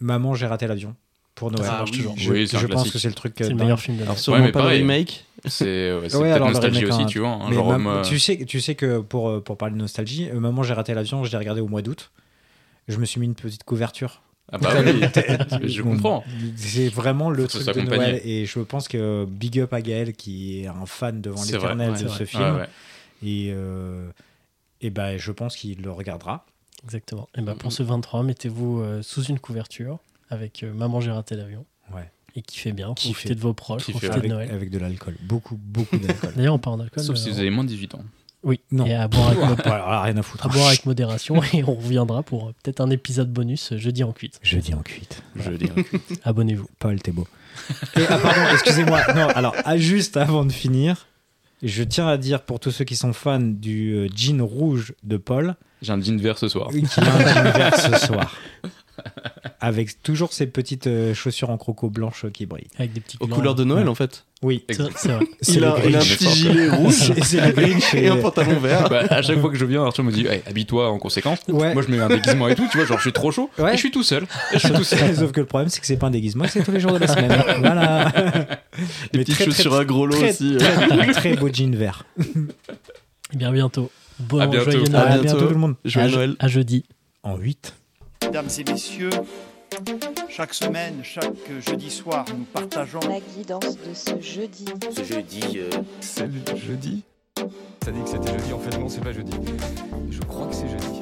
Maman, j'ai raté l'avion pour Noël.
marche oui. toujours.
Je,
Ah Oui, c'est un
je pense
classique.
que c'est le truc. euh,
C'est le
dingue.
meilleur film de l'année.
Alors, sûrement
mais
pas
pareil.
le remake.
C'est ouais, c'est
Ouais,
peut-être
alors, le
nostalgie
remake,
aussi,
hein,
tu vois. hein,
Mais
genre,
Mam-
moi,
tu, sais, tu sais que pour, euh, pour parler de nostalgie, euh, Maman, j'ai raté l'avion, je l'ai regardé au mois d'août. Je me suis mis une petite couverture.
Ah bah oui, je
Bon,
comprends.
C'est vraiment le
Faut
truc de
s'accompagner.
Noël. Et je pense que big up à Gaël qui est un fan devant
C'est vrai, Ah
l'éternel
ouais,
de
c'est
ce
vrai.
film.
Ouais, ouais.
Et, euh, et ben, je pense qu'il le regardera.
Exactement. Et ben
mm.
pour ce 23, mettez-vous euh, sous une couverture avec euh, Maman, j'ai raté l'avion.
Ouais.
Et kiffez bien.
Kiffez.
Profitez de vos proches,
Kiffez.
profitez de
Avec,
Noël.
avec de l'alcool. Beaucoup, beaucoup d'alcool.
D'ailleurs, on parle d'alcool.
Sauf
euh,
si vous avez moins de 18 ans.
Oui,
Non.
et à boire avec,
Bon, alors là, rien à foutre.
à boire avec modération. Et on reviendra pour euh, peut-être un épisode bonus euh, jeudi en cuite.
Jeudi en cuite.
Je veux dire.
Abonnez-vous.
Paul, t'es beau. Et, ah, pardon, excusez-moi. Non, alors, ah, juste avant de finir, je tiens à dire pour tous ceux qui sont fans du euh, jean rouge de Paul,
J'ai un jean vert ce soir.
qu'il a un jean vert ce soir. Avec toujours ces petites euh, chaussures en croco blanches qui brillent.
Avec des petits
Aux
glands.
couleurs de Noël, en fait.
Oui,
C'est c'est vrai.
c'est le
il a un
Grinch.
petit gilet
C'est- C'est le Grinch.
et
Et...
un pantalon vert.
Bah, à chaque fois que je viens, Arthur me dit hey, habille-toi en conséquence.
Ouais.
Moi, je mets un déguisement et tout, tu vois, genre je suis trop chaud.
Ouais.
Et je suis tout seul.
Sauf que le problème, c'est que c'est pas un déguisement, c'est tous les jours de la semaine. Voilà.
Des
Mais
petites
très, très,
chaussures à gros lot
très,
aussi. euh.
très, très beau jean vert.
Et bien, à bientôt. Bon,
À bientôt.
joyeux
À
À
Noël.
bientôt
bientôt.
tout le monde.
Joyeux
À je-
Noël.
À jeudi.
En 8.
Mesdames et messieurs, chaque semaine, chaque jeudi soir, nous partageons
La guidance de ce jeudi.
Ce jeudi, euh,
C'est le jeudi T'as dit que c'était jeudi, en fait non, c'est pas jeudi. Je crois que c'est jeudi.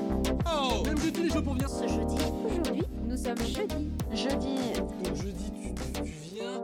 Oh. Même jeudi, les jeux pour venir.
Ce jeudi,
Aujourd'hui, nous sommes jeudi.
jeudi.
Jeudi, tu, tu- tu viens